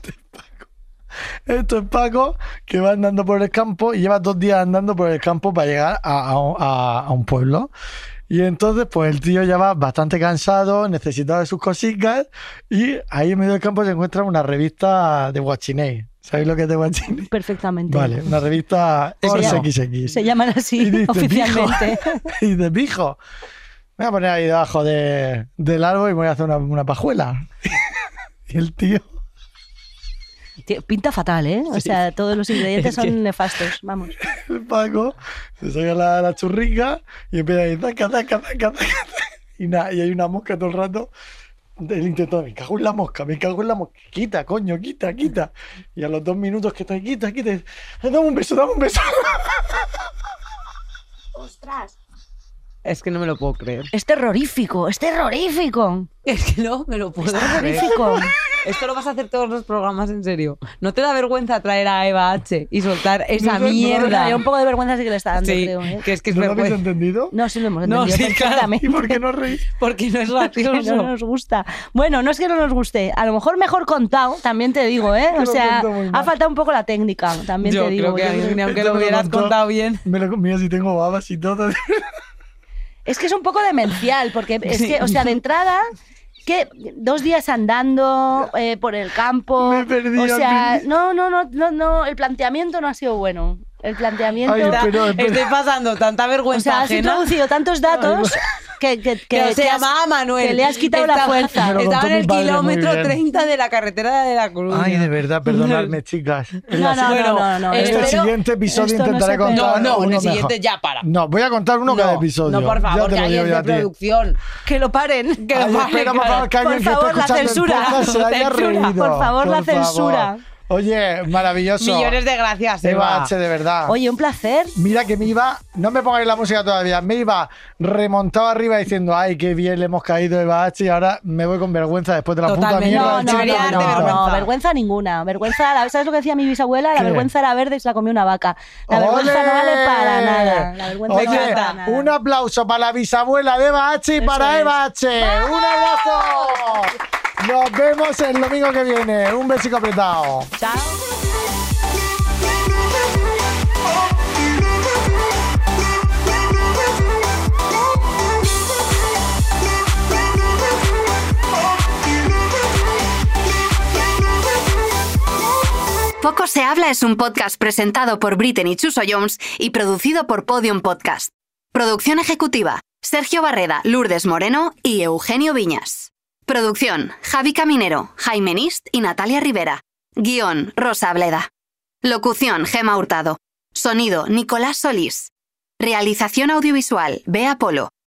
[SPEAKER 2] Esto es Paco que va andando por el campo y lleva dos días andando por el campo para llegar a, a un- a- a un pueblo. Y entonces, pues el tío ya va bastante cansado, necesitado de sus cositas. Y ahí en medio del campo se encuentra una revista de Guachinei. ¿Sabéis lo que es de Guachinei?
[SPEAKER 5] Perfectamente.
[SPEAKER 2] Vale, una revista
[SPEAKER 3] Se llama-
[SPEAKER 2] XXX.
[SPEAKER 5] Se llaman
[SPEAKER 2] Y
[SPEAKER 5] así
[SPEAKER 2] dices,
[SPEAKER 5] oficialmente.
[SPEAKER 2] Y de pijo. Me voy a poner ahí debajo de, del árbol y me voy a hacer una, una pajuela. y el tío.
[SPEAKER 5] Tío, Pinta fatal, ¿eh? O sea, todos los ingredientes
[SPEAKER 3] Es que-
[SPEAKER 5] son nefastos. Vamos.
[SPEAKER 2] El Paco se saca la, la churrica y empieza a ir taca, taca, taca, taca, taca. Y, nada, y hay una mosca todo el rato. Él intentó, me cago en la mosca, me cago en la mosca. Quita, coño, quita, quita. Y a los dos minutos que está ahí, quita, quita. dice, Dame un beso, dame un beso.
[SPEAKER 3] es que no me lo puedo creer.
[SPEAKER 5] Es terrorífico, es terrorífico.
[SPEAKER 3] Es que no me lo puedo creer.
[SPEAKER 5] Terrorífico.
[SPEAKER 3] Esto lo vas a hacer todos los programas, en serio. ¿No te da vergüenza traer a Eva H y soltar esa
[SPEAKER 2] no, no,
[SPEAKER 5] Me
[SPEAKER 3] mierda?
[SPEAKER 5] daría un poco de vergüenza sí que le está dando,
[SPEAKER 3] sí,
[SPEAKER 5] creo. ¿eh?
[SPEAKER 3] que es que es
[SPEAKER 2] ¿No lo habéis
[SPEAKER 3] vergüenza.
[SPEAKER 2] entendido?
[SPEAKER 5] No, sí lo hemos
[SPEAKER 3] No,
[SPEAKER 5] entendido
[SPEAKER 3] sí, claro.
[SPEAKER 5] perfectamente.
[SPEAKER 2] ¿Y por qué no reís?
[SPEAKER 3] Porque no es
[SPEAKER 5] que
[SPEAKER 3] gracioso.
[SPEAKER 5] no nos gusta. Bueno, no es que no nos guste, a lo mejor mejor contado, también te digo, ¿eh?
[SPEAKER 2] Que
[SPEAKER 5] O
[SPEAKER 2] lo
[SPEAKER 5] sea,
[SPEAKER 2] cuento muy mal.
[SPEAKER 5] ha faltado un poco la técnica, también
[SPEAKER 3] yo
[SPEAKER 5] te digo.
[SPEAKER 3] creo
[SPEAKER 5] yo
[SPEAKER 3] que
[SPEAKER 5] creo-
[SPEAKER 3] ni aunque
[SPEAKER 2] Esto
[SPEAKER 3] lo
[SPEAKER 2] me lo
[SPEAKER 3] hubieras
[SPEAKER 2] contó-
[SPEAKER 3] contado bien.
[SPEAKER 2] Me lo comía si tengo babas y todo.
[SPEAKER 5] Es que es un poco demencial, porque es
[SPEAKER 3] Sí.
[SPEAKER 5] que, o sea, de entrada, que dos días andando eh, por el campo.
[SPEAKER 2] Me he perdido
[SPEAKER 5] O sea,
[SPEAKER 2] aquí.
[SPEAKER 5] no, no, no, no, no, el planteamiento no ha sido bueno. El planteamiento.
[SPEAKER 2] Ay, pero- pero-
[SPEAKER 3] Estoy pasando tanta
[SPEAKER 5] o
[SPEAKER 3] vergüenza
[SPEAKER 5] sea, has
[SPEAKER 3] ajena.
[SPEAKER 5] introducido tantos datos que, que, que-
[SPEAKER 3] que, se
[SPEAKER 5] que has-
[SPEAKER 3] llamaba Manuel.
[SPEAKER 5] que le has quitado la
[SPEAKER 3] Estaba-
[SPEAKER 5] fuerza.
[SPEAKER 2] Me lo
[SPEAKER 3] Estaba
[SPEAKER 2] contó
[SPEAKER 3] en
[SPEAKER 2] mi
[SPEAKER 3] el
[SPEAKER 2] padre muy
[SPEAKER 3] kilómetro
[SPEAKER 2] bien.
[SPEAKER 3] 30 de la carretera de la Cruz.
[SPEAKER 2] Ay, de verdad, perdonadme, chicas.
[SPEAKER 5] No, no, no, no, no,
[SPEAKER 2] En el
[SPEAKER 5] espero-
[SPEAKER 2] siguiente episodio
[SPEAKER 5] esto no
[SPEAKER 2] intentaré
[SPEAKER 5] se te-
[SPEAKER 2] contar.
[SPEAKER 3] No, no,
[SPEAKER 2] uno
[SPEAKER 3] en el
[SPEAKER 2] mejor.
[SPEAKER 3] siguiente ya para.
[SPEAKER 2] No, voy a contar uno cada episodio.
[SPEAKER 3] No, por favor,
[SPEAKER 2] Ya
[SPEAKER 3] que
[SPEAKER 2] te lo digo
[SPEAKER 3] alguien
[SPEAKER 2] yo
[SPEAKER 3] de
[SPEAKER 2] a ti.
[SPEAKER 3] producción.
[SPEAKER 5] que lo paren.
[SPEAKER 3] Que lo pare,
[SPEAKER 2] Ay, espero, por
[SPEAKER 3] cara.
[SPEAKER 2] favor, que
[SPEAKER 5] Por
[SPEAKER 2] alguien que esté
[SPEAKER 5] favor, la
[SPEAKER 2] escuchando el
[SPEAKER 5] censura.
[SPEAKER 2] podcast se haya
[SPEAKER 5] Censura,
[SPEAKER 2] reído.
[SPEAKER 5] por favor, la censura.
[SPEAKER 2] Oye, maravilloso.
[SPEAKER 3] Millones de gracias,
[SPEAKER 2] Eva
[SPEAKER 3] Eva.
[SPEAKER 2] H, de verdad.
[SPEAKER 5] Oye, un placer.
[SPEAKER 2] Mira que me iba, no me pongáis la música todavía, me iba remontado arriba diciendo, ay, qué bien le hemos caído a Eva H y ahora me voy con vergüenza después de la puta
[SPEAKER 3] Totalmente.
[SPEAKER 2] mierda.
[SPEAKER 5] No,
[SPEAKER 2] del
[SPEAKER 5] no,
[SPEAKER 2] chico
[SPEAKER 3] Debería
[SPEAKER 5] no,
[SPEAKER 2] que
[SPEAKER 3] darte
[SPEAKER 5] no,
[SPEAKER 2] me hizo.
[SPEAKER 5] no, vergüenza ninguna. Vergüenza, la- ¿sabes lo que decía mi bisabuela? La
[SPEAKER 2] ¿Qué?
[SPEAKER 5] vergüenza era verde y se la comió una vaca. La vergüenza no vale
[SPEAKER 2] ¡Ole!
[SPEAKER 5] para nada. La vergüenza
[SPEAKER 2] Oye,
[SPEAKER 5] no vale para nada.
[SPEAKER 2] un aplauso para la bisabuela de Eva H y para
[SPEAKER 5] es.
[SPEAKER 2] Eva H. ¡Un abrazo! Nos vemos el domingo que viene. Un besico apretado.
[SPEAKER 5] Chao.
[SPEAKER 1] Poco se habla es un podcast presentado por Britten y Chuso Jones y producido por Podium Podcast. Producción ejecutiva: Sergio Barreda, Lourdes Moreno y Eugenio Viñas. Producción: Javi Caminero, Jaime Nist y Natalia Rivera. Guión: Rosa Bleda. Locución: Gema Hurtado. Sonido: Nicolás Solís. Realización audiovisual: Bea Polo.